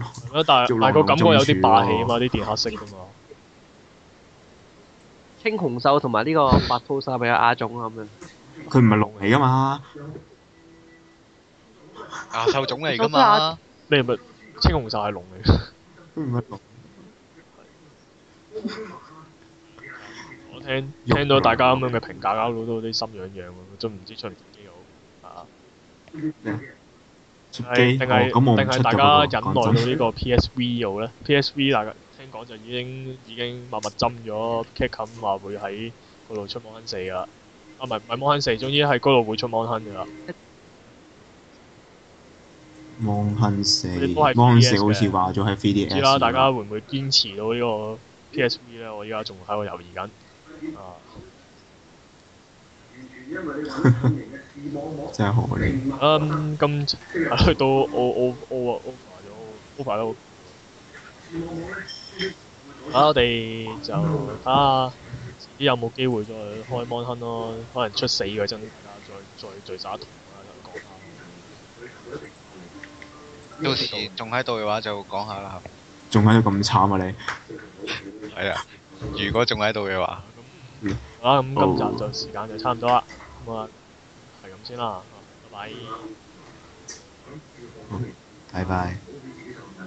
[SPEAKER 1] 喎。係咯但
[SPEAKER 7] 做
[SPEAKER 1] 係
[SPEAKER 7] 狼
[SPEAKER 1] 但係個感覺有啲霸氣
[SPEAKER 7] 中
[SPEAKER 1] 啊
[SPEAKER 7] 柱
[SPEAKER 1] 嘛，啲電黑色啊嘛，
[SPEAKER 5] 青紅獸同埋呢個白兔衫咪有亞種啊咁樣。
[SPEAKER 7] 佢唔係龍嚟噶嘛？
[SPEAKER 3] 牙獸種嚟噶嘛，
[SPEAKER 1] 你係咪青紅曬龍 嚟？
[SPEAKER 7] 佢唔係龍，
[SPEAKER 1] 我聽
[SPEAKER 7] 肉
[SPEAKER 1] 聽到大家咁樣嘅評價，搞到都啲心癢癢喎，都唔知出唔出機好啊！
[SPEAKER 7] 出
[SPEAKER 1] 係
[SPEAKER 7] 機
[SPEAKER 1] 定
[SPEAKER 7] 哦
[SPEAKER 1] 係
[SPEAKER 7] 咁我
[SPEAKER 1] 定
[SPEAKER 7] 唔
[SPEAKER 1] 係
[SPEAKER 7] 出㗎
[SPEAKER 1] 大
[SPEAKER 7] 喎
[SPEAKER 1] 家忍耐到
[SPEAKER 7] 講真
[SPEAKER 1] 呢個 PSV 度咧？PSV 大家聽講就已經已經默默針咗 k i c 話會喺嗰度出 Mon 亨四㗎啦。啊，唔係唔係 Mon 亨四，總之喺嗰度會出 Mon 亨㗎啦。
[SPEAKER 7] 望恨死
[SPEAKER 1] 你都係，
[SPEAKER 7] 望
[SPEAKER 1] 3DS
[SPEAKER 7] 死
[SPEAKER 1] 嘅
[SPEAKER 7] 好似話咗喺
[SPEAKER 1] 唔
[SPEAKER 7] 3DS
[SPEAKER 1] 知啦，大家會唔會堅持到呢個 PSV 咧？我依家仲喺度猶豫緊。啊，
[SPEAKER 7] 真係啊可憐。
[SPEAKER 1] 嗯，今去到我我我啊 over 咗 over 咗。啊，我哋就睇下自己有冇機會再開 Mon 亨咯，可能出四個真，大家再再聚集一堂啦，講下。
[SPEAKER 3] 到時仲喺度嘅話就講下啦。
[SPEAKER 7] 仲喺度咁慘啊你！
[SPEAKER 3] 係啊，如果仲喺度嘅話，
[SPEAKER 1] 好啦，啊咁今集就時間就差唔多啦，咁啊係咁先啦，拜拜。
[SPEAKER 6] 拜拜。